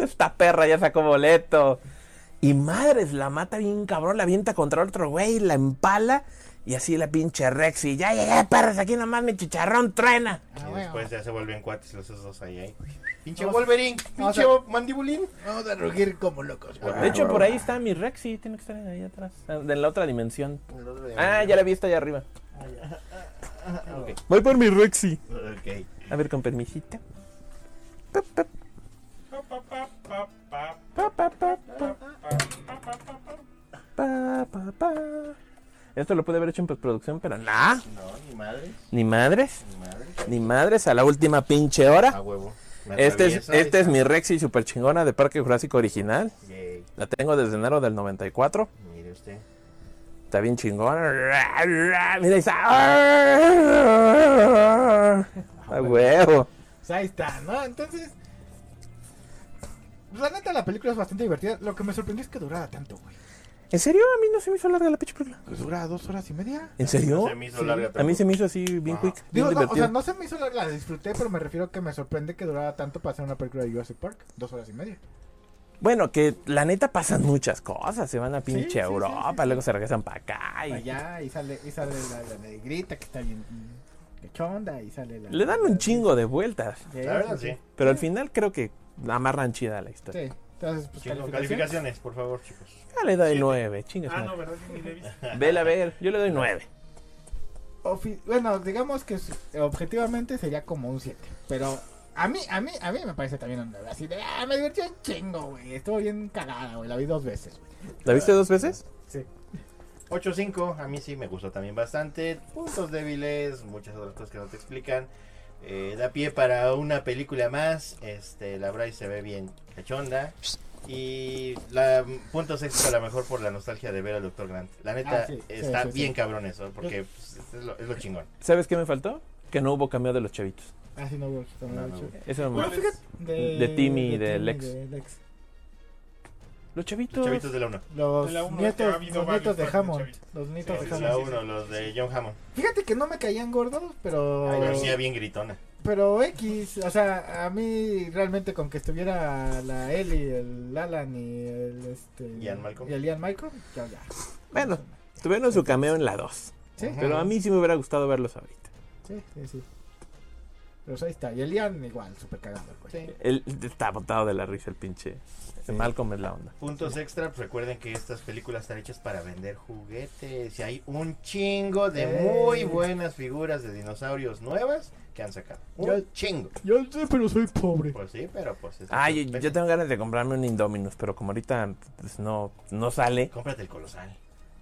A: Esta perra ya sacó boleto. Y madres, la mata bien cabrón, la avienta contra otro güey, la empala. Y así la pinche Rex y ya llegué, perras, aquí nomás mi chicharrón truena.
B: Ah,
C: y
B: bueno.
C: después ya se vuelven cuates los esos dos ahí, ahí. Pinche
B: Vamos-
C: Wolverine,
B: vamos
C: pinche mandibulín.
B: Vamos a rugir como locos. güey.
A: De hecho, por ahí está mi Rex, sí, tiene que estar ahí atrás, en la otra dimensión. Ah, ya la vi, está allá arriba.
C: Ok.
A: Voy por mi Rexy.
C: Ok.
A: A ver, con permisita.
D: Pa, pa, pa, pa, pa,
A: Pa, pa, pa, pa,
D: pa, pa, pa, pa, pa.
A: pa, pa, pa. Esto lo puede haber hecho en postproducción, pero nada.
C: No, ni madres,
A: Ni madres.
C: ni madres.
A: Ni madres a la última pinche hora.
C: A huevo. Me
A: Ah, Este es,
C: atraviesa
A: este
C: y-
A: es mi Rexy super chingona de Parque Jurásico original.
C: Yay,
A: La tengo desde enero del 94.
C: mire usted.
A: Está bien chingona. Mira, ahí está. A huevo.
B: O sea, Pues ahí está, ¿no? Entonces. La neta, la película es bastante divertida. Lo que me sorprendió es que durara tanto, güey.
A: ¿En serio? A mí no se me hizo larga la pinche película.
B: Pues dura dos horas y media.
A: ¿En serio?
C: Se me hizo larga
A: A mí se
C: tampoco.
A: me hizo así bien
C: Ajá.
A: quick, bien
B: Digo, no, o
A: divertido.
B: sea, no se me hizo larga, la disfruté, pero me refiero a que me sorprende que durara tanto para hacer una película de Jurassic Park. Dos horas y media.
A: Bueno, que la neta pasan muchas cosas. Se van a pinche
B: sí, sí,
A: Europa,
B: sí, sí.
A: luego se regresan para acá. Y...
B: Allá, y sale, y sale la, la negrita que está bien. Que chonda, y sale la.
A: Le dan un chingo de vueltas.
B: Sí,
C: La verdad, sí.
A: Pero al final creo que amarran chida la historia.
B: Sí. Entonces, pues,
C: Chingo,
B: calificación.
C: calificaciones, por favor, chicos.
A: Ya le doy
D: Siete.
A: nueve, chingas.
D: Ah,
A: madre.
D: no, ¿verdad? Ni le he visto.
A: Vela a ver, yo le doy nueve.
B: Ofi- bueno, digamos que su- objetivamente sería como un 7. Pero a mí, a mí, a mí me parece también un 9. Así de, ah, me divertí un chingo, güey. Estuvo bien cagada, güey. La vi dos veces, güey.
A: ¿La viste dos veces?
C: 8-5, a mí sí me gustó también bastante. Puntos débiles, muchas otras cosas que no te explican. Eh, da pie para una película más. Este, la Bryce se ve bien cachonda. Y la, puntos extra a lo mejor por la nostalgia de ver al Dr. Grant. La neta
B: Ah, sí, sí,
C: está
B: sí, sí.
C: bien cabrón eso, porque pues, es, lo, es lo chingón.
A: ¿Sabes qué me faltó? Que no hubo cameo de los chavitos.
B: Así Ah, no veo. No,
C: No,
B: no,
C: no.
B: no.
A: Eso me-
D: ¿Cuál es?
B: fíjate,
A: De Timmy y de Lex. Los
C: Los
A: chavitos.
C: chavitos de la 1.
B: Los
D: De la uno, ha
B: nietos,
D: habido
B: los
D: varios
B: nietos de
D: fans de
B: Hammond.
D: chavitos.
B: Los nietos
C: Los
B: de
C: de
D: sí,
C: la
D: sí,
B: Hammond.
D: sí,
C: 1, los de John Hammond.
B: Fíjate que no me caían gordos, pero.
C: Pero sí, era bien gritona.
B: Pero X, o sea, a mí realmente con que estuviera la Ellie, el Alan y el este
C: Ian Malcolm.
B: y el Ian Malcolm, yo ya.
A: Bueno, tuvieron su cameo en la 2.
B: Sí,
C: Ajá.
A: Pero a mí sí me hubiera gustado verlos ahorita.
B: sí, sí, sí. Pero ahí está, y el Ian igual, súper cagado, güey.
C: Sí.
A: Él está botado de la risa el pinche.
B: Sí.
A: Malcolm es la onda.
C: Puntos extra, pues recuerden que estas películas están hechas para vender juguetes y hay un chingo de
B: Eh.
C: muy buenas figuras de dinosaurios nuevas que han sacado. Un
B: Yo-
C: chingo.
B: Yo sé, pero soy pobre.
C: Pues sí, pero pues... es-
A: Ay, yo, yo tengo ganas de comprarme un Indominus, pero como ahorita pues, no, no sale
C: Cómprate el colosal.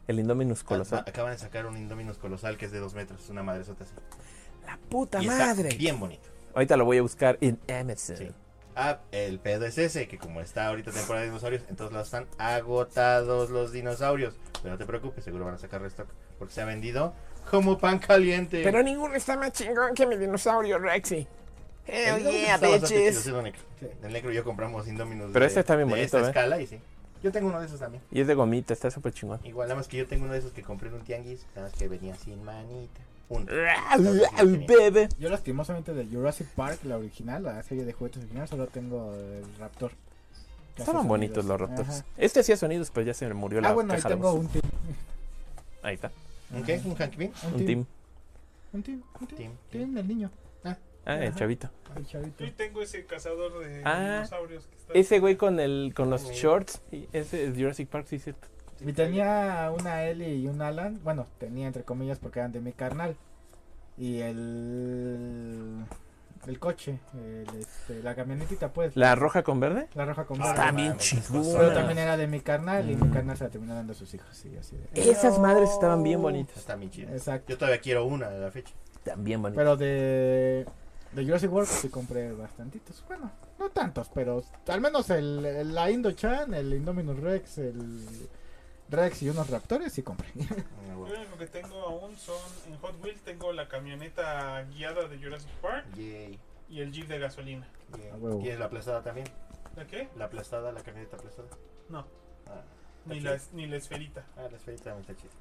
A: el Indominus
C: colosal.
B: Ah,
A: colosal.
C: Acaban de sacar un Indominus colosal que es de dos metros, es una madresota así.
B: ah.
A: ¡La puta
C: Y está
A: madre!
C: bien bonito.
A: Ahorita lo voy a buscar en Amazon.
C: Sí. Ah, el pedo es ese, que como está ahorita temporada de dinosaurios, entonces los están agotados los dinosaurios. Pero no te preocupes, seguro van a sacar restock, porque se ha vendido como pan caliente.
A: Pero ninguno está más chingón que mi dinosaurio Rexy. Hell
C: El Indominus
A: yeah,
C: está bastante
A: bitches.
C: chido, sí, don Necro.
B: Sí.
C: El Necro y yo compramos Indominus
A: Pero
C: de-
A: este está bien
C: de
A: bonito,
C: esta
A: ¿eh?
C: escala y sí. Yo tengo uno de esos también.
A: Y es de gomita, está súper chingón.
C: Igual, nada más que yo tengo uno de esos que compré en un tianguis, nada más que venía sin manita. Uno.
A: Bebe.
B: Yo lastimosamente de Jurassic Park, la original, la serie de juguetes original, solo tengo el Raptor. Que hace
A: Estaban bonitos los
B: sonidos.
A: raptors.
B: Ajá.
A: Este hacía sonidos, pero ya se me murió la
B: Ah, bueno, ahí
A: caja de
B: tengo
A: voz.
B: un team.
A: Ahí está,
C: ¿Un qué? ¿Un Hank Pym?
A: un team.
B: Un team, un team.
C: Tim.
B: Team del niño.
A: Ah, el
B: Ajá.
A: chavito.
B: El chavito.
D: Yo tengo ese cazador de
A: Ah,
D: dinosaurios que está.
A: Ese güey con el con los
C: Sí.
A: shorts. y Ese es Jurassic Park, sí, es cierto.
B: Y tenía una Ellie y un Alan. Bueno, tenía entre comillas porque eran de mi carnal. Y el. El coche. el, este, la camionetita, pues.
A: La roja con verde.
B: la roja con
C: Ah,
B: verde.
A: Está
C: mames,
A: bien chingona.
B: Pero
C: cosas.
B: también era de mi carnal. Y mi
A: Mm.
B: carnal se la terminó dando a sus hijos. Sí, así de.
A: Esas madres estaban bien bonitas.
C: Está bien chido.
B: Exacto.
C: Yo todavía quiero una de la fecha.
A: Están bien bonitas.
B: Pero de. De Jurassic World sí compré bastantitos. Bueno, no tantos, pero al menos el, el- la Indochan, el Indominus Rex, el Rex y unos Raptores sí compré. Pues
C: Una huevo.
D: Yo lo único que tengo aún son. En Hot Wheels tengo la camioneta guiada de Jurassic Park
C: Yay.
D: y el jeep de gasolina.
C: yay.
B: A huevo.
C: ¿Quieres la aplastada también?
D: ¿La qué?
C: ¿La aplastada, la camioneta aplastada?
D: No,
C: Ah, está
D: ni
C: chido.
D: la, ni la esferita.
C: Ah, la esferita también está chida.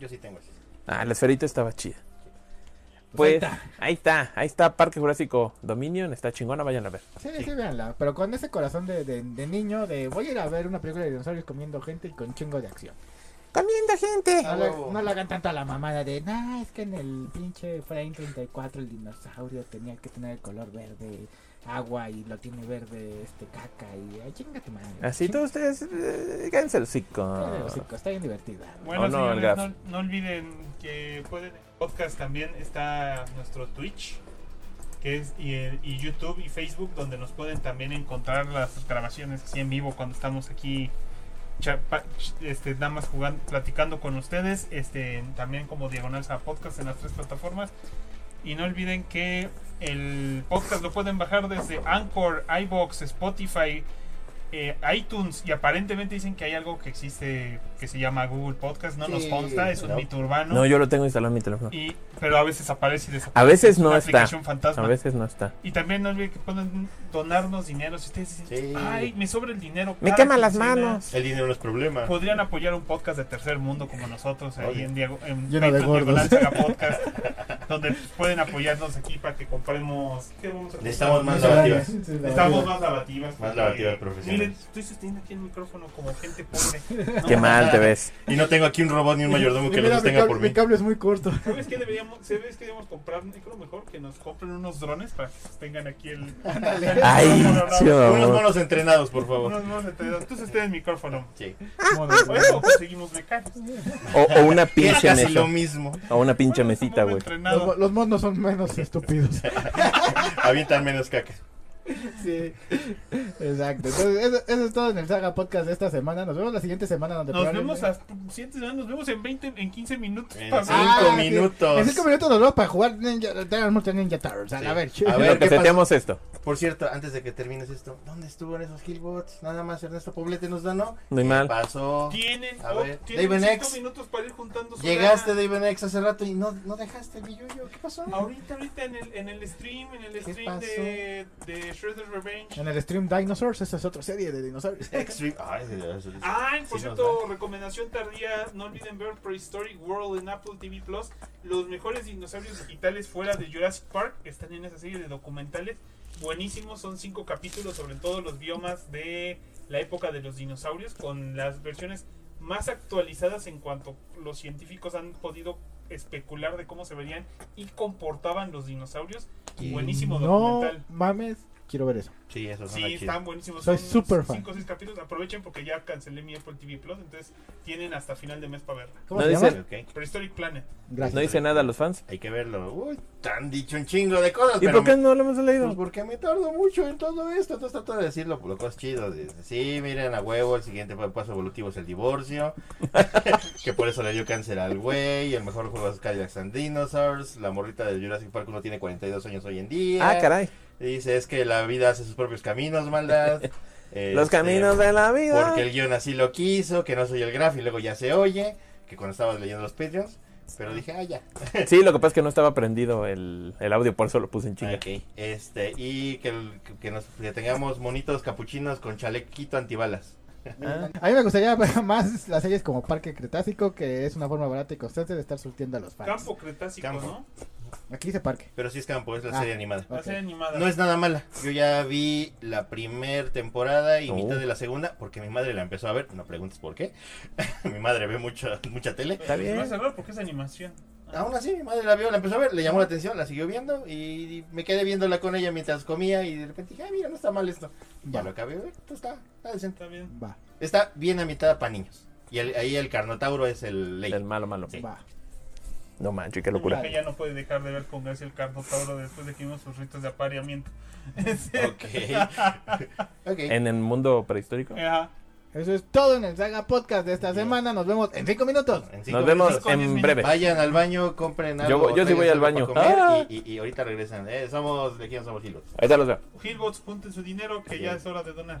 C: Yo sí tengo esa.
A: Ah, la esferita estaba chida. Pues
B: ahí está.
A: ahí está, ahí está Parque Jurásico Dominion, está chingona, vayan a ver.
B: Sí,
C: Sí.
B: sí, véanla. Pero con ese corazón de, de- de niño, de voy a ir a ver una película de dinosaurios comiendo gente y con chingo de acción.
A: Comiendo gente.
C: Ah,
B: No, le,
C: huevo.
B: no le hagan tanto a la mamada de, nah, es que en el pinche Frame 34 el dinosaurio tenía que tener el color verde agua y lo tiene verde este caca y ay, chinga tu madre.
A: Así
B: Chinga
A: todos ustedes, eh, cállense el hocico.
B: tu madre, hocico, Está bien divertida.
D: Bueno,
A: Oh, no, el
D: señores,
A: Gaf.
D: no, no olviden que pueden podcast también está nuestro Twitch, que es y, el- y YouTube y Facebook donde nos pueden también encontrar las grabaciones así en vivo cuando estamos aquí cha- pa- ch- este nada más jugando platicando con ustedes, este también como Diagonal a Podcast en las tres plataformas. Y no olviden que el podcast lo pueden bajar desde Anchor, iBox, Spotify, eh, iTunes y aparentemente dicen que hay algo que existe que se llama Google Podcast, no nos
C: Sí,
D: consta, es un
C: no.
D: mito urbano.
A: No, yo lo tengo instalado en mi teléfono.
D: y, pero a veces aparece y desaparece.
A: A veces
D: es una
A: no está.
D: aplicación fantasma.
A: A veces no está.
D: Y también no olviden que pueden donarnos dinero. Si ustedes dicen,
C: Sí.
D: ay, me sobra el dinero.
A: Me
D: cada
A: queman las
D: quincena",
A: manos.
C: El dinero no es problema.
D: Podrían apoyar un podcast de tercer mundo como nosotros ahí
C: Oye.
D: en, Diago- en
B: Lleno de
D: Patreon,
B: gordos.
D: Diagonal Saga Podcast, donde pueden apoyarnos aquí para que compremos. ¿qué vamos a comprar?
C: Necesitamos más
B: Sí,
C: lavativas.
B: sí, sí,
D: Necesitamos más lavativas.
C: Más lavativas profesionales.
D: Miren, estoy sosteniendo aquí el micrófono como gente pobre.
A: Qué mal te ves.
C: Y no tengo aquí un robot ni un mayordomo que lo
B: Mira, mi
C: sostenga
B: cable-
C: por
B: mi
C: mí.
B: cable es muy corto.
D: ¿Sabes qué deberíamos, sabes qué deberíamos comprar? Yo creo mejor que nos compren unos drones para que tengan aquí el...
A: Ay,
D: No, no, no,
A: sí,
D: no,
C: Unos
A: mamón.
C: monos entrenados, por favor.
D: unos drones de tres- Tú sostén el micrófono.
C: Sí.
D: O eso, conseguimos becarios.
A: o, o una
C: Es
A: pinche
C: casi
A: mesa.
C: lo mismo.
A: O una pinche
D: Bueno, es un
A: mesita,
D: mono
A: güey.
D: entrenado.
B: Los, los monos son menos estúpidos.
C: Avientan menos caca.
B: Sí, exacto. Entonces, eso, eso es todo en el Saga Podcast de esta semana. Nos vemos la siguiente semana donde
D: Nos
B: probablemente-
D: vemos hasta siete semanas, nos vemos en 20, en 15 minutos.
C: En
D: para ver.
C: cinco
B: Ah, sí.
C: minutos.
B: En 5 minutos nos vemos para jugar Ninja, Dragon Ball Ninja Turtles. A
C: Sí.
B: la ver.
C: A
A: A
C: ver,
A: ver,
C: ¿qué
A: que
C: pasó?
A: seteamos esto.
C: Por cierto, antes de que termines esto, ¿dónde estuvieron esos Hillbots? Nada más Ernesto Poblete nos donó.
A: Muy
C: ¿Qué
A: mal.
C: pasó?
D: Tienen,
C: A ver,
D: oh, tienen
C: Dave
D: cinco
C: Nex.
D: minutos para ir juntando su
C: Llegaste
D: lana.
C: de Ibenex hace rato y no, no dejaste mi yuyo. ¿Qué pasó?
D: Ahorita, ahorita en el, en el stream, en el
C: ¿Qué
D: stream de, de Shredder's Revenge.
B: En el stream Dinosaurs, esa es otra serie de dinosaurios.
C: Extreme. Ay, eso es-
D: Ah, y por
C: sí nos
D: cierto, recomendación tardía, no olviden ver Prehistoric World en Apple TV Plus. Los mejores dinosaurios digitales fuera de Jurassic Park están en esa serie de documentales. Buenísimos, son cinco capítulos sobre todos los biomas de la época de los dinosaurios, con las versiones más actualizadas en cuanto los científicos han podido especular de cómo se verían y comportaban los dinosaurios.
C: Y
D: Buenísimo
B: No
D: documental.
B: mames, quiero ver eso.
C: va. Sí, eso
D: Sí, están buenísimos.
B: Soy
D: Son
B: súper fan.
D: cinco o seis capítulos. Aprovechen porque ya cancelé mi Apple TV Plus. Entonces tienen hasta final de mes para verla.
B: ¿Cómo
A: No
B: se
A: dice-
B: llama?
C: Ok,
D: Prehistoric Planet.
B: Gracias.
A: No dice nada a los fans.
C: hay que verlo. Uy, te han dicho un chingo de cosas.
A: ¿Y
C: pero
A: por qué
C: me-
A: no lo hemos
C: Pues
A: leído?
C: porque me tardo mucho en todo esto. Entonces trato de decirlo por lo que es chido. Dice, sí, miren a huevo, el siguiente pa- paso evolutivo es el divorcio. que por eso le dio cáncer al güey. El mejor juego es Cadillacs and Dinosaurs. La morrita de Jurassic Park uno tiene 42 años hoy en día.
A: Ah, caray.
C: Dice, es que la vida hace sus propios caminos, maldad.
A: Los
C: Este,
A: caminos de la vida.
C: Porque el guión así lo quiso, que no soy el graf y luego ya se oye, que cuando estabas leyendo los Patreons, pero dije, ah, ya.
A: Sí, lo que pasa es que no estaba prendido el, el audio, por eso lo puse en chinga.
C: Ok. Este, y que, el- que nos, que tengamos monitos capuchinos con chalequito antibalas.
A: Ah.
B: A mí me gustaría ver más las series como Parque Cretácico, que es una forma barata y constante de estar surtiendo a los fans.
D: Campo Cretácico,
C: Campo.
D: ¿no?
B: Aquí dice Parque.
C: Pero sí es campo, es la
B: Ah.
C: serie animada.
D: La
B: Ok.
D: serie animada.
C: No es nada mala. Yo ya vi la primer temporada y
A: Oh.
C: mitad de la segunda, porque mi madre la empezó a ver, no preguntes por qué. mi madre ve mucha, mucha tele.
A: Está
D: Se me
A: bien.
D: hace raro porque Pues, es animación.
C: Aún así, mi madre la vio, la empezó a ver, le llamó la atención, la siguió viendo y me quedé viéndola con ella mientras comía y de repente dije, ah, mira, no está mal esto. Ya
B: Ya.
C: lo acabé de ver, pues está, está decente.
D: Está bien.
B: Va,
C: Está bien ambientada para niños. Y el- ahí el Carnotauro es el ley.
A: El malo, malo.
C: Sí.
B: va.
A: No manches, qué
D: Mi
A: locura.
D: hija ya no puede dejar de ver con Gracia el Carnotauro después de que vimos sus ritos de apareamiento.
C: Ok. ok.
A: En el mundo prehistórico.
D: Ajá.
B: Eso es todo en el Saga Podcast de esta semana. Nos vemos en cinco minutos.
C: En cinco
A: Nos vemos
C: minutos.
D: con diez
A: en breve.
C: Vayan al baño, compren
A: Yo
C: algo.
A: voy- yo sí
C: traigan
A: voy al
C: algo
A: baño.
C: para comer
A: Ah.
C: y, y- y ahorita regresan. Eh, somos de quién somos hilos.
A: Ahorita los veo.
D: Hillbots, junten su dinero que ya es hora de donar.